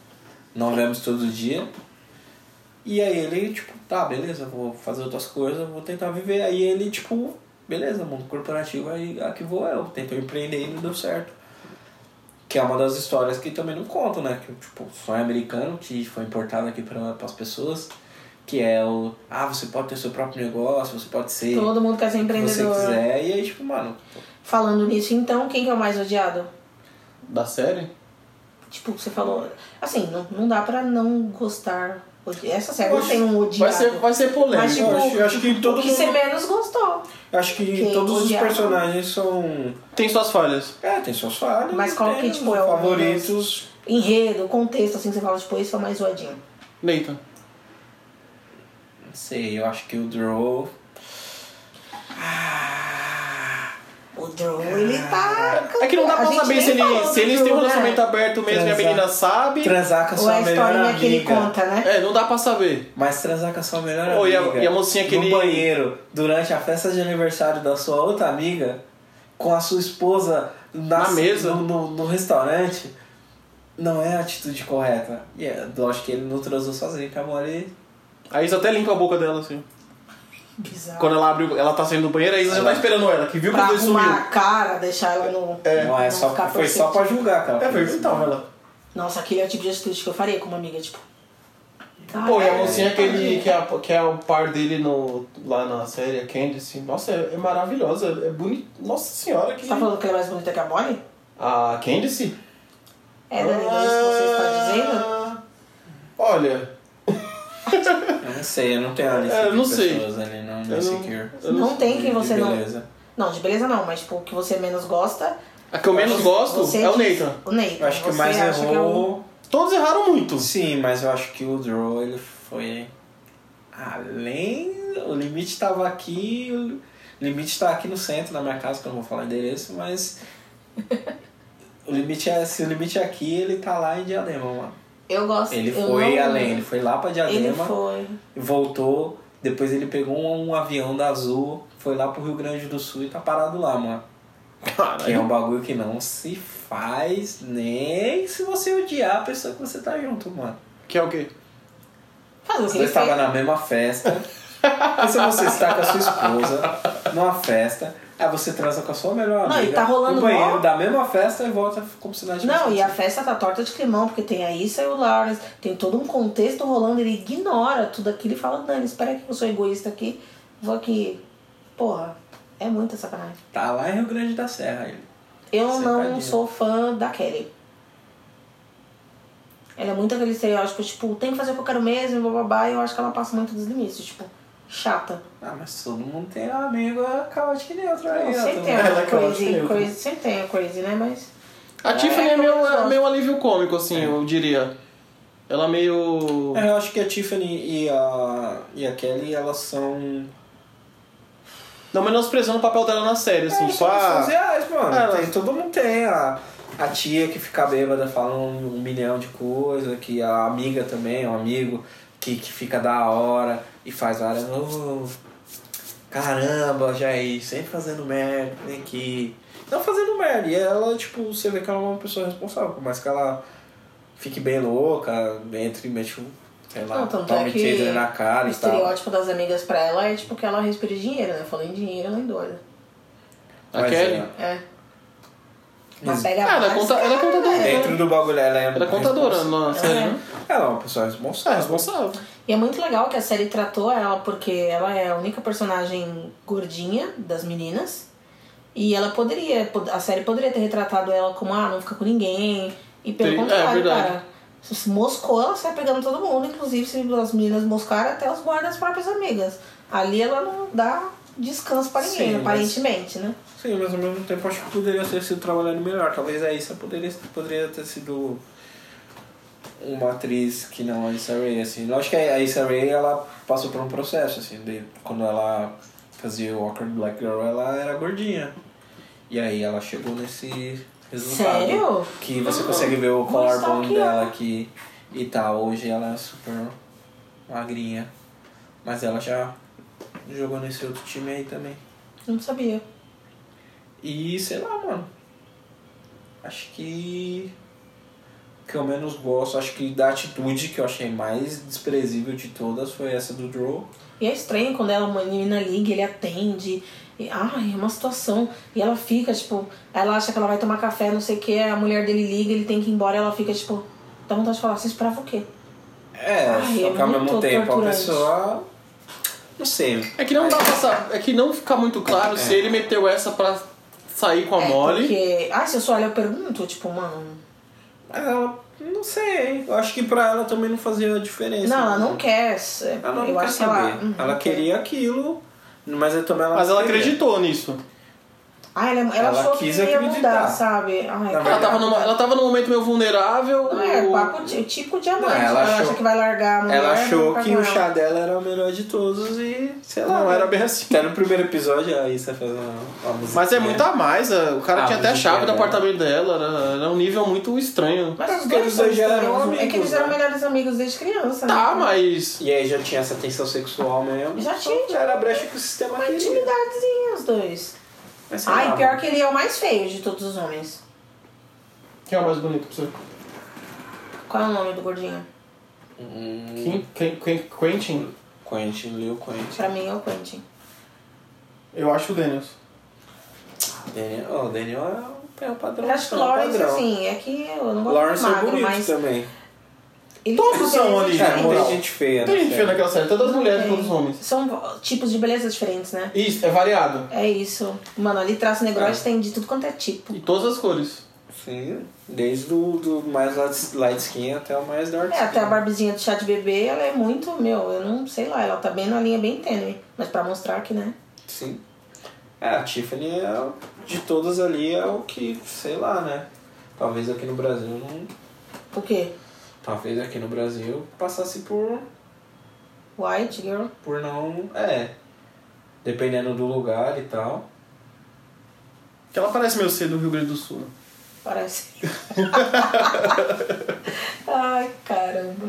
Speaker 2: Não vemos todo dia. E aí ele, tipo, tá, beleza, vou fazer outras coisas, vou tentar viver. Aí ele, tipo, beleza, mundo corporativo, aí aqui vou é eu. Tentou empreender e não deu certo. Que é uma das histórias que também não contam, né? Que, tipo, o sonho americano que foi importado aqui para as pessoas. Que é o, ah, você pode ter seu próprio negócio, você pode ser o
Speaker 4: Todo mundo quer
Speaker 2: que
Speaker 4: ser
Speaker 2: você
Speaker 4: empreendedor.
Speaker 2: quiser. E aí, tipo, mano,
Speaker 4: Falando nisso, então, quem que é o mais odiado?
Speaker 3: Da série?
Speaker 4: Tipo, você falou. Assim, não, não dá pra não gostar Odi- Essa série não
Speaker 3: Oxe,
Speaker 4: tem um odiado.
Speaker 3: Vai ser, vai ser polêmico.
Speaker 4: Mas, tipo,
Speaker 2: eu, acho, eu acho que todo
Speaker 4: o que você
Speaker 2: mundo.
Speaker 4: menos gostou.
Speaker 2: eu Acho que
Speaker 4: Quem
Speaker 2: todos os
Speaker 4: odiava.
Speaker 2: personagens são.
Speaker 3: Tem suas falhas.
Speaker 2: É, tem suas falhas.
Speaker 4: Mas qual
Speaker 2: tem
Speaker 4: que, tipo, é o
Speaker 2: favoritos?
Speaker 4: Enredo, contexto, assim, que você fala, tipo, esse foi o mais zoadinho.
Speaker 3: Nathan.
Speaker 2: Não sei, eu acho que o Draw.
Speaker 4: Ah. O Drew, ele tá...
Speaker 3: É que não dá
Speaker 4: A
Speaker 3: pra
Speaker 4: gente
Speaker 3: saber
Speaker 4: nem
Speaker 3: se, ele,
Speaker 4: falou do
Speaker 3: se eles
Speaker 4: Drew,
Speaker 3: têm um
Speaker 4: né?
Speaker 3: relacionamento aberto mesmo e a
Speaker 2: Transar.
Speaker 3: menina sabe.
Speaker 2: Transar com a
Speaker 4: Ou é
Speaker 2: sua
Speaker 4: a
Speaker 2: melhor
Speaker 4: historinha
Speaker 2: amiga.
Speaker 4: que ele conta, né?
Speaker 3: É, não dá pra saber.
Speaker 2: Mas transar com a sua melhor
Speaker 3: Ô, e a-
Speaker 2: amiga.
Speaker 3: e a mocinha que
Speaker 2: no
Speaker 3: ele-
Speaker 2: banheiro, durante a festa de aniversário da sua outra amiga, com a sua esposa na,
Speaker 3: Na mesa.
Speaker 2: no, no- no restaurante, não é a atitude correta. E é, eu acho que ele não transou sozinho, acabou ali.
Speaker 3: A Isa até limpa a boca dela, assim.
Speaker 4: Bizarro.
Speaker 3: Quando ela abre, o- ela tá saindo do banheiro, a Isa já tá esperando ela, que viu que
Speaker 4: pra
Speaker 3: o dois sumiu.
Speaker 4: arrumar a cara, deixar ela no...
Speaker 2: não é
Speaker 4: não
Speaker 2: só,
Speaker 4: ficar
Speaker 2: foi só
Speaker 4: perceptível.
Speaker 2: pra julgar, cara.
Speaker 3: É, foi então, ela.
Speaker 4: Nossa, aquele é o tipo de atitude que eu faria com uma amiga, tipo...
Speaker 3: Pô, e a
Speaker 4: "Ai,
Speaker 3: mocinha que, ele,
Speaker 4: tadinha".
Speaker 3: que, é, a- que é o par dele no, lá na série, a Candice. Nossa, é, é maravilhosa. É bonita. Nossa senhora, que.
Speaker 4: Você tá falando que ela é mais bonita que a Molly?
Speaker 3: A Candice?
Speaker 2: Ah.
Speaker 4: É, Danilo, é isso que você está dizendo?
Speaker 3: Ah, Olha,
Speaker 2: Eu não sei, eu não tenho a lista
Speaker 3: É, eu não
Speaker 2: de
Speaker 3: sei.
Speaker 2: pessoas ali no no
Speaker 3: Eu não-
Speaker 2: Insecure.
Speaker 3: eu
Speaker 4: Não tem quem
Speaker 2: De
Speaker 4: você não...
Speaker 2: beleza.
Speaker 4: Não, de beleza não, mas, tipo, o que você menos gosta...
Speaker 3: a que eu menos gosto
Speaker 4: você
Speaker 3: é o
Speaker 4: diz-
Speaker 3: Nathan.
Speaker 4: O Nathan.
Speaker 2: Eu acho que
Speaker 4: Você
Speaker 2: mais
Speaker 4: acha que é o-
Speaker 2: errou.
Speaker 3: Todos erraram muito.
Speaker 2: Sim, mas eu acho que o Draw ele foi além. O limite estava aqui. O limite está aqui no centro da minha casa, que eu não vou falar endereço, mas. o limite é, se o limite é aqui, ele tá lá em Diadema, mano.
Speaker 4: Eu gosto.
Speaker 2: Ele
Speaker 4: eu
Speaker 2: foi
Speaker 4: não-
Speaker 2: além, ele foi lá pra
Speaker 4: Ele
Speaker 2: Diadema,
Speaker 4: foi.
Speaker 2: voltou, depois ele pegou um, um avião da Azul, foi lá pro Rio Grande do Sul e tá parado lá, mano. Que é um bagulho que não se faz nem se você odiar a pessoa que você tá junto, mano.
Speaker 3: Que é o quê?
Speaker 4: Fazer o
Speaker 2: Os
Speaker 4: que ele
Speaker 2: dois estavam
Speaker 4: fez.
Speaker 2: na mesma festa. Pensa você está com a sua esposa numa festa. Aí você transa com a sua melhor
Speaker 4: Não,
Speaker 2: amiga.
Speaker 4: e tá rolando
Speaker 2: no banheiro
Speaker 4: mó-
Speaker 2: da mesma festa e volta como se nada
Speaker 4: Não, e a
Speaker 2: acontecido.
Speaker 4: festa tá torta de climão, porque tem a Issa e o Lawrence, tem todo um contexto rolando, ele ignora tudo aquilo e fala, Dani, espera que eu sou egoísta aqui, vou aqui. Porra, é muita sacanagem.
Speaker 2: Tá lá em Rio Grande da Serra ele.
Speaker 4: Eu não
Speaker 2: Sentadinho.
Speaker 4: sou fã da Kelly. Ela é muito aquele estereótipo, tipo, tem que fazer o que eu quero mesmo, blá blá blá, e eu acho que ela passa muito dos limites, tipo, chata.
Speaker 2: Ah, mas todo mundo tem uma amiga caótica e neutra
Speaker 4: Não,
Speaker 2: aí. ó,
Speaker 4: sempre
Speaker 2: todo
Speaker 4: tem
Speaker 2: mundo.
Speaker 3: Ela
Speaker 4: a
Speaker 3: que eu acho
Speaker 4: crazy,
Speaker 3: neutra.
Speaker 4: crazy, sempre tem a crazy, né, mas...
Speaker 3: A Tiffany é
Speaker 4: eu
Speaker 3: meu,
Speaker 4: gosto.
Speaker 3: meu alívio cômico, assim, eu diria. Ela é meio.
Speaker 2: É, Eu acho que a Tiffany e a, e a Kelly, elas são...
Speaker 3: Não menosprezando o papel dela na série, assim,
Speaker 2: elas
Speaker 3: tipo,
Speaker 2: são
Speaker 3: ah,
Speaker 2: sociais, mano.
Speaker 4: É,
Speaker 3: Ah,
Speaker 2: Tem- todo mundo tem a... A tia que fica bêbada fala um, um milhão de coisas, que a amiga também, um amigo que, que fica da hora e faz várias. "Oh, caramba, Jair, sempre fazendo merda, vem aqui. Não fazendo merda. E ela, tipo, você vê que ela é uma pessoa responsável, por mais que ela fique bem louca, entre e mete um, sei lá,
Speaker 4: Não, tanto
Speaker 2: toma
Speaker 4: é que
Speaker 2: Tinder na
Speaker 3: Ah,
Speaker 2: cara
Speaker 3: tá.
Speaker 4: O
Speaker 2: e tal.
Speaker 4: estereótipo das amigas pra ela é tipo que ela respira dinheiro, né? Falando em dinheiro, ela endoida.
Speaker 3: a
Speaker 2: Mas,
Speaker 3: Kelly.
Speaker 2: é,
Speaker 4: É.
Speaker 2: Mas-
Speaker 4: Mas pega
Speaker 3: Ah, ela,
Speaker 4: mais,
Speaker 3: conta, ela é contadora.
Speaker 2: Dentro do bagulho, ela é.
Speaker 3: Ela é contadora
Speaker 2: responsa-
Speaker 3: na série, né?
Speaker 2: Ela é uma pessoa
Speaker 3: É,
Speaker 2: responsável.
Speaker 3: responsável.
Speaker 4: E é muito legal que a série tratou ela, porque ela é a única personagem gordinha das meninas. E ela poderia, pod- a série poderia ter retratado ela como, ah, não fica com ninguém. E pelo
Speaker 3: Tem- é,
Speaker 4: contrário,
Speaker 3: verdade.
Speaker 4: cara. Se se moscou, ela sai pegando todo mundo, inclusive se as meninas moscaram, até os guardas das próprias amigas. Ali ela não dá descanso pra ninguém,
Speaker 2: Sim, mas-
Speaker 4: aparentemente, né?
Speaker 2: Sim, mas ao mesmo tempo acho que poderia ter sido trabalhando melhor. Talvez a Issa poderia, poderia ter sido uma atriz que não a Issa Rae, assim. Lógico que a Issa Rae, ela passou por um processo, assim, de, quando ela fazia o Awkward Black Girl, ela era gordinha. E aí ela chegou nesse resultado.
Speaker 4: Sério?
Speaker 2: Que você consegue ver o
Speaker 4: Vou
Speaker 2: collarbone
Speaker 4: stalkear.
Speaker 2: dela aqui e tal. Hoje ela é super magrinha. Mas ela já jogou nesse outro time aí também.
Speaker 4: Não sabia.
Speaker 2: E sei lá, mano. Acho que. Que eu menos gosto, acho que da atitude que eu achei mais desprezível de todas foi essa do Drew.
Speaker 4: E é estranho quando ela, uma menina liga, ele atende. E, ai, é uma situação. E ela fica, tipo, ela acha que ela vai tomar café, não sei o que, a mulher dele liga, ele tem que ir embora, ela fica, tipo, dá vontade de falar, você esperava o quê?
Speaker 2: É,
Speaker 4: Ai,
Speaker 2: só
Speaker 4: é
Speaker 2: que ao mesmo
Speaker 4: muito
Speaker 2: tempo a
Speaker 4: torturante.
Speaker 2: pessoa. Não sei.
Speaker 3: É que não dá pra sa- É que não fica muito claro se
Speaker 2: É.
Speaker 3: ele meteu essa pra sair com a
Speaker 4: é,
Speaker 3: Molly.
Speaker 4: Porque, ai, se eu sou ela, eu pergunto, tipo, mano,
Speaker 2: Mas ela Não sei. Eu acho que pra ela também não fazia diferença.
Speaker 4: Não, ela não
Speaker 2: né?
Speaker 4: quer. é,
Speaker 2: Ela não
Speaker 4: eu
Speaker 2: quer
Speaker 4: acho que
Speaker 2: saber.
Speaker 4: Ela, Uhum,
Speaker 2: ela
Speaker 4: não quer.
Speaker 2: queria aquilo, mas eu também ela
Speaker 3: Mas ela
Speaker 2: não queria.
Speaker 3: acreditou nisso.
Speaker 4: Ah, ela, ela,
Speaker 2: Ela
Speaker 4: achou
Speaker 2: quis
Speaker 4: que ia
Speaker 2: acreditar.
Speaker 4: mudar, sabe? Ai,
Speaker 2: Ela
Speaker 3: Ela
Speaker 4: cara.
Speaker 3: tava, numa- ela tava num momento meio vulnerável.
Speaker 4: É,
Speaker 3: o-
Speaker 4: papo de, tipo de amante.
Speaker 2: Não, ela
Speaker 4: ela,
Speaker 2: achou-
Speaker 4: acha que vai largar a mulher.
Speaker 2: Ela
Speaker 4: não
Speaker 2: achou
Speaker 4: vai
Speaker 2: que
Speaker 4: com
Speaker 2: o
Speaker 4: ela.
Speaker 2: chá dela era o melhor de todos e, sei lá.
Speaker 3: Não
Speaker 2: né?
Speaker 3: era bem assim.
Speaker 2: Até no primeiro episódio a Issa fez uma, uma música.
Speaker 3: Mas é muito a mais. é, O cara
Speaker 2: Ah,
Speaker 3: tinha até a
Speaker 2: mas
Speaker 3: chave do
Speaker 2: entendeu.
Speaker 3: apartamento dela. Era, era um nível muito estranho.
Speaker 4: Mas
Speaker 2: Tá,
Speaker 4: os
Speaker 2: porque
Speaker 4: dois
Speaker 2: eles dois já
Speaker 4: são
Speaker 2: eram
Speaker 4: estranhos, É que
Speaker 2: amigos,
Speaker 4: eles eram
Speaker 2: né?
Speaker 4: melhores amigos desde criança. né?
Speaker 3: Tá, mas.
Speaker 2: E aí já tinha essa tensão sexual mesmo.
Speaker 4: Já tinha,
Speaker 2: Já era a brecha que o sistema
Speaker 4: Uma
Speaker 2: queria.
Speaker 4: intimidadezinha os dois.
Speaker 2: Mas sei
Speaker 4: Ai,
Speaker 2: lá,
Speaker 4: pior
Speaker 2: mano.
Speaker 4: que ele é o mais feio de todos os homens.
Speaker 3: Quem é o mais bonito pra você?
Speaker 4: Qual é o nome do gordinho?
Speaker 2: Hum,
Speaker 3: Quem? Quem? Quem? Quentin?
Speaker 2: Quentin, Lil Quentin.
Speaker 4: Pra mim é o Quentin.
Speaker 3: Eu acho o Daniels.
Speaker 2: Daniel, oh, Daniel é um- é um padrão.
Speaker 4: Eu acho que o
Speaker 2: é um
Speaker 4: Lawrence,
Speaker 2: padrão.
Speaker 4: assim, é que eu não gosto
Speaker 2: Lawrence
Speaker 4: de
Speaker 2: é
Speaker 4: magro,
Speaker 2: bonito
Speaker 4: mas...
Speaker 2: também.
Speaker 4: ele- né?
Speaker 3: Todos são ali,
Speaker 4: eles-
Speaker 2: É, não
Speaker 3: moral.
Speaker 2: tem gente feia.
Speaker 3: Tem
Speaker 2: né,
Speaker 3: gente feia
Speaker 2: cara?
Speaker 3: naquela série, todas as mulheres,
Speaker 4: Tem.
Speaker 3: todos os homens.
Speaker 4: São tipos de beleza diferentes, né?
Speaker 3: Isso, é variado.
Speaker 4: É isso. Mano, ali traço negroide tem de tudo quanto é tipo.
Speaker 3: E todas as cores.
Speaker 2: Sim, desde o do mais light light skin até o mais dark
Speaker 4: É,
Speaker 2: skin.
Speaker 4: até a barbezinha do chá de bebê, ela é muito, meu, eu não sei lá, ela tá bem na linha bem tênue. Mas pra mostrar que, né?
Speaker 2: Sim. É, a Tiffany é, o- de todas ali é o que, sei lá, né? Talvez aqui no Brasil não.
Speaker 4: O quê?
Speaker 2: Talvez aqui no Brasil passasse por.
Speaker 4: White girl?
Speaker 2: por não. É. Dependendo do lugar e tal.
Speaker 3: Que ela parece meio ser do Rio Grande do Sul. né?
Speaker 2: <laughs>
Speaker 4: Parece. Ai, caramba.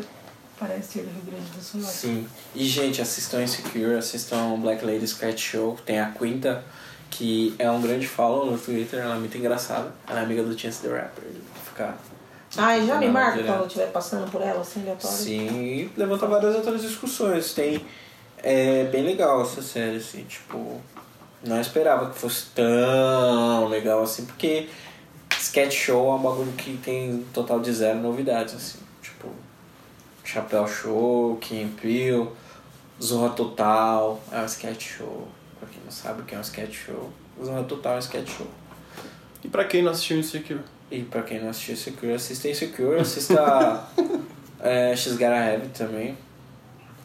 Speaker 4: Parece ser do Rio Grande do Sul. né?
Speaker 2: Sim. E, gente, assistam Insecure, assistam Black Lady Sketch Show, tem a Quinta, que é um grande follow no Twitter, ela é muito engraçada. Ela é amiga do Chance the Rapper. Ficar.
Speaker 4: Ai, já me
Speaker 2: Não,
Speaker 4: marca
Speaker 2: direto.
Speaker 4: quando eu estiver passando por ela, assim, aleatório.
Speaker 2: Sim, e levanta várias outras discussões. Tem. É bem legal essa série, assim, tipo. Não esperava que fosse tão legal assim, porque sketch show é um bagulho que tem um total de zero novidades, assim. Tipo, Chapéu Show, Kim Peel, Zorra Total, é um sketch show. Pra quem não sabe o que é um sketch show, Zorra Total é um sketch show.
Speaker 3: E pra quem não assistiu isso aqui,
Speaker 2: E pra quem não assistiu Secure, assista Insecure, assista
Speaker 3: <laughs>
Speaker 2: é, She's Gotta Have It também.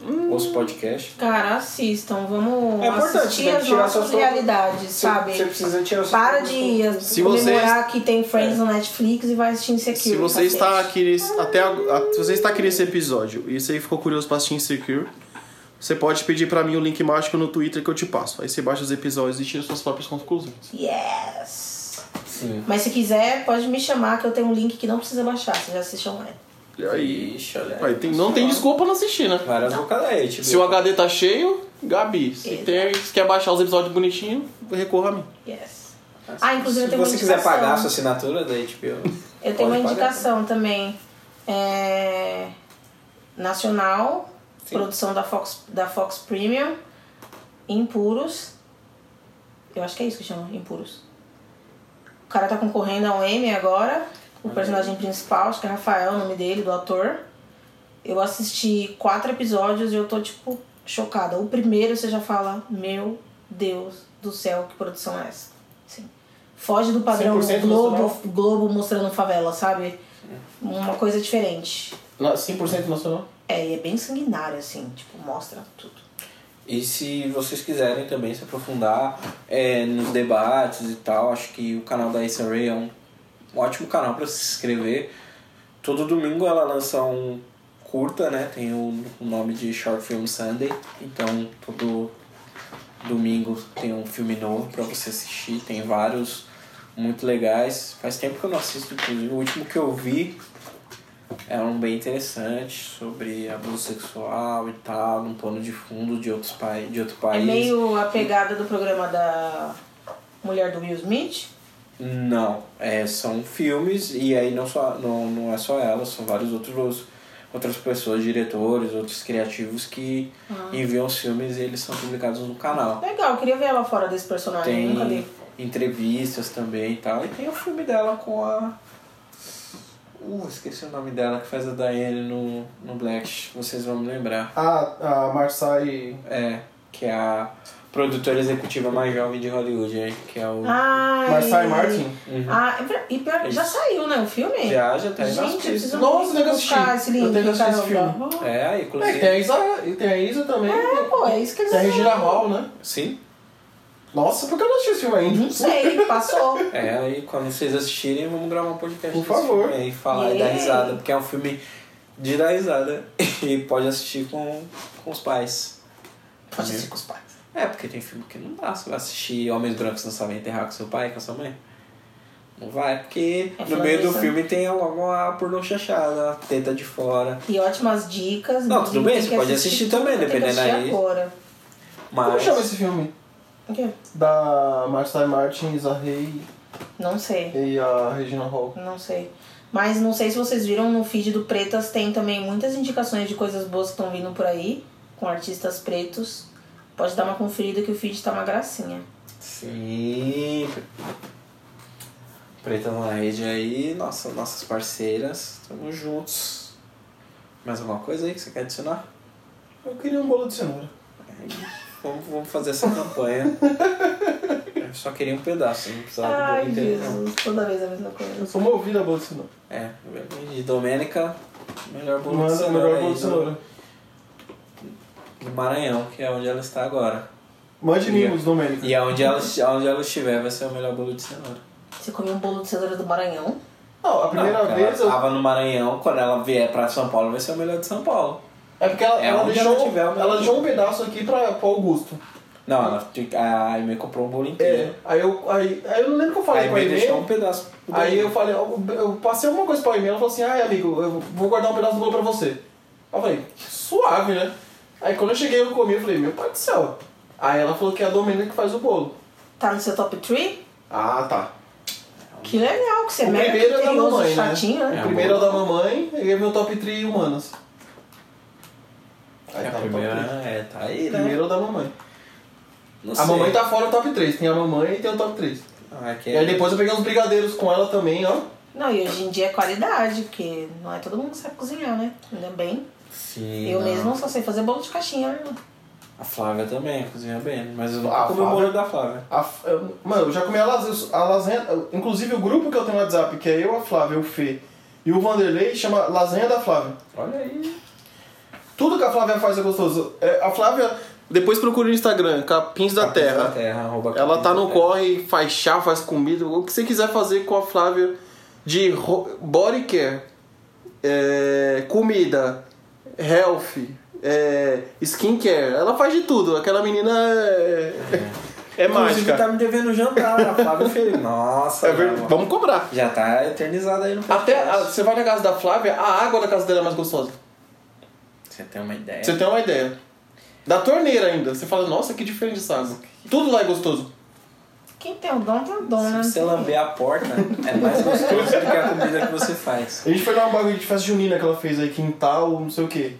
Speaker 4: Hum.
Speaker 2: Ouça o podcast.
Speaker 4: Cara, assistam, vamos
Speaker 2: É importante,
Speaker 4: assistir
Speaker 2: tem que
Speaker 4: as
Speaker 2: tirar
Speaker 4: nossas
Speaker 2: suas próprias-
Speaker 4: realidades, sabe?
Speaker 2: Você precisa tirar sua
Speaker 4: Para
Speaker 2: própria
Speaker 4: de
Speaker 3: Se
Speaker 4: comemorar que tem Friends no Netflix e tá vai assistir Insecure.
Speaker 3: se você
Speaker 4: cacete.
Speaker 3: está aqui nesse- até ag- a- se você está aqui nesse episódio e você ficou curioso para assistir Insecure, você pode pedir pra mim o link mágico no Twitter que eu te passo. Aí você baixa os episódios e tira suas próprias conclusões.
Speaker 4: Yes!
Speaker 2: Sim.
Speaker 4: Mas se quiser, pode me chamar que eu tenho um link que não precisa baixar, você já assiste online.
Speaker 3: E aí,
Speaker 2: Ixi, olha.
Speaker 3: aí tem- não tem desculpa não assistir, né?
Speaker 2: Várias bocadeiras, tipo.
Speaker 3: Se o HD tá cheio, Gabi. Se,
Speaker 4: Exato.
Speaker 3: tem, se quer baixar os episódios bonitinhos, recorra a mim.
Speaker 4: Yes. Ah, inclusive eu
Speaker 2: Se
Speaker 4: tenho uma
Speaker 2: você quiser
Speaker 4: indicação.
Speaker 2: pagar a sua assinatura tipo, da HBO.
Speaker 4: Eu tenho uma
Speaker 2: Pode pagar.
Speaker 4: indicação também. É, Nacional,
Speaker 2: Sim.
Speaker 4: produção da Fox, da Fox Premium, Impuros. Eu acho que é isso que chama, Impuros. O cara tá concorrendo a um Emmy agora. O personagem principal, acho que é Rafael, o nome dele, do ator. Eu assisti quatro episódios e eu tô, tipo, chocada. O primeiro você já fala, meu Deus do céu, que produção é essa? Assim, foge do padrão
Speaker 3: 100%
Speaker 4: Globo,
Speaker 3: nacional?
Speaker 4: Globo mostrando favela,
Speaker 3: É.
Speaker 4: sabe? Uma coisa diferente.
Speaker 3: Na- 100% nacional.
Speaker 4: É, e é bem sanguinário, assim, tipo, mostra tudo.
Speaker 2: E se vocês quiserem também se aprofundar é, nos debates e tal, acho que o canal da Issa Rae é um ótimo canal para se inscrever. Todo domingo ela lança um curta, né? Tem o, o nome de Short Film Sunday. Então, todo domingo tem um filme novo para você assistir. Tem vários muito legais. Faz tempo que eu não assisto, inclusive. O último que eu vi era um bem interessante sobre abuso sexual e tal, num pano de fundo de, outros pa de outro
Speaker 4: É
Speaker 2: país.
Speaker 4: meio a pegada do programa da mulher do Will Smith.
Speaker 2: Não, é, são filmes e aí não, só, não, não é só ela, são vários outros outras pessoas, diretores, outros criativos que
Speaker 4: Ah.
Speaker 2: enviam os filmes e eles são publicados no canal.
Speaker 4: Legal, eu queria ver ela fora desse personagem, Ah, eu nunca
Speaker 2: Tem
Speaker 4: vi.
Speaker 2: entrevistas também e tal. E tem o filme dela com a. Uh, esqueci o nome dela que faz a Daiane no, no Black. Vocês vão me lembrar.
Speaker 3: Ah, a Marsai.
Speaker 2: É, que é a produtora executiva mais jovem de Hollywood, hein? que é o.
Speaker 4: Ah, Ai.
Speaker 5: Marçal e Martin.
Speaker 4: Ah, é ver- e pior, já saiu, né, o filme?
Speaker 2: Já, já tá aí nas
Speaker 4: Gente, eu
Speaker 2: pistas.
Speaker 4: preciso
Speaker 3: Nossa,
Speaker 4: muito
Speaker 3: eu tenho que
Speaker 4: buscar
Speaker 3: assistir.
Speaker 4: esse link,
Speaker 3: Eu tenho que assistir esse
Speaker 4: caramba.
Speaker 2: É, aí,
Speaker 3: É, que
Speaker 2: inclusive.
Speaker 3: tem a Isa, e tem a Isa também.
Speaker 4: É,
Speaker 3: tem-
Speaker 4: pô, é isso que eles
Speaker 3: Tem a Regina
Speaker 4: falam.
Speaker 3: Hall, né?
Speaker 2: Sim.
Speaker 3: Nossa, por que eu não assisti esse filme ainda?
Speaker 4: Não sei,
Speaker 3: <laughs>
Speaker 4: passou.
Speaker 2: É, aí quando vocês assistirem, vamos gravar um podcast.
Speaker 3: Por
Speaker 2: desse filme
Speaker 3: favor.
Speaker 2: aí, E falar e dar
Speaker 4: Yeah.
Speaker 2: risada, porque é um filme de dar risada. <laughs> E pode assistir com, com os pais. Né?
Speaker 3: Pode assistir com os pais.
Speaker 2: É, porque tem filme que não dá. Você vai assistir Homens Brancos não sabem enterrar com seu pai, com a sua mãe. Não vai, porque
Speaker 4: É
Speaker 2: no meio do
Speaker 4: flanesa.
Speaker 2: filme tem logo a pornô chachada, a teta de fora.
Speaker 4: E ótimas dicas.
Speaker 2: Não, tudo bem,
Speaker 4: Tem
Speaker 2: você
Speaker 4: que
Speaker 2: pode assistir também,
Speaker 4: tem que
Speaker 2: dependendo
Speaker 4: assistir
Speaker 2: aí.
Speaker 4: agora.
Speaker 3: Como
Speaker 2: Mas.
Speaker 3: chama esse filme?
Speaker 4: O quê?
Speaker 3: Da Marcia Martin, Isa Rey
Speaker 4: Não sei,
Speaker 3: e a Regina Hall.
Speaker 4: não sei. Mas não sei se vocês viram no feed do Pretas, tem também muitas indicações de coisas boas que estão vindo por aí, com artistas pretos. Pode dar uma conferida que o feed tá uma gracinha.
Speaker 2: Sim. Preta na rede aí, nossa, nossas parceiras, estamos juntos. Mais alguma coisa aí que você quer adicionar?
Speaker 3: Eu queria um bolo de cenoura.
Speaker 2: Vamos, vamos fazer essa campanha.
Speaker 3: <laughs>
Speaker 2: Eu só queria um pedaço, não precisava do
Speaker 4: Ai,
Speaker 2: bolo inteiro. não.
Speaker 4: Jesus, toda vez a mesma
Speaker 3: Eu
Speaker 4: coisa.
Speaker 3: sou movido a bolo de cenoura.
Speaker 2: É, de Domênica, melhor bolo de
Speaker 3: Manda o melhor
Speaker 2: cenoura
Speaker 3: bolo
Speaker 2: aí
Speaker 3: de
Speaker 2: do,
Speaker 3: cenoura.
Speaker 2: do Maranhão, que é onde ela está agora.
Speaker 3: Mande
Speaker 2: E-
Speaker 3: mimos, Domênico.
Speaker 2: E aonde ela, aonde ela estiver vai ser o melhor bolo de cenoura.
Speaker 4: Você comeu um bolo de cenoura do Maranhão?
Speaker 3: Não, a primeira
Speaker 2: Não,
Speaker 3: vez
Speaker 2: ela
Speaker 3: eu...
Speaker 2: tava no Maranhão, quando ela vier pra São Paulo vai ser o melhor de São Paulo.
Speaker 3: É porque ela,
Speaker 2: É
Speaker 3: ela
Speaker 2: onde
Speaker 3: deixou,
Speaker 2: ela tiver,
Speaker 3: ela
Speaker 2: ela-
Speaker 3: deixou um pedaço aqui pra, pro Augusto.
Speaker 2: Não, ela, a Aimee comprou um bolo
Speaker 3: É,
Speaker 2: inteiro.
Speaker 3: aí eu, aí, aí eu não lembro o que eu
Speaker 2: A
Speaker 3: falei com a
Speaker 2: Aimee
Speaker 3: Inê.
Speaker 2: deixou um pedaço. pro
Speaker 3: Aí
Speaker 2: Domênico.
Speaker 3: eu falei, eu, eu passei alguma coisa pra Inê, ela falou assim, ai amigo, eu vou guardar um pedaço do bolo pra você. Eu falei, suave, né? Aí quando eu cheguei eu comi, eu falei, meu pai do céu. Aí ela falou que é a Domênica que faz o bolo.
Speaker 4: Tá no seu top 3?
Speaker 3: Ah, tá.
Speaker 4: Que legal, que você é
Speaker 3: O
Speaker 4: mega
Speaker 3: primeiro é da
Speaker 4: criterioso,
Speaker 3: mamãe, né?
Speaker 4: chatinho, né?
Speaker 2: É,
Speaker 3: O primeiro é o da mamãe e é meu top 3 humanas. Aí
Speaker 2: É,
Speaker 3: tá
Speaker 2: a
Speaker 3: no top
Speaker 2: primeira,
Speaker 3: três.
Speaker 2: é, tá aí, né?
Speaker 3: Primeiro é o da mamãe.
Speaker 2: Não
Speaker 3: A
Speaker 2: sei.
Speaker 3: mamãe tá fora do top 3, tem a mamãe e tem o top 3.
Speaker 2: Ah, é que
Speaker 3: E aí depois eu peguei uns brigadeiros com ela também, ó.
Speaker 4: Não, e hoje em dia é qualidade, porque não é todo mundo que sabe cozinhar, né? Ainda bem.
Speaker 2: Sim,
Speaker 4: eu
Speaker 2: não.
Speaker 4: mesmo só sei fazer bolo de caixinha, né?
Speaker 2: A Flávia também cozinha bem, mas eu nunca
Speaker 3: A
Speaker 2: comi o
Speaker 3: Ah, Flávia?
Speaker 2: bolo da Flávia.
Speaker 3: A F- eu- mano, eu já comi a lasanha, a lasanha. Inclusive o grupo que eu tenho no WhatsApp, que é eu, a Flávia, o Fê e o Vanderlei, chama Lasanha da Flávia.
Speaker 2: Olha aí.
Speaker 3: Tudo que a Flávia faz é gostoso. É, a Flávia. Depois procura no Instagram, Capins da
Speaker 2: Capins
Speaker 3: Terra.
Speaker 2: Da terra arroba
Speaker 3: Ela
Speaker 2: Capins
Speaker 3: tá
Speaker 2: da
Speaker 3: no
Speaker 2: Terra.
Speaker 3: corre, faz chá, faz comida, o que você quiser fazer com a Flávia de ro- body care, é, comida, health, é, skincare, ela faz de tudo. Aquela menina é, é
Speaker 2: Inclusive,
Speaker 3: mágica.
Speaker 2: tá me devendo jantar, a Flávia Felipe. Nossa,
Speaker 3: É ver-
Speaker 2: já-
Speaker 3: Vamos cobrar.
Speaker 2: Já tá eternizada aí no
Speaker 3: Até a-
Speaker 2: podcast.
Speaker 3: você vai na casa da Flávia, a água da casa dela é mais gostosa.
Speaker 2: Você tem uma ideia.
Speaker 3: Você tem uma ideia. Da torneira ainda. Você fala, nossa, que diferente essa água. Tudo lá é gostoso.
Speaker 4: Quem tem o dom tem o dom, né?
Speaker 2: Se você lamber a porta, é mais gostoso do que a comida que você faz.
Speaker 3: A gente foi num bagulho de festa junina que ela fez aí, quintal, não sei o quê.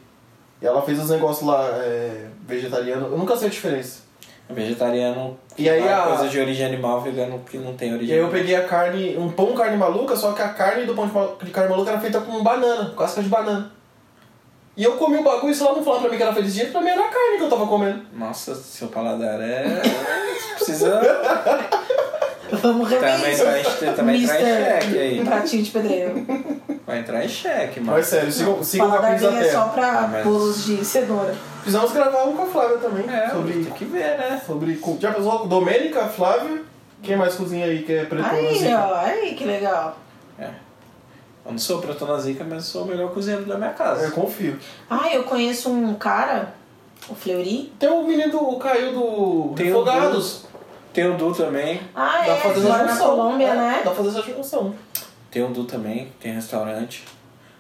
Speaker 3: E ela fez os negócios lá, é, vegetariano. Eu nunca sei a diferença.
Speaker 2: É Vegetariano
Speaker 3: E aí
Speaker 2: vai
Speaker 3: a-
Speaker 2: coisa de origem animal, vegano que não tem
Speaker 3: E
Speaker 2: origem
Speaker 3: aí eu peguei a carne, um pão carne maluca, só que a carne do pão de, ma- de carne maluca era feita com banana, casca de banana. E eu comi o bagulho e se ela não falar pra mim que era feliz dia, pra mim era a carne que eu tava comendo.
Speaker 2: Nossa, seu paladar é. <laughs> Precisa.
Speaker 4: Vamos rever
Speaker 2: também
Speaker 4: isso.
Speaker 2: tá, vai, também entrar em
Speaker 4: Mister.
Speaker 2: xeque aí.
Speaker 4: Um pratinho de
Speaker 2: <laughs>
Speaker 4: pedreiro.
Speaker 2: Vai entrar em xeque, mano.
Speaker 3: Mas sério, sigam, sigam o
Speaker 4: Paladar
Speaker 3: Capins da
Speaker 4: dele é só
Speaker 3: Terra.
Speaker 4: pra
Speaker 2: Ah, mas-
Speaker 4: bolos de cenoura.
Speaker 3: Precisamos gravar um com a Flávia também.
Speaker 2: É,
Speaker 3: sobre
Speaker 2: tem que ver, né?
Speaker 3: Sobre. com- Já pensou? Domênica, Flávia. Quem mais cozinha aí que é preto na
Speaker 4: Aí,
Speaker 3: zica?
Speaker 4: ó, aí que legal.
Speaker 2: Eu não sou preto na zica, mas sou o melhor cozinheiro da minha
Speaker 3: Eu
Speaker 2: casa.
Speaker 3: confio.
Speaker 4: Ah, eu conheço um cara, o Fleury.
Speaker 3: Tem o menino do o Caio do
Speaker 2: Tem o
Speaker 3: Fogados.
Speaker 2: Tem o Du também.
Speaker 4: Ah,
Speaker 3: Dá
Speaker 4: é,
Speaker 3: pra fazer
Speaker 4: mora na
Speaker 3: junção.
Speaker 4: Colômbia,
Speaker 3: É,
Speaker 4: né?
Speaker 2: Tá.
Speaker 3: Dá pra fazer essa junção.
Speaker 2: Tem o Du também, que tem restaurante.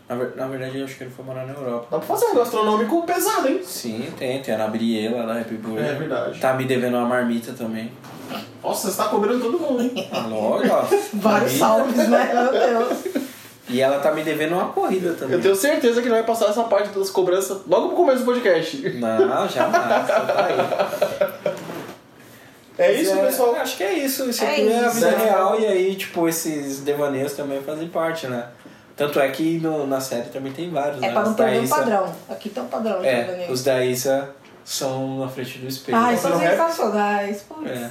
Speaker 2: Na, ver- na verdade, eu acho que ele foi morar na Europa.
Speaker 3: Dá pra fazer um gastronômico pesado, hein?
Speaker 2: Sim, tem. Tem a Nabriela lá, Happy Burger.
Speaker 3: É verdade.
Speaker 2: Tá me devendo uma marmita também.
Speaker 3: Nossa, você tá cobrando todo mundo, hein?
Speaker 2: Ah, logo,
Speaker 3: <laughs>
Speaker 2: ó. Marmita.
Speaker 4: Vários salves,
Speaker 2: <laughs>
Speaker 4: né? Meu Deus.
Speaker 2: E ela tá me devendo uma corrida também.
Speaker 3: Eu tenho certeza que ele vai passar essa parte das cobranças logo no começo do podcast.
Speaker 2: Não, jamais. só tá aí.
Speaker 3: É
Speaker 2: Mas
Speaker 3: isso, pessoal.
Speaker 2: eu Acho que é isso. Isso
Speaker 4: É
Speaker 2: aqui é a
Speaker 4: isso.
Speaker 2: vida real e aí, tipo, esses devaneios também fazem parte, né? Tanto é que no- na série também tem vários,
Speaker 4: É
Speaker 2: né?
Speaker 4: pra não
Speaker 2: Os
Speaker 4: perder o
Speaker 2: Isa-
Speaker 4: padrão. Aqui tem um padrão. de
Speaker 2: É,
Speaker 4: Ibanez.
Speaker 2: os da Isa são na frente do espelho.
Speaker 4: Ai,
Speaker 2: Você
Speaker 4: são
Speaker 2: não é-
Speaker 4: sensacionais. Putz.
Speaker 2: É.
Speaker 5: É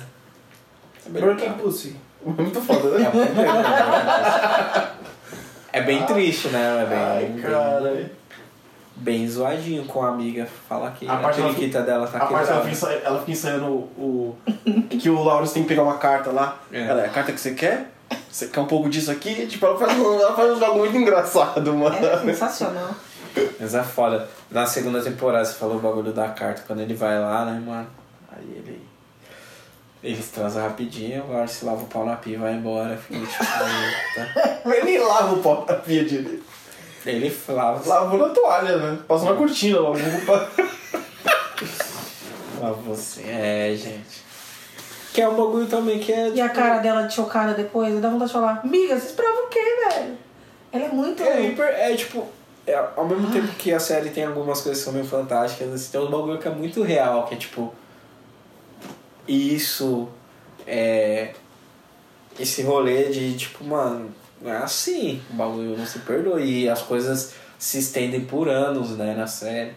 Speaker 5: Broken Pussy.
Speaker 3: <laughs> Muito foda,
Speaker 2: É,
Speaker 3: né?
Speaker 2: o problema, né? É bem triste, né? É bem,
Speaker 5: <laughs> Ai,
Speaker 2: bem-
Speaker 5: cara.
Speaker 2: bem zoadinho com a amiga. Fala que
Speaker 5: A
Speaker 2: a,
Speaker 5: parte da-
Speaker 2: periquita dela tá
Speaker 5: a parte ela fica,
Speaker 2: quebrada.
Speaker 5: ensa- ela fica ensaiando o, <laughs> o- que o Laurence tem que pegar uma carta lá.
Speaker 2: É.
Speaker 5: Ela é a carta que você quer? Você quer um pouco disso aqui? Tipo, ela faz, um- ela faz um jogo muito engraçado, mano.
Speaker 4: É sensacional.
Speaker 2: Mas é foda. Na segunda temporada você falou o bagulho da carta. Quando ele vai lá, né, mano? Aí ele. Eles transam rapidinho, agora se lava o pau na pia e vai embora. Eu Fiquei
Speaker 4: <laughs>
Speaker 2: tipo, eita.
Speaker 4: É.
Speaker 5: Ele <laughs> nem lava o pau na pia dele.
Speaker 2: Ele lava,
Speaker 5: Lavou na toalha, né? Passou na cortina logo.
Speaker 3: <laughs>
Speaker 2: lava você. É, gente. Que é um bagulho também que é.
Speaker 4: E a cara dela de chocada depois, dá vontade de falar, amiga, você esperava o quê, velho? Ela é muito.
Speaker 2: É hiper. É tipo. é, ao mesmo tempo que a série tem algumas coisas que são meio fantásticas, assim, tem um bagulho que é muito real, que é tipo. Isso. É. Esse rolê de tipo, mano. É assim. O bagulho não se perdoa. E as coisas se estendem por anos, né, na série.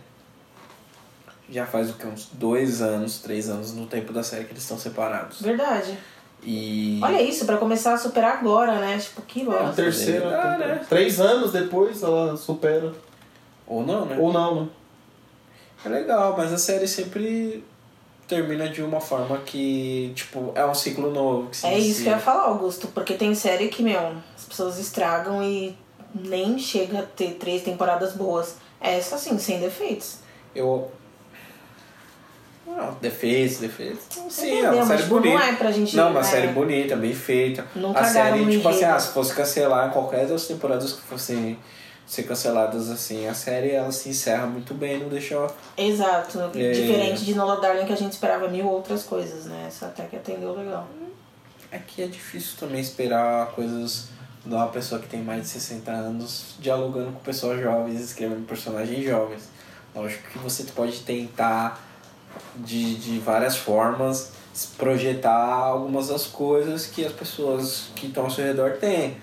Speaker 2: Já faz o que? Uns dois anos, três anos no tempo da série que eles estão separados.
Speaker 4: Verdade.
Speaker 2: E.
Speaker 4: Olha isso, pra começar a superar agora, né? Tipo, que
Speaker 3: A
Speaker 4: bosta.
Speaker 3: terceira.
Speaker 2: Ah,
Speaker 3: temporada.
Speaker 2: né?
Speaker 3: Três anos depois ela supera.
Speaker 2: Ou não, né?
Speaker 3: Ou não, né?
Speaker 2: É legal, mas a série sempre termina de uma forma que, tipo, é um ciclo novo. Que se
Speaker 4: É isso que
Speaker 2: inicia.
Speaker 4: eu ia falar, Augusto, porque tem série que, meu, as pessoas estragam e nem chega a ter três temporadas boas. Essa, assim, sem defeitos.
Speaker 2: Eu. Não, Ah, defeitos, defeitos. Sim, é uma
Speaker 4: Entendeu?
Speaker 2: série
Speaker 4: Mas, tipo,
Speaker 2: bonita.
Speaker 4: Não é pra gente.
Speaker 2: Não, uma
Speaker 4: é.
Speaker 2: série bonita, bem feita.
Speaker 4: Não
Speaker 2: a
Speaker 4: cagaram
Speaker 2: série,
Speaker 4: no
Speaker 2: tipo assim,
Speaker 4: enredo.
Speaker 2: ah, se fosse cancelar qualquer das temporadas que fossem ser canceladas assim, a série ela se encerra muito bem, não deixa.
Speaker 4: Exato.
Speaker 2: É.
Speaker 4: Diferente de Nola Darling, que a gente esperava mil outras coisas, né? Essa até que atendeu legal.
Speaker 2: É que é difícil também esperar coisas de uma pessoa que tem mais de 60 anos dialogando com pessoas jovens, escrevendo personagens jovens. Lógico que você pode tentar de, de várias formas se projetar algumas das coisas que as pessoas que estão ao seu redor têm.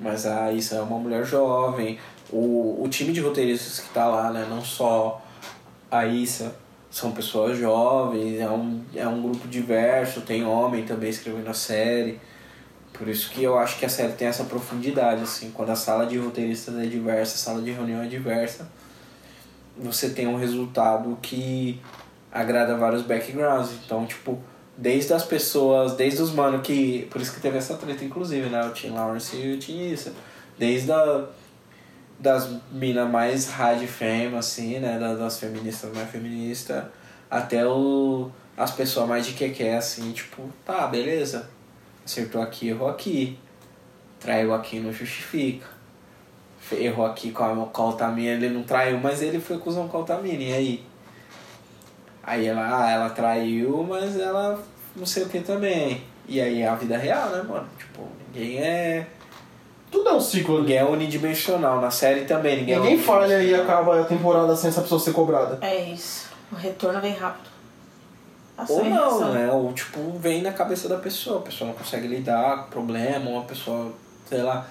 Speaker 2: Mas ah, isso é uma mulher jovem. O, o time de roteiristas que tá lá, né? Não só a Issa, são pessoas jovens, é um, é um grupo diverso, tem homem também escrevendo a série. Por isso que eu acho que a série tem essa profundidade, assim, quando a sala de roteiristas é diversa, a sala de reunião é diversa, você tem um resultado que agrada vários backgrounds. Então, tipo, desde as pessoas, desde os mano que. Por isso que teve essa treta, inclusive, né? O Tim Lawrence e o Tim Issa. Desde a das minas mais hard fame, assim, né? da- Das feministas mais feministas, até o, as pessoas mais de que assim, tipo, tá, beleza. Acertou aqui, errou aqui. Traiu aqui, não justifica. Fe- Errou aqui com a com a Altamira, ele não traiu, mas ele foi cuzão com a Altamira, e aí? Aí ela, ah, ela traiu, mas ela não sei o que também. E aí é a vida real, né, mano? Tipo, ninguém é.
Speaker 5: Tudo é um ciclo.
Speaker 2: Ninguém é unidimensional. Na série também, ninguém,
Speaker 5: Ninguém
Speaker 2: é
Speaker 5: falha e
Speaker 2: unidimensional.
Speaker 5: acaba a temporada sem essa pessoa ser cobrada.
Speaker 4: É isso. O retorno vem rápido. Tá Ação
Speaker 2: Ou
Speaker 4: e
Speaker 2: não,
Speaker 4: reação.
Speaker 2: né? Ou tipo, vem na cabeça da pessoa. A pessoa não consegue lidar com o problema, ou a pessoa, sei lá.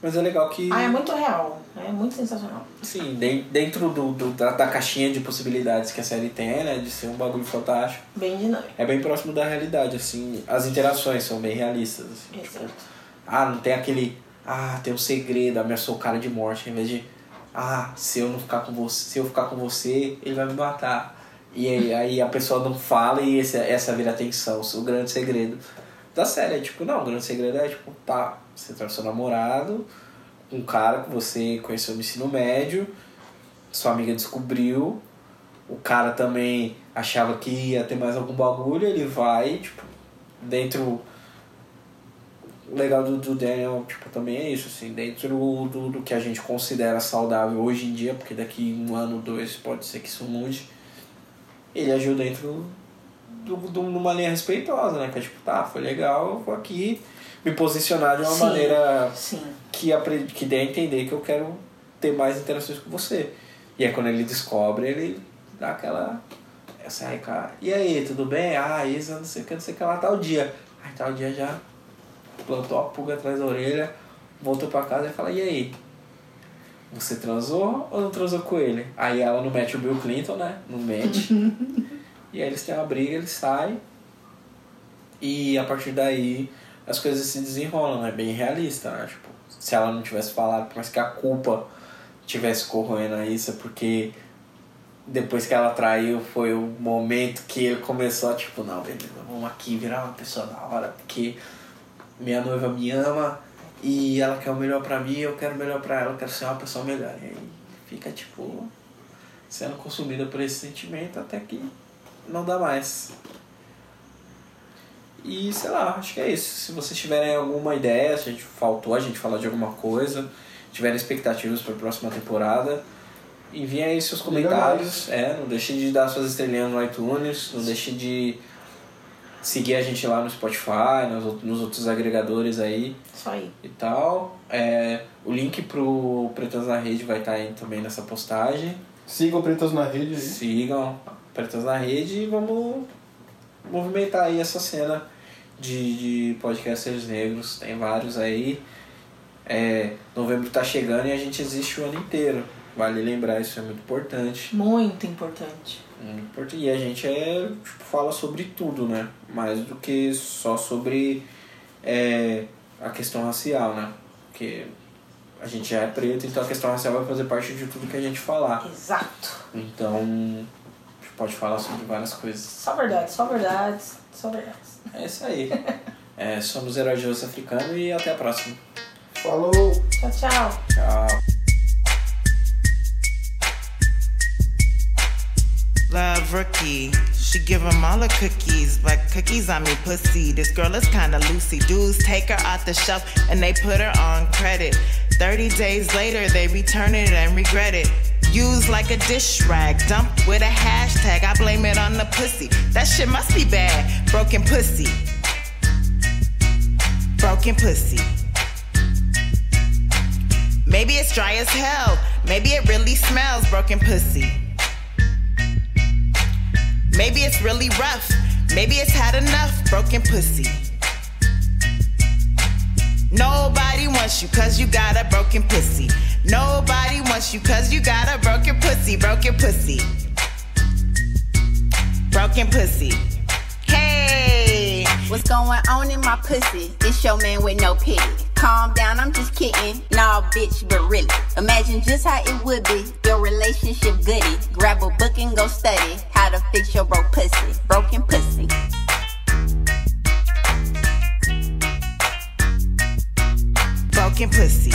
Speaker 2: Mas é legal que,
Speaker 4: Ah, é muito real. É muito sensacional.
Speaker 2: sim, den- dentro do, do- da, da caixinha de possibilidades que a série tem, né? De ser um bagulho fantástico.
Speaker 4: Bem dinâmico.
Speaker 2: É bem próximo da realidade, assim. As interações são bem realistas. assim.
Speaker 4: Exato.
Speaker 2: Ah, não tem aquele. Ah, tem um segredo, ameaçou o cara de morte, em vez de. Ah, se eu não ficar com você, se eu ficar com você, ele vai me matar. E aí, aí a pessoa não fala e esse, essa vira a tensão, o grande segredo. Da série, é tipo, não, o grande segredo é tipo, tá, você tá com seu namorado, um cara que você conheceu no ensino médio, sua amiga descobriu, o cara também achava que ia ter mais algum bagulho, ele vai, tipo, dentro o legal do, do Daniel, tipo, também é isso, assim, dentro do, do que a gente considera saudável hoje em dia, porque daqui um ano, dois, pode ser que isso mude, ele agiu dentro do, do, de uma linha respeitosa, né? Que é tipo, tá, foi legal, eu vou aqui me posicionar de uma
Speaker 4: Sim.
Speaker 2: maneira
Speaker 4: Sim.
Speaker 2: que, apre- que dê a entender que eu quero ter mais interações com você. E aí quando ele descobre, ele dá aquela. Essa aí, cara. E aí, tudo bem? Ah, Isa, não sei o que, não sei o que lá, tal dia. Aí tal dia já plantou a pulga atrás da orelha, voltou pra casa e fala, e aí? Você transou ou não transou com ele? Aí ela não mete o Bill Clinton, né? Não mete. e aí eles têm uma briga, ele sai. E a partir daí as coisas se desenrolam, é bem realista, né? Tipo, se ela não tivesse falado, por mais que a culpa tivesse corroendo a isso, é porque depois que ela traiu foi o momento que ele começou, tipo, não, beleza, vamos aqui virar uma pessoa da hora, porque minha noiva me ama e ela quer o melhor pra mim, eu quero o melhor pra ela, eu quero ser uma pessoa melhor. E aí fica, tipo, sendo consumida por esse sentimento até que não dá mais. E sei lá, acho que é isso. Se vocês tiverem alguma ideia, se a gente faltou a gente falar de alguma coisa, tiverem expectativas para a próxima temporada, enviem aí seus
Speaker 5: Liga
Speaker 2: comentários. É, não deixem de dar suas estrelinhas no iTunes, não deixem de seguir a gente lá no Spotify, nos, out- nos outros agregadores aí
Speaker 4: Só aí.
Speaker 2: e tal. É, o link pro Pretas na Rede vai estar aí também nessa postagem.
Speaker 5: Sigam Pretas na Rede aí.
Speaker 2: Sigam Pretas na Rede e vamos movimentar aí essa cena de, de podcasters negros. Tem vários aí. É, novembro tá chegando e a gente existe o ano inteiro. Vale lembrar, isso é muito importante.
Speaker 4: Muito importante.
Speaker 2: Muito importante. E a gente é, tipo, fala sobre tudo, né? Mais do que só sobre é, a questão racial, né? Porque a gente já é preto, então a questão racial vai fazer parte de tudo que a gente falar.
Speaker 4: Exato.
Speaker 2: Então, a gente pode falar sobre várias coisas.
Speaker 4: Só verdade, só verdade, só verdade.
Speaker 2: É isso aí. É, somos Heróis de Osso Africano e até a próxima.
Speaker 5: Falou!
Speaker 4: Tchau, tchau.
Speaker 2: Tchau.
Speaker 1: Love rookie. She give 'em all her cookies, but cookies on me pussy. This girl is kinda loosey. Dudes take her off the shelf and they put her on credit. 30 days later, they return it and regret it. Used like a dish rag, dumped with a hashtag. I blame it on the pussy. That shit must be bad. Broken pussy. Broken pussy. Maybe it's dry as hell. Maybe it really smells broken pussy. Maybe it's really rough. Maybe it's had enough broken pussy. Nobody wants you cause you got a broken pussy. Nobody wants you cause you got a broken pussy, broken pussy. Broken pussy. Hey!
Speaker 6: What's going on in my pussy? It's your man with no pity. Calm down, I'm just kidding. Nah, bitch, but really. Imagine just how it would be. Your relationship goody. Grab a book and go study how to fix your broke pussy. Broken pussy.
Speaker 1: Broken pussy.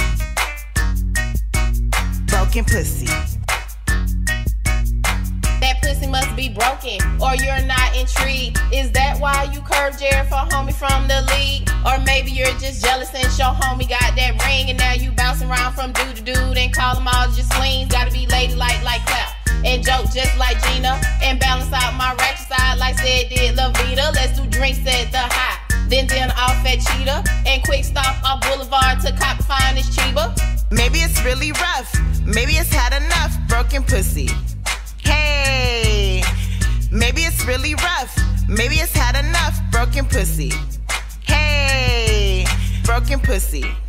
Speaker 1: Broken pussy.
Speaker 7: That pussy must be broken, or you're not intrigued. Is that why you curved Jared for homie from the league? Or maybe you're just jealous and your homie got that ring, and now you bouncing around from dude to dude and call them all just flings. Gotta be ladylike like Clap and joke just like Gina, and balance out my ratchet side like said did Lavita. Let's do drinks at the high. Then then off at Cheetah and quick stop off Boulevard to cop the finest Chiba.
Speaker 1: Maybe it's really rough. Maybe it's had enough broken pussy. Hey! Maybe it's really rough. Maybe it's had enough broken pussy. Hey! Broken pussy.